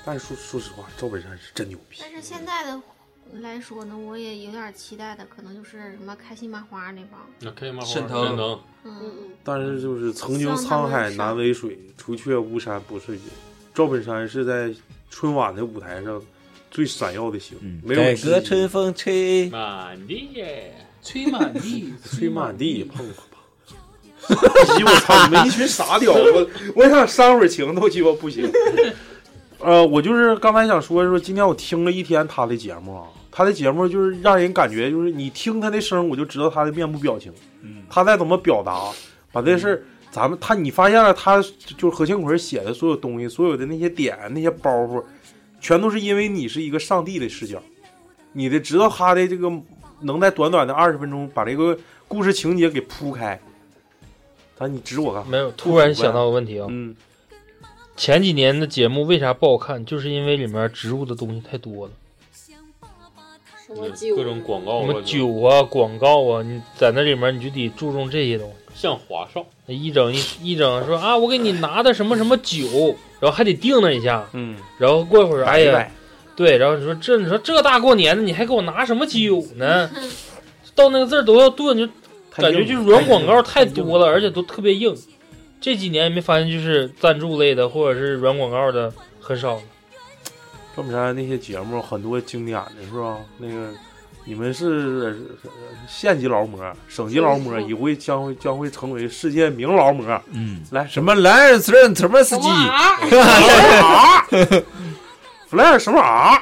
[SPEAKER 8] 但是说说实话，赵本山是真牛逼。
[SPEAKER 11] 但是现在的来说呢，我也有点期待的，可能就是什么开心麻花那帮，
[SPEAKER 7] 那开心麻花，
[SPEAKER 8] 沈
[SPEAKER 7] 沈
[SPEAKER 8] 腾
[SPEAKER 7] 腾，
[SPEAKER 11] 嗯，
[SPEAKER 8] 但是就是曾经沧海难为水，除却巫山不是云。赵本山是在春晚的舞台上最闪耀的星，没有
[SPEAKER 9] 改
[SPEAKER 8] 之
[SPEAKER 9] 革
[SPEAKER 8] 一
[SPEAKER 9] 春风吹，
[SPEAKER 7] 满地
[SPEAKER 13] 吹满地，
[SPEAKER 8] *laughs* 吹满地，碰碰碰。鸡巴我操！你们一群傻屌！我 *laughs* 我想煽会儿情都鸡巴不行。 *laughs* 呃，我就是刚才想说说，今天我听了一天他的节目啊，他的节目就是让人感觉就是你听他的声，我就知道他的面部表情，他在怎么表达，把这事儿咱们他你发现了他就是何庆魁写的所有东西，所有的那些点那些包袱，全都是因为你是一个上帝的视角，你得知道他的这个能在短短的二十分钟把这个故事情节给铺开。咱你指我干啥？
[SPEAKER 3] 没有，突然想到个问题啊、
[SPEAKER 8] 嗯，
[SPEAKER 3] 前几年的节目为啥不好看，就是因为里面植入的东西太多了。
[SPEAKER 6] 什么酒？
[SPEAKER 7] 各种广告
[SPEAKER 3] 什
[SPEAKER 7] 啊
[SPEAKER 3] 么酒啊、广告啊，你在那里面你就得注重这些东西。
[SPEAKER 7] 像华少，
[SPEAKER 3] 一整一一整说啊，我给你拿的什么什么酒，然后还得定那一下，
[SPEAKER 8] 嗯，
[SPEAKER 3] 然后过一会儿，哎
[SPEAKER 8] 摆一
[SPEAKER 3] 呀
[SPEAKER 8] 摆，
[SPEAKER 3] 对，然后你说这你说这大过年的你还给我拿什么酒呢？ *laughs* 到那个字儿都要顿，就
[SPEAKER 8] 太
[SPEAKER 3] 感觉
[SPEAKER 8] 硬
[SPEAKER 3] 就
[SPEAKER 8] 了
[SPEAKER 3] 是软广告太多了，而且都特别硬。这几年没发现就是赞助类的或者是软广告的很少了。
[SPEAKER 8] 赵本山那些节目很多经典的是吧？那个你们是呃是县级劳模、省级劳模，以后将会将会成为世界名劳模。
[SPEAKER 9] 嗯，
[SPEAKER 8] 来
[SPEAKER 9] 什么莱尔斯任什么斯基，
[SPEAKER 8] 弗莱 *laughs* 尔什么啊？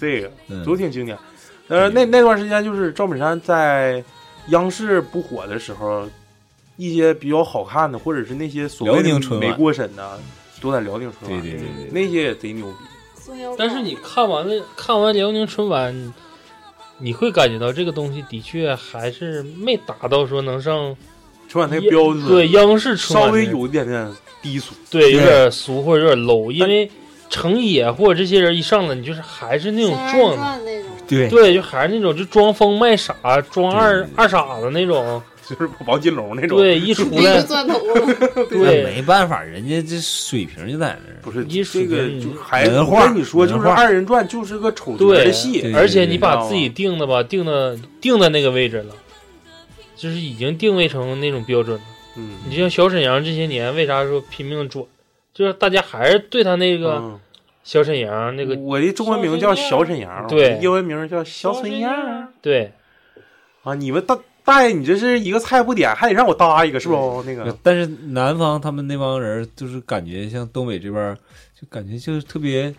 [SPEAKER 8] 这个
[SPEAKER 9] 嗯
[SPEAKER 3] 嗯
[SPEAKER 8] 都挺经典。呃，那那段时间就是赵本山在央视不火的时候，一些比较好看的，或者是那些所谓
[SPEAKER 9] 辽宁
[SPEAKER 8] 的
[SPEAKER 9] 春
[SPEAKER 8] 没
[SPEAKER 9] 晚
[SPEAKER 8] 过审的，都在辽宁春晚。
[SPEAKER 9] 对对对对
[SPEAKER 8] 那些也贼牛逼。
[SPEAKER 3] 但是你看完了看完辽宁春晚，你会感觉到这个东西的确还是没达到说能上
[SPEAKER 8] 春晚那个标准，
[SPEAKER 3] 对央视春
[SPEAKER 8] 稍
[SPEAKER 3] 晚
[SPEAKER 8] 微
[SPEAKER 3] 那个
[SPEAKER 8] 有一点点低俗， *laughs*
[SPEAKER 3] 对，有点俗或者有点 low，因为成也或者这些人一上来，你就是还是那种状态，
[SPEAKER 9] 对
[SPEAKER 3] 对，就还是那种就装疯卖傻、装二二傻子那种，
[SPEAKER 8] 就是王金龙那
[SPEAKER 9] 种
[SPEAKER 3] 对，一出来
[SPEAKER 8] *laughs*
[SPEAKER 6] 钻头啊了。
[SPEAKER 3] 对
[SPEAKER 9] 没办法，人家这水平就在那儿。
[SPEAKER 8] 不是
[SPEAKER 3] 这
[SPEAKER 8] 个
[SPEAKER 3] 就
[SPEAKER 8] 还
[SPEAKER 9] 文
[SPEAKER 8] 我
[SPEAKER 9] 化，
[SPEAKER 8] 跟你说，就是
[SPEAKER 9] 文化
[SPEAKER 8] 二人转就是个丑角
[SPEAKER 3] 对
[SPEAKER 8] 的戏，
[SPEAKER 3] 而且你把自己定的吧，定的定在那个位置了，就是已经定位成那种标准了。
[SPEAKER 8] 嗯，
[SPEAKER 3] 你就像小沈阳这些年，为啥说拼命转？就是大家还是对他那
[SPEAKER 8] 嗯
[SPEAKER 3] 个小沈阳那个，
[SPEAKER 8] 我的中文名叫小沈阳，
[SPEAKER 3] 对
[SPEAKER 8] 英文名叫小沈阳
[SPEAKER 3] 对，
[SPEAKER 8] 啊，你们大大爷，你这是一个菜不点，还得让我搭一个是不？那个
[SPEAKER 9] 但是南方他们那帮人就是感觉像东北这边儿，就感觉就是特别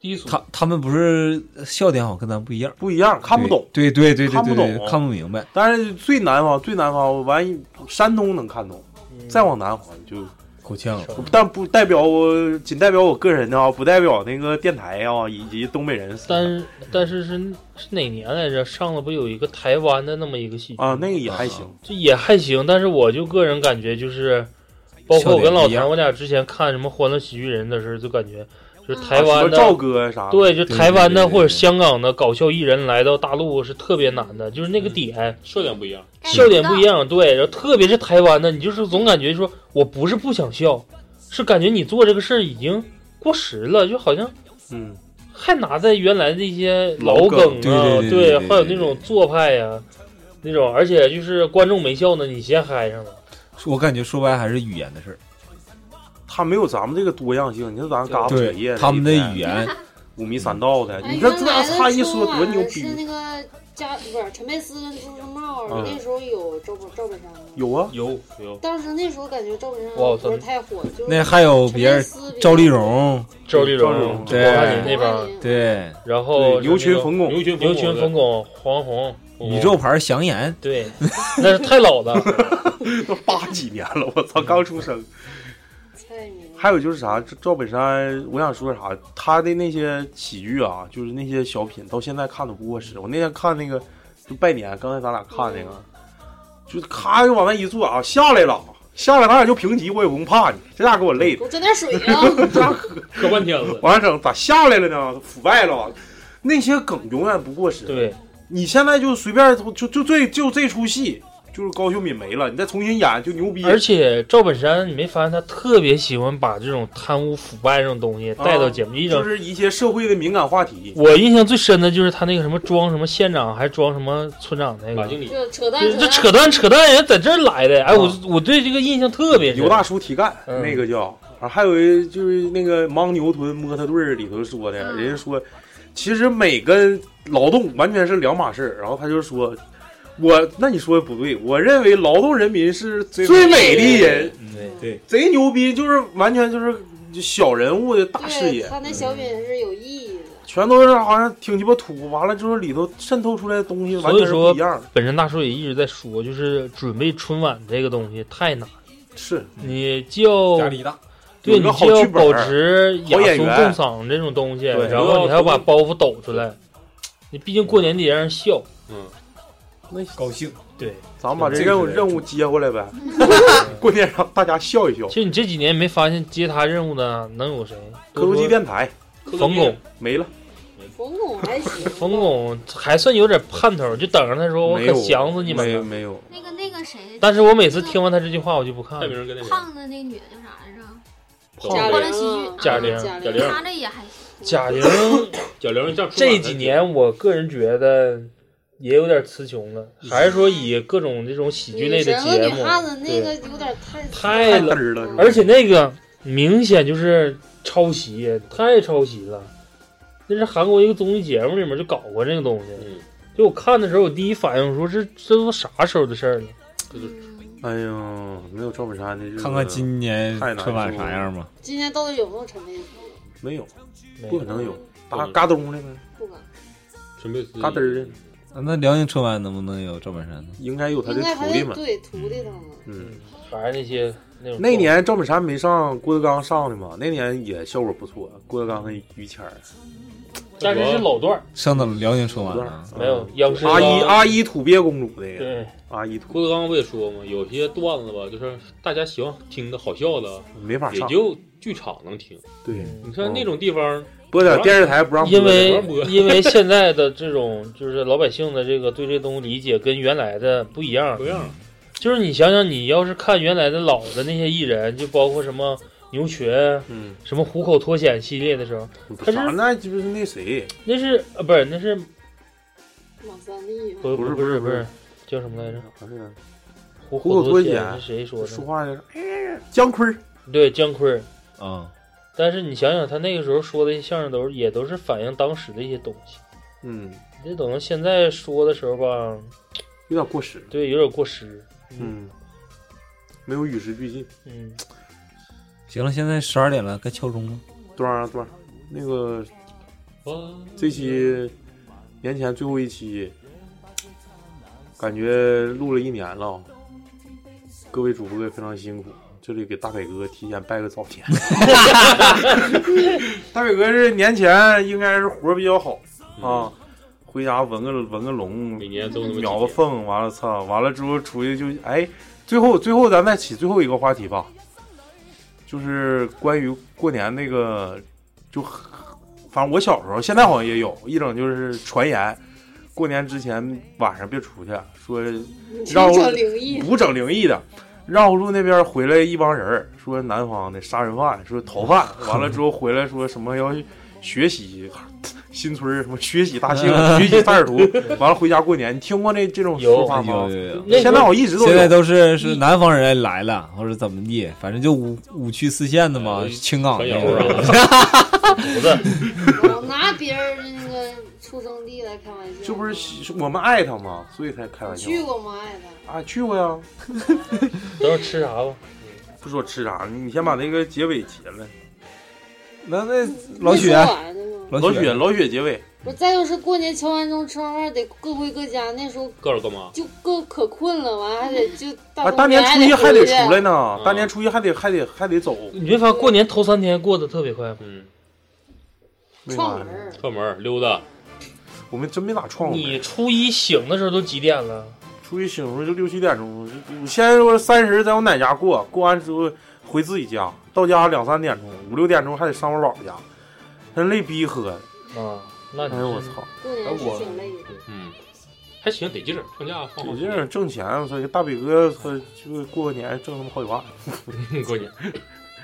[SPEAKER 3] 低俗。
[SPEAKER 9] 他他们不是笑点好，跟咱不一样，
[SPEAKER 8] 不一样，看不懂，
[SPEAKER 9] 对对对对
[SPEAKER 8] 看不
[SPEAKER 9] 对对，
[SPEAKER 8] 懂，
[SPEAKER 9] 看不明白。
[SPEAKER 8] 但是最南方，最南方完，山东能看懂，再往南好像就
[SPEAKER 9] 口腔
[SPEAKER 8] 但不代表我，仅代表我个人的啊，不代表那个电台啊，以及东北人
[SPEAKER 3] 但是但是是是哪年来着？上了不有一个台湾的那么一个戏剧
[SPEAKER 8] 啊，那个也还行，
[SPEAKER 3] 这也还行，但是我就个人感觉就是，包括我跟老
[SPEAKER 8] 笑点不一样
[SPEAKER 3] 谭，我俩之前看什么《欢乐喜剧人》的时候，就感觉就是台
[SPEAKER 8] 啊什
[SPEAKER 3] 湾
[SPEAKER 8] 么
[SPEAKER 3] 的、
[SPEAKER 8] 赵哥啥的
[SPEAKER 3] 对，就
[SPEAKER 8] 对
[SPEAKER 3] 台湾
[SPEAKER 8] 对
[SPEAKER 3] 的
[SPEAKER 8] 对对
[SPEAKER 3] 或者香港的搞笑艺人来到大陆是特别难的，就是那
[SPEAKER 8] 嗯
[SPEAKER 3] 个点
[SPEAKER 7] 笑点不一样，
[SPEAKER 11] 哎
[SPEAKER 3] 笑点不一样，对，然后特别是台湾的，你就是总感觉说我不是不想笑，是感觉你做这个事儿已经过时了，就好像
[SPEAKER 8] 嗯。
[SPEAKER 3] 还拿在原来的一些
[SPEAKER 10] 老
[SPEAKER 3] 老
[SPEAKER 10] 梗
[SPEAKER 3] 梗啊，
[SPEAKER 10] 对对对对对
[SPEAKER 3] 还有那种做派呀、那种，而且就是观众没笑呢，你先嗨上了。
[SPEAKER 9] 我感觉说白还是语言的事儿。
[SPEAKER 8] 他没有咱们这个多样性。你说咱嘎巴
[SPEAKER 9] 对
[SPEAKER 8] 扯夜的，
[SPEAKER 9] 他们的
[SPEAKER 8] 一天
[SPEAKER 9] 语言
[SPEAKER 8] 五迷三道的，
[SPEAKER 6] 哎
[SPEAKER 8] 你这
[SPEAKER 6] 原
[SPEAKER 8] 这
[SPEAKER 6] 来的
[SPEAKER 8] 他一说多
[SPEAKER 6] 春晚
[SPEAKER 8] 牛
[SPEAKER 6] 是
[SPEAKER 8] 逼
[SPEAKER 6] 那个加不是陈佩斯跟朱时茂，
[SPEAKER 8] 嗯
[SPEAKER 6] 那时候有赵本赵本山吗？
[SPEAKER 8] 有啊，
[SPEAKER 3] 有有
[SPEAKER 6] 当时那时候感觉赵本山
[SPEAKER 3] 哇我
[SPEAKER 6] 不
[SPEAKER 3] 操
[SPEAKER 6] 是太火，就是
[SPEAKER 9] 那还有别人
[SPEAKER 6] 陈佩斯比，
[SPEAKER 9] 赵丽蓉，
[SPEAKER 3] 赵丽蓉
[SPEAKER 9] 对
[SPEAKER 3] 王汉林那帮儿
[SPEAKER 9] 对，
[SPEAKER 3] 然后
[SPEAKER 9] 对牛群冯巩
[SPEAKER 3] 牛群
[SPEAKER 9] 牛群
[SPEAKER 3] 冯
[SPEAKER 9] 冯
[SPEAKER 3] 巩、黄宏、
[SPEAKER 9] 宇宙牌祥言，
[SPEAKER 3] 对，那是太 *laughs* 老了，
[SPEAKER 8] 都八几年了，我操，刚出生。
[SPEAKER 6] 蔡明
[SPEAKER 8] 还有就是啥，这赵本山，我想说啥，他的那些喜剧啊，就是那些小品，到现在看的不过时。我那天看那个，就拜年，刚才咱俩看那个，就咔就往那一坐啊，下来了，下来咱俩就平级，我也不用怕你，这下给我累的
[SPEAKER 6] 我。整点水啊！
[SPEAKER 3] 喝半天了，
[SPEAKER 8] 完了整咋下来了呢？腐败了，那些梗永远不过时。
[SPEAKER 3] 对，
[SPEAKER 8] 你现在就随便就就这就这出戏，就是高秀敏没了，你再重新演就牛逼。
[SPEAKER 3] 而且赵本山，你没发现他特别喜欢把这种贪污腐败这种东西
[SPEAKER 8] 啊
[SPEAKER 3] 带到节目里整
[SPEAKER 8] 就是一些社会的敏感话题。
[SPEAKER 3] 我印象最深的就是他那个什么装什么县长，还装什么村长那个，
[SPEAKER 6] 就扯淡
[SPEAKER 3] 这，这扯淡扯淡，人在这儿来的。哎，我我对这个印象特别深。
[SPEAKER 8] 啊尤大叔提干、那个叫，啊还有一就是那个牤牛臀摸他队儿里头说的，人家说，其实美跟劳动完全是两码事儿。然后他就说，我那你说的不对，我认为劳动人民是最美的人，
[SPEAKER 9] 对对，
[SPEAKER 8] 贼牛逼，就是完全就是小人物的大视
[SPEAKER 6] 对
[SPEAKER 8] 野，
[SPEAKER 6] 他那小品是有意义的。
[SPEAKER 8] 全都是好像挺鸡巴土，完了之后里头渗透出来的东西完
[SPEAKER 3] 所以
[SPEAKER 8] 全是不
[SPEAKER 3] 说
[SPEAKER 8] 一样的。，
[SPEAKER 3] 本身大叔也一直在说，就是准备春晚这个东西太难。
[SPEAKER 8] 是
[SPEAKER 3] 你叫
[SPEAKER 9] 压力大
[SPEAKER 3] 对
[SPEAKER 8] 有
[SPEAKER 3] 你
[SPEAKER 8] 个好
[SPEAKER 3] 既要
[SPEAKER 8] 剧本
[SPEAKER 3] 保持
[SPEAKER 8] 好
[SPEAKER 3] 雅
[SPEAKER 8] 演
[SPEAKER 3] 俗
[SPEAKER 8] 员
[SPEAKER 3] 共赏这种东西，
[SPEAKER 8] 对
[SPEAKER 3] 然后你还要把包袱抖出来。你毕竟过年得让人笑，
[SPEAKER 8] 嗯，
[SPEAKER 3] 那
[SPEAKER 9] 高兴。
[SPEAKER 3] 对，
[SPEAKER 8] 咱们把这任务任务接回来呗，
[SPEAKER 11] *laughs*
[SPEAKER 8] 过年让大家笑一笑。
[SPEAKER 3] 其实你这几年没发现接他任务的能有谁？
[SPEAKER 8] 科鲁基电台，
[SPEAKER 3] 冯巩
[SPEAKER 8] 没了，
[SPEAKER 6] 冯巩还行，
[SPEAKER 3] *laughs* 冯巩还算有点盼头，就等着他说我
[SPEAKER 8] 没
[SPEAKER 3] 可
[SPEAKER 8] 有
[SPEAKER 3] 想死你们
[SPEAKER 8] 没有
[SPEAKER 3] 了。
[SPEAKER 8] 没有，
[SPEAKER 11] 那个那个谁，
[SPEAKER 3] 但是我每次听完他这句话，我就不看了。
[SPEAKER 11] 胖的那女的叫啥来着？
[SPEAKER 3] 贾
[SPEAKER 11] 欢乐喜剧，
[SPEAKER 6] 啊
[SPEAKER 3] 贾
[SPEAKER 11] 玲
[SPEAKER 3] 玲，
[SPEAKER 7] 贾玲
[SPEAKER 11] 她那也还行。
[SPEAKER 3] 贾玲，
[SPEAKER 7] 贾玲像春晚
[SPEAKER 3] 这几年我个人觉得也有点词穷了，还是说以各种这种喜剧类的
[SPEAKER 6] 女神和
[SPEAKER 3] 节
[SPEAKER 6] 女
[SPEAKER 3] 目，
[SPEAKER 6] 汉子那个
[SPEAKER 3] 对，
[SPEAKER 6] 有点太
[SPEAKER 3] 太
[SPEAKER 8] 嘚儿了
[SPEAKER 7] 嗯
[SPEAKER 8] 是吧
[SPEAKER 3] 而且那个明显就是抄袭，太抄袭了。那是韩国一个综艺节目里面就搞过这个东西，
[SPEAKER 7] 嗯
[SPEAKER 3] 就我看的时候，我第一反应说这这都啥时候的事儿了？
[SPEAKER 8] 哎呦，没有赵本山的日子
[SPEAKER 9] 看看今年
[SPEAKER 8] 嗯太难
[SPEAKER 9] 春晚
[SPEAKER 8] 受
[SPEAKER 9] 啥
[SPEAKER 8] 了
[SPEAKER 9] 样吧。
[SPEAKER 6] 今年到底有没有陈佩斯？
[SPEAKER 8] 没有，
[SPEAKER 3] 有
[SPEAKER 8] 不可能有，
[SPEAKER 6] 不
[SPEAKER 8] 嘎
[SPEAKER 6] 能
[SPEAKER 8] 嘎咚的呗，
[SPEAKER 6] 不敢，
[SPEAKER 7] 准备
[SPEAKER 8] 嘎嘚儿的，
[SPEAKER 9] 啊那辽宁春晚能不能有赵本山呢？
[SPEAKER 8] 应该有他的
[SPEAKER 6] 应该还
[SPEAKER 8] 徒弟
[SPEAKER 6] 得
[SPEAKER 8] 们。
[SPEAKER 6] 对徒弟他们。
[SPEAKER 8] 嗯，
[SPEAKER 3] 反正那些那种
[SPEAKER 8] 那年赵本山没上，郭德纲上的嘛，那年也效果不错，郭德纲跟于谦儿。
[SPEAKER 3] 但是是老段儿。
[SPEAKER 9] 上到辽宁说完了，
[SPEAKER 3] 没
[SPEAKER 8] 啊
[SPEAKER 3] 有
[SPEAKER 7] 嗯
[SPEAKER 3] 央视
[SPEAKER 7] 阿姨
[SPEAKER 3] 吧
[SPEAKER 7] 阿姨土鳖公主那个，
[SPEAKER 3] 对，
[SPEAKER 7] 阿姨土。郭德纲不也说吗？有些段子吧，就是大家喜欢听的好笑的，
[SPEAKER 8] 没法
[SPEAKER 7] 也
[SPEAKER 8] 上
[SPEAKER 7] 就剧场能听。
[SPEAKER 8] 对，
[SPEAKER 7] 你看那种地方，
[SPEAKER 8] 播点电视台不让播
[SPEAKER 3] 嗯因为
[SPEAKER 8] 不让播
[SPEAKER 3] 因为现在的这种就是老百姓的这个对这东西理解跟原来的不一样，
[SPEAKER 7] 不一样。
[SPEAKER 3] 就是你想想，你要是看原来的老的那些艺人，就包括什么牛群，
[SPEAKER 8] 嗯，
[SPEAKER 3] 什么虎口脱险系列的时候，他
[SPEAKER 8] 啥
[SPEAKER 3] 是
[SPEAKER 8] 那就是那谁，
[SPEAKER 3] 那是呃不是那是
[SPEAKER 6] 马三立啊吗？
[SPEAKER 3] 不
[SPEAKER 8] 不是
[SPEAKER 3] 不
[SPEAKER 8] 是
[SPEAKER 3] 不是叫什么来着？虎
[SPEAKER 8] 虎口脱
[SPEAKER 3] 险
[SPEAKER 8] 险
[SPEAKER 3] 是谁嗯说的？
[SPEAKER 8] 说话的姜昆儿
[SPEAKER 3] 对姜昆儿
[SPEAKER 9] 啊。
[SPEAKER 3] 但是你想想，他那个时候说的相声都是也都是反映当时的一些东西。
[SPEAKER 8] 嗯，
[SPEAKER 3] 你等到现在说的时候吧，
[SPEAKER 8] 有点过时，
[SPEAKER 3] 对，有点过时。
[SPEAKER 8] 嗯，没有与时俱进。
[SPEAKER 3] 嗯，
[SPEAKER 9] 行了，现在十二点了，该敲钟了。
[SPEAKER 8] 段儿啊段儿，那个这期年前最后一期，感觉录了一年了，各位主播也非常辛苦。这里给大北哥提前拜个早
[SPEAKER 7] *laughs*
[SPEAKER 8] 年。大北哥是年前应该是活儿比较好啊，回家纹个纹个龙，每
[SPEAKER 7] 嗯年都那么几
[SPEAKER 8] 秒个缝，完了操，完了之后出去就哎，最后最后咱再起最后一个话题吧，就是关于过年那个，就反正我小时候，现在好像也有一种就是传言，过年之前晚上别出去，说绕
[SPEAKER 6] 整灵
[SPEAKER 8] *laughs*
[SPEAKER 6] 异
[SPEAKER 8] 不整灵异的。绕路那边回来一帮人儿说南方的杀人犯，说逃
[SPEAKER 6] *laughs*
[SPEAKER 8] 犯，完了之后回来说什么要学习新村儿什么学习大庆，学习萨尔
[SPEAKER 6] *laughs*
[SPEAKER 8] 图，完了回家过年。你听过那这种说法吗？现在我一直都有
[SPEAKER 9] 现在都是是南方人来了，或者怎么地，反正就五五区四县的
[SPEAKER 8] 哎
[SPEAKER 9] 嘛，青港
[SPEAKER 3] 啊
[SPEAKER 9] 那
[SPEAKER 3] 犊子，
[SPEAKER 6] 老拿别人那个出生地来开玩笑，
[SPEAKER 8] 这不是是我们爱他吗？所以才开玩笑
[SPEAKER 6] 去过吗？爱的，
[SPEAKER 8] 啊，去过呀。
[SPEAKER 3] 等会儿吃啥吧？
[SPEAKER 8] 不说吃啥，你先把那个结尾结了。
[SPEAKER 9] 那那
[SPEAKER 8] 老
[SPEAKER 6] 没
[SPEAKER 8] 雪 *laughs*
[SPEAKER 6] 说完呢吗？
[SPEAKER 8] 老雪，老雪结尾，
[SPEAKER 6] 不是，再就是过年敲完钟吃完饭得各回各家，那时候
[SPEAKER 7] 各儿干嘛？
[SPEAKER 6] 就够可困了，完还得就大
[SPEAKER 8] 啊，
[SPEAKER 6] 冬
[SPEAKER 8] 大年初一还得
[SPEAKER 6] 还回
[SPEAKER 8] 出嗯
[SPEAKER 6] 去
[SPEAKER 8] 来。呢，大年初一还得还得还得走。
[SPEAKER 3] 你别发现过年头三天过得特别快，
[SPEAKER 7] 嗯，
[SPEAKER 8] 哎
[SPEAKER 6] 串门儿，
[SPEAKER 7] 串门儿溜达，
[SPEAKER 8] 我们真没咋串过。
[SPEAKER 3] 你初一醒的时候都几点了？
[SPEAKER 8] 初一醒的时候就六七点钟，我先说三十在我奶家过，过完之后回自己家，到家两三点钟，五六点钟还得上我姥家，真累逼喝。
[SPEAKER 3] 啊，那
[SPEAKER 8] 哎呦我操！
[SPEAKER 6] 过年
[SPEAKER 7] 啊
[SPEAKER 6] 是挺累的。
[SPEAKER 7] 嗯，还行，得劲儿，放假放好
[SPEAKER 8] 我这人嗯挣钱，我操，大北哥他就过个年挣他妈好几万。
[SPEAKER 7] 过年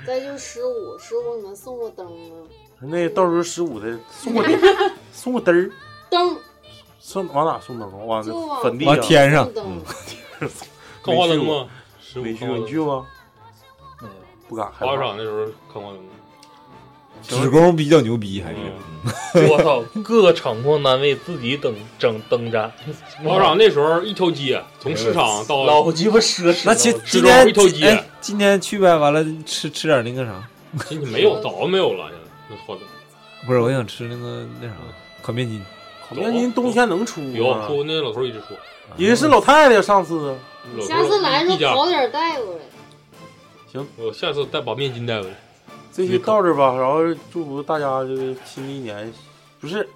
[SPEAKER 6] 再就十五，十五你们送过灯吗？
[SPEAKER 8] 那到时候十五的送 *laughs* 我灯，送我灯儿，
[SPEAKER 6] 灯
[SPEAKER 8] 送往哪送灯啊？往
[SPEAKER 6] 就往
[SPEAKER 8] 坟地
[SPEAKER 9] 往天上
[SPEAKER 6] 送
[SPEAKER 8] 嗯
[SPEAKER 6] 灯，
[SPEAKER 7] 看花灯吗？十五
[SPEAKER 8] 没去
[SPEAKER 7] 看花
[SPEAKER 8] 过，
[SPEAKER 7] 灯
[SPEAKER 8] 你去过？
[SPEAKER 3] 没有，
[SPEAKER 8] 不敢。害
[SPEAKER 7] 滑
[SPEAKER 8] 怕
[SPEAKER 7] 雪场那时候看花灯吗，
[SPEAKER 9] 职工比较牛逼，还是
[SPEAKER 8] 嗯
[SPEAKER 3] 我操，各个厂矿单位自己整整灯
[SPEAKER 7] *laughs*
[SPEAKER 3] 展，
[SPEAKER 7] 滑雪场那时候一条街，啊从市场到
[SPEAKER 3] 老鸡巴奢侈了。
[SPEAKER 9] 那今
[SPEAKER 7] 只
[SPEAKER 9] 今
[SPEAKER 7] 能
[SPEAKER 9] 天
[SPEAKER 7] 回头接
[SPEAKER 9] 哎，今天去呗，完了吃吃点那个啥，
[SPEAKER 7] 今天没有，早就没有了，现在那花灯。
[SPEAKER 9] 不是我想吃那个那啥烤面筋，
[SPEAKER 8] 烤面筋冬天能出
[SPEAKER 7] 有
[SPEAKER 8] 吗？
[SPEAKER 7] 说那老头儿一直说，
[SPEAKER 8] 人是老太太上次。
[SPEAKER 7] 老头儿
[SPEAKER 6] 下次来的
[SPEAKER 7] 一
[SPEAKER 6] 时
[SPEAKER 7] 家
[SPEAKER 6] 候早点带过来。
[SPEAKER 7] 我下次再把面筋带回来。
[SPEAKER 8] 这期到这儿吧，然后祝福大家这个新的一年，不是，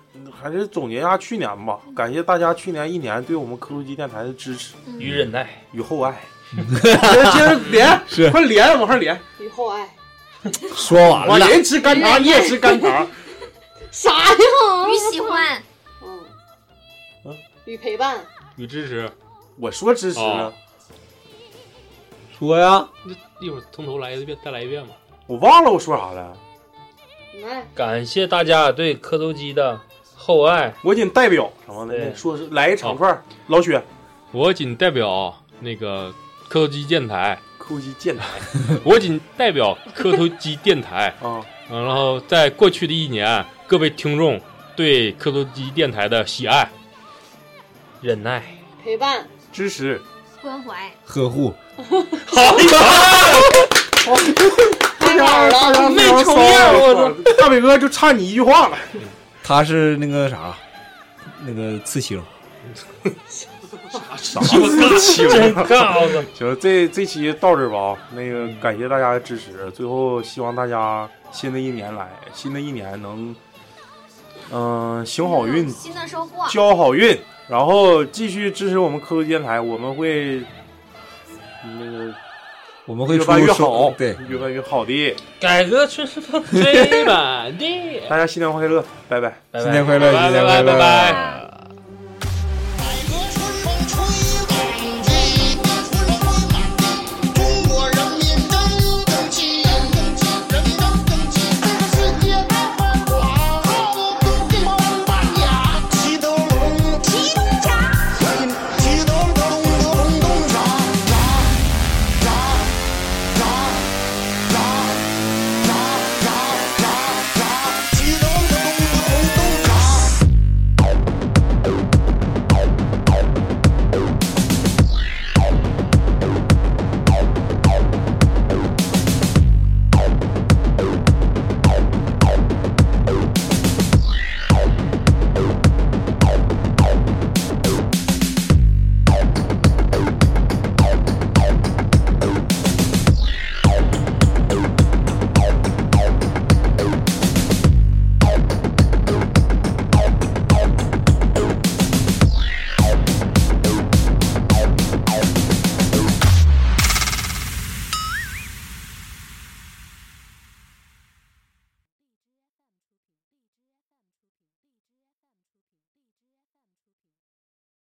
[SPEAKER 8] 还是总结一下去年吧。感谢大家去年一年对我们科鲁基电台的支持
[SPEAKER 3] 与忍耐，
[SPEAKER 8] 与厚
[SPEAKER 9] *laughs*
[SPEAKER 8] 爱。接着连，
[SPEAKER 9] 是
[SPEAKER 8] 快连，往上连，
[SPEAKER 6] 以后哎爱
[SPEAKER 9] 说完
[SPEAKER 8] 我
[SPEAKER 9] 了，
[SPEAKER 8] 人吃干肠，你也吃干肠。
[SPEAKER 9] *laughs*
[SPEAKER 6] 啥呀？
[SPEAKER 11] 与喜欢，
[SPEAKER 6] 嗯
[SPEAKER 8] 嗯，
[SPEAKER 6] 与陪伴，
[SPEAKER 7] 与支持，
[SPEAKER 8] 我说支持了
[SPEAKER 7] 哦，
[SPEAKER 9] 说呀，
[SPEAKER 7] 那一会儿从头来一遍，再来一遍吧。
[SPEAKER 8] 我忘了我说啥了。
[SPEAKER 6] 来
[SPEAKER 3] 感谢大家对磕头机的厚爱。
[SPEAKER 8] 我仅代表什么的，
[SPEAKER 3] 对
[SPEAKER 8] 说是
[SPEAKER 7] 哦
[SPEAKER 8] 来一长串儿。老雪，
[SPEAKER 7] *laughs* 我仅代表那个磕头机电台，
[SPEAKER 8] 科鲁基电台
[SPEAKER 7] 我仅代表磕头机电台。
[SPEAKER 8] 啊，
[SPEAKER 7] 嗯，然后在过去的一年，各位听众对磕头机电台的喜爱、
[SPEAKER 3] 忍耐，
[SPEAKER 6] 陪伴，
[SPEAKER 8] 支持。
[SPEAKER 11] 关怀，
[SPEAKER 9] 呵护，
[SPEAKER 8] 大家大家没
[SPEAKER 3] 重样我操
[SPEAKER 8] 大伟哥就差你一句话了。
[SPEAKER 9] 他是那个啥，那个刺青，
[SPEAKER 8] 啥刺青
[SPEAKER 3] 真尬我操！
[SPEAKER 8] 行，这这期到这儿吧啊，那个感谢大家的支持，最后希望大家新的一年来，新的一年能嗯、行好运，
[SPEAKER 11] 新的收获，
[SPEAKER 8] 交好运，然后继续支持我们科科电台，我们会那个
[SPEAKER 9] 我们会
[SPEAKER 8] 越办
[SPEAKER 9] 出
[SPEAKER 8] 越
[SPEAKER 9] 收
[SPEAKER 8] 好，
[SPEAKER 9] 对，
[SPEAKER 8] 越办越好的。
[SPEAKER 3] 改革春风吹满地，
[SPEAKER 8] 大家新年快乐，拜拜，
[SPEAKER 3] 拜拜拜拜拜拜拜拜。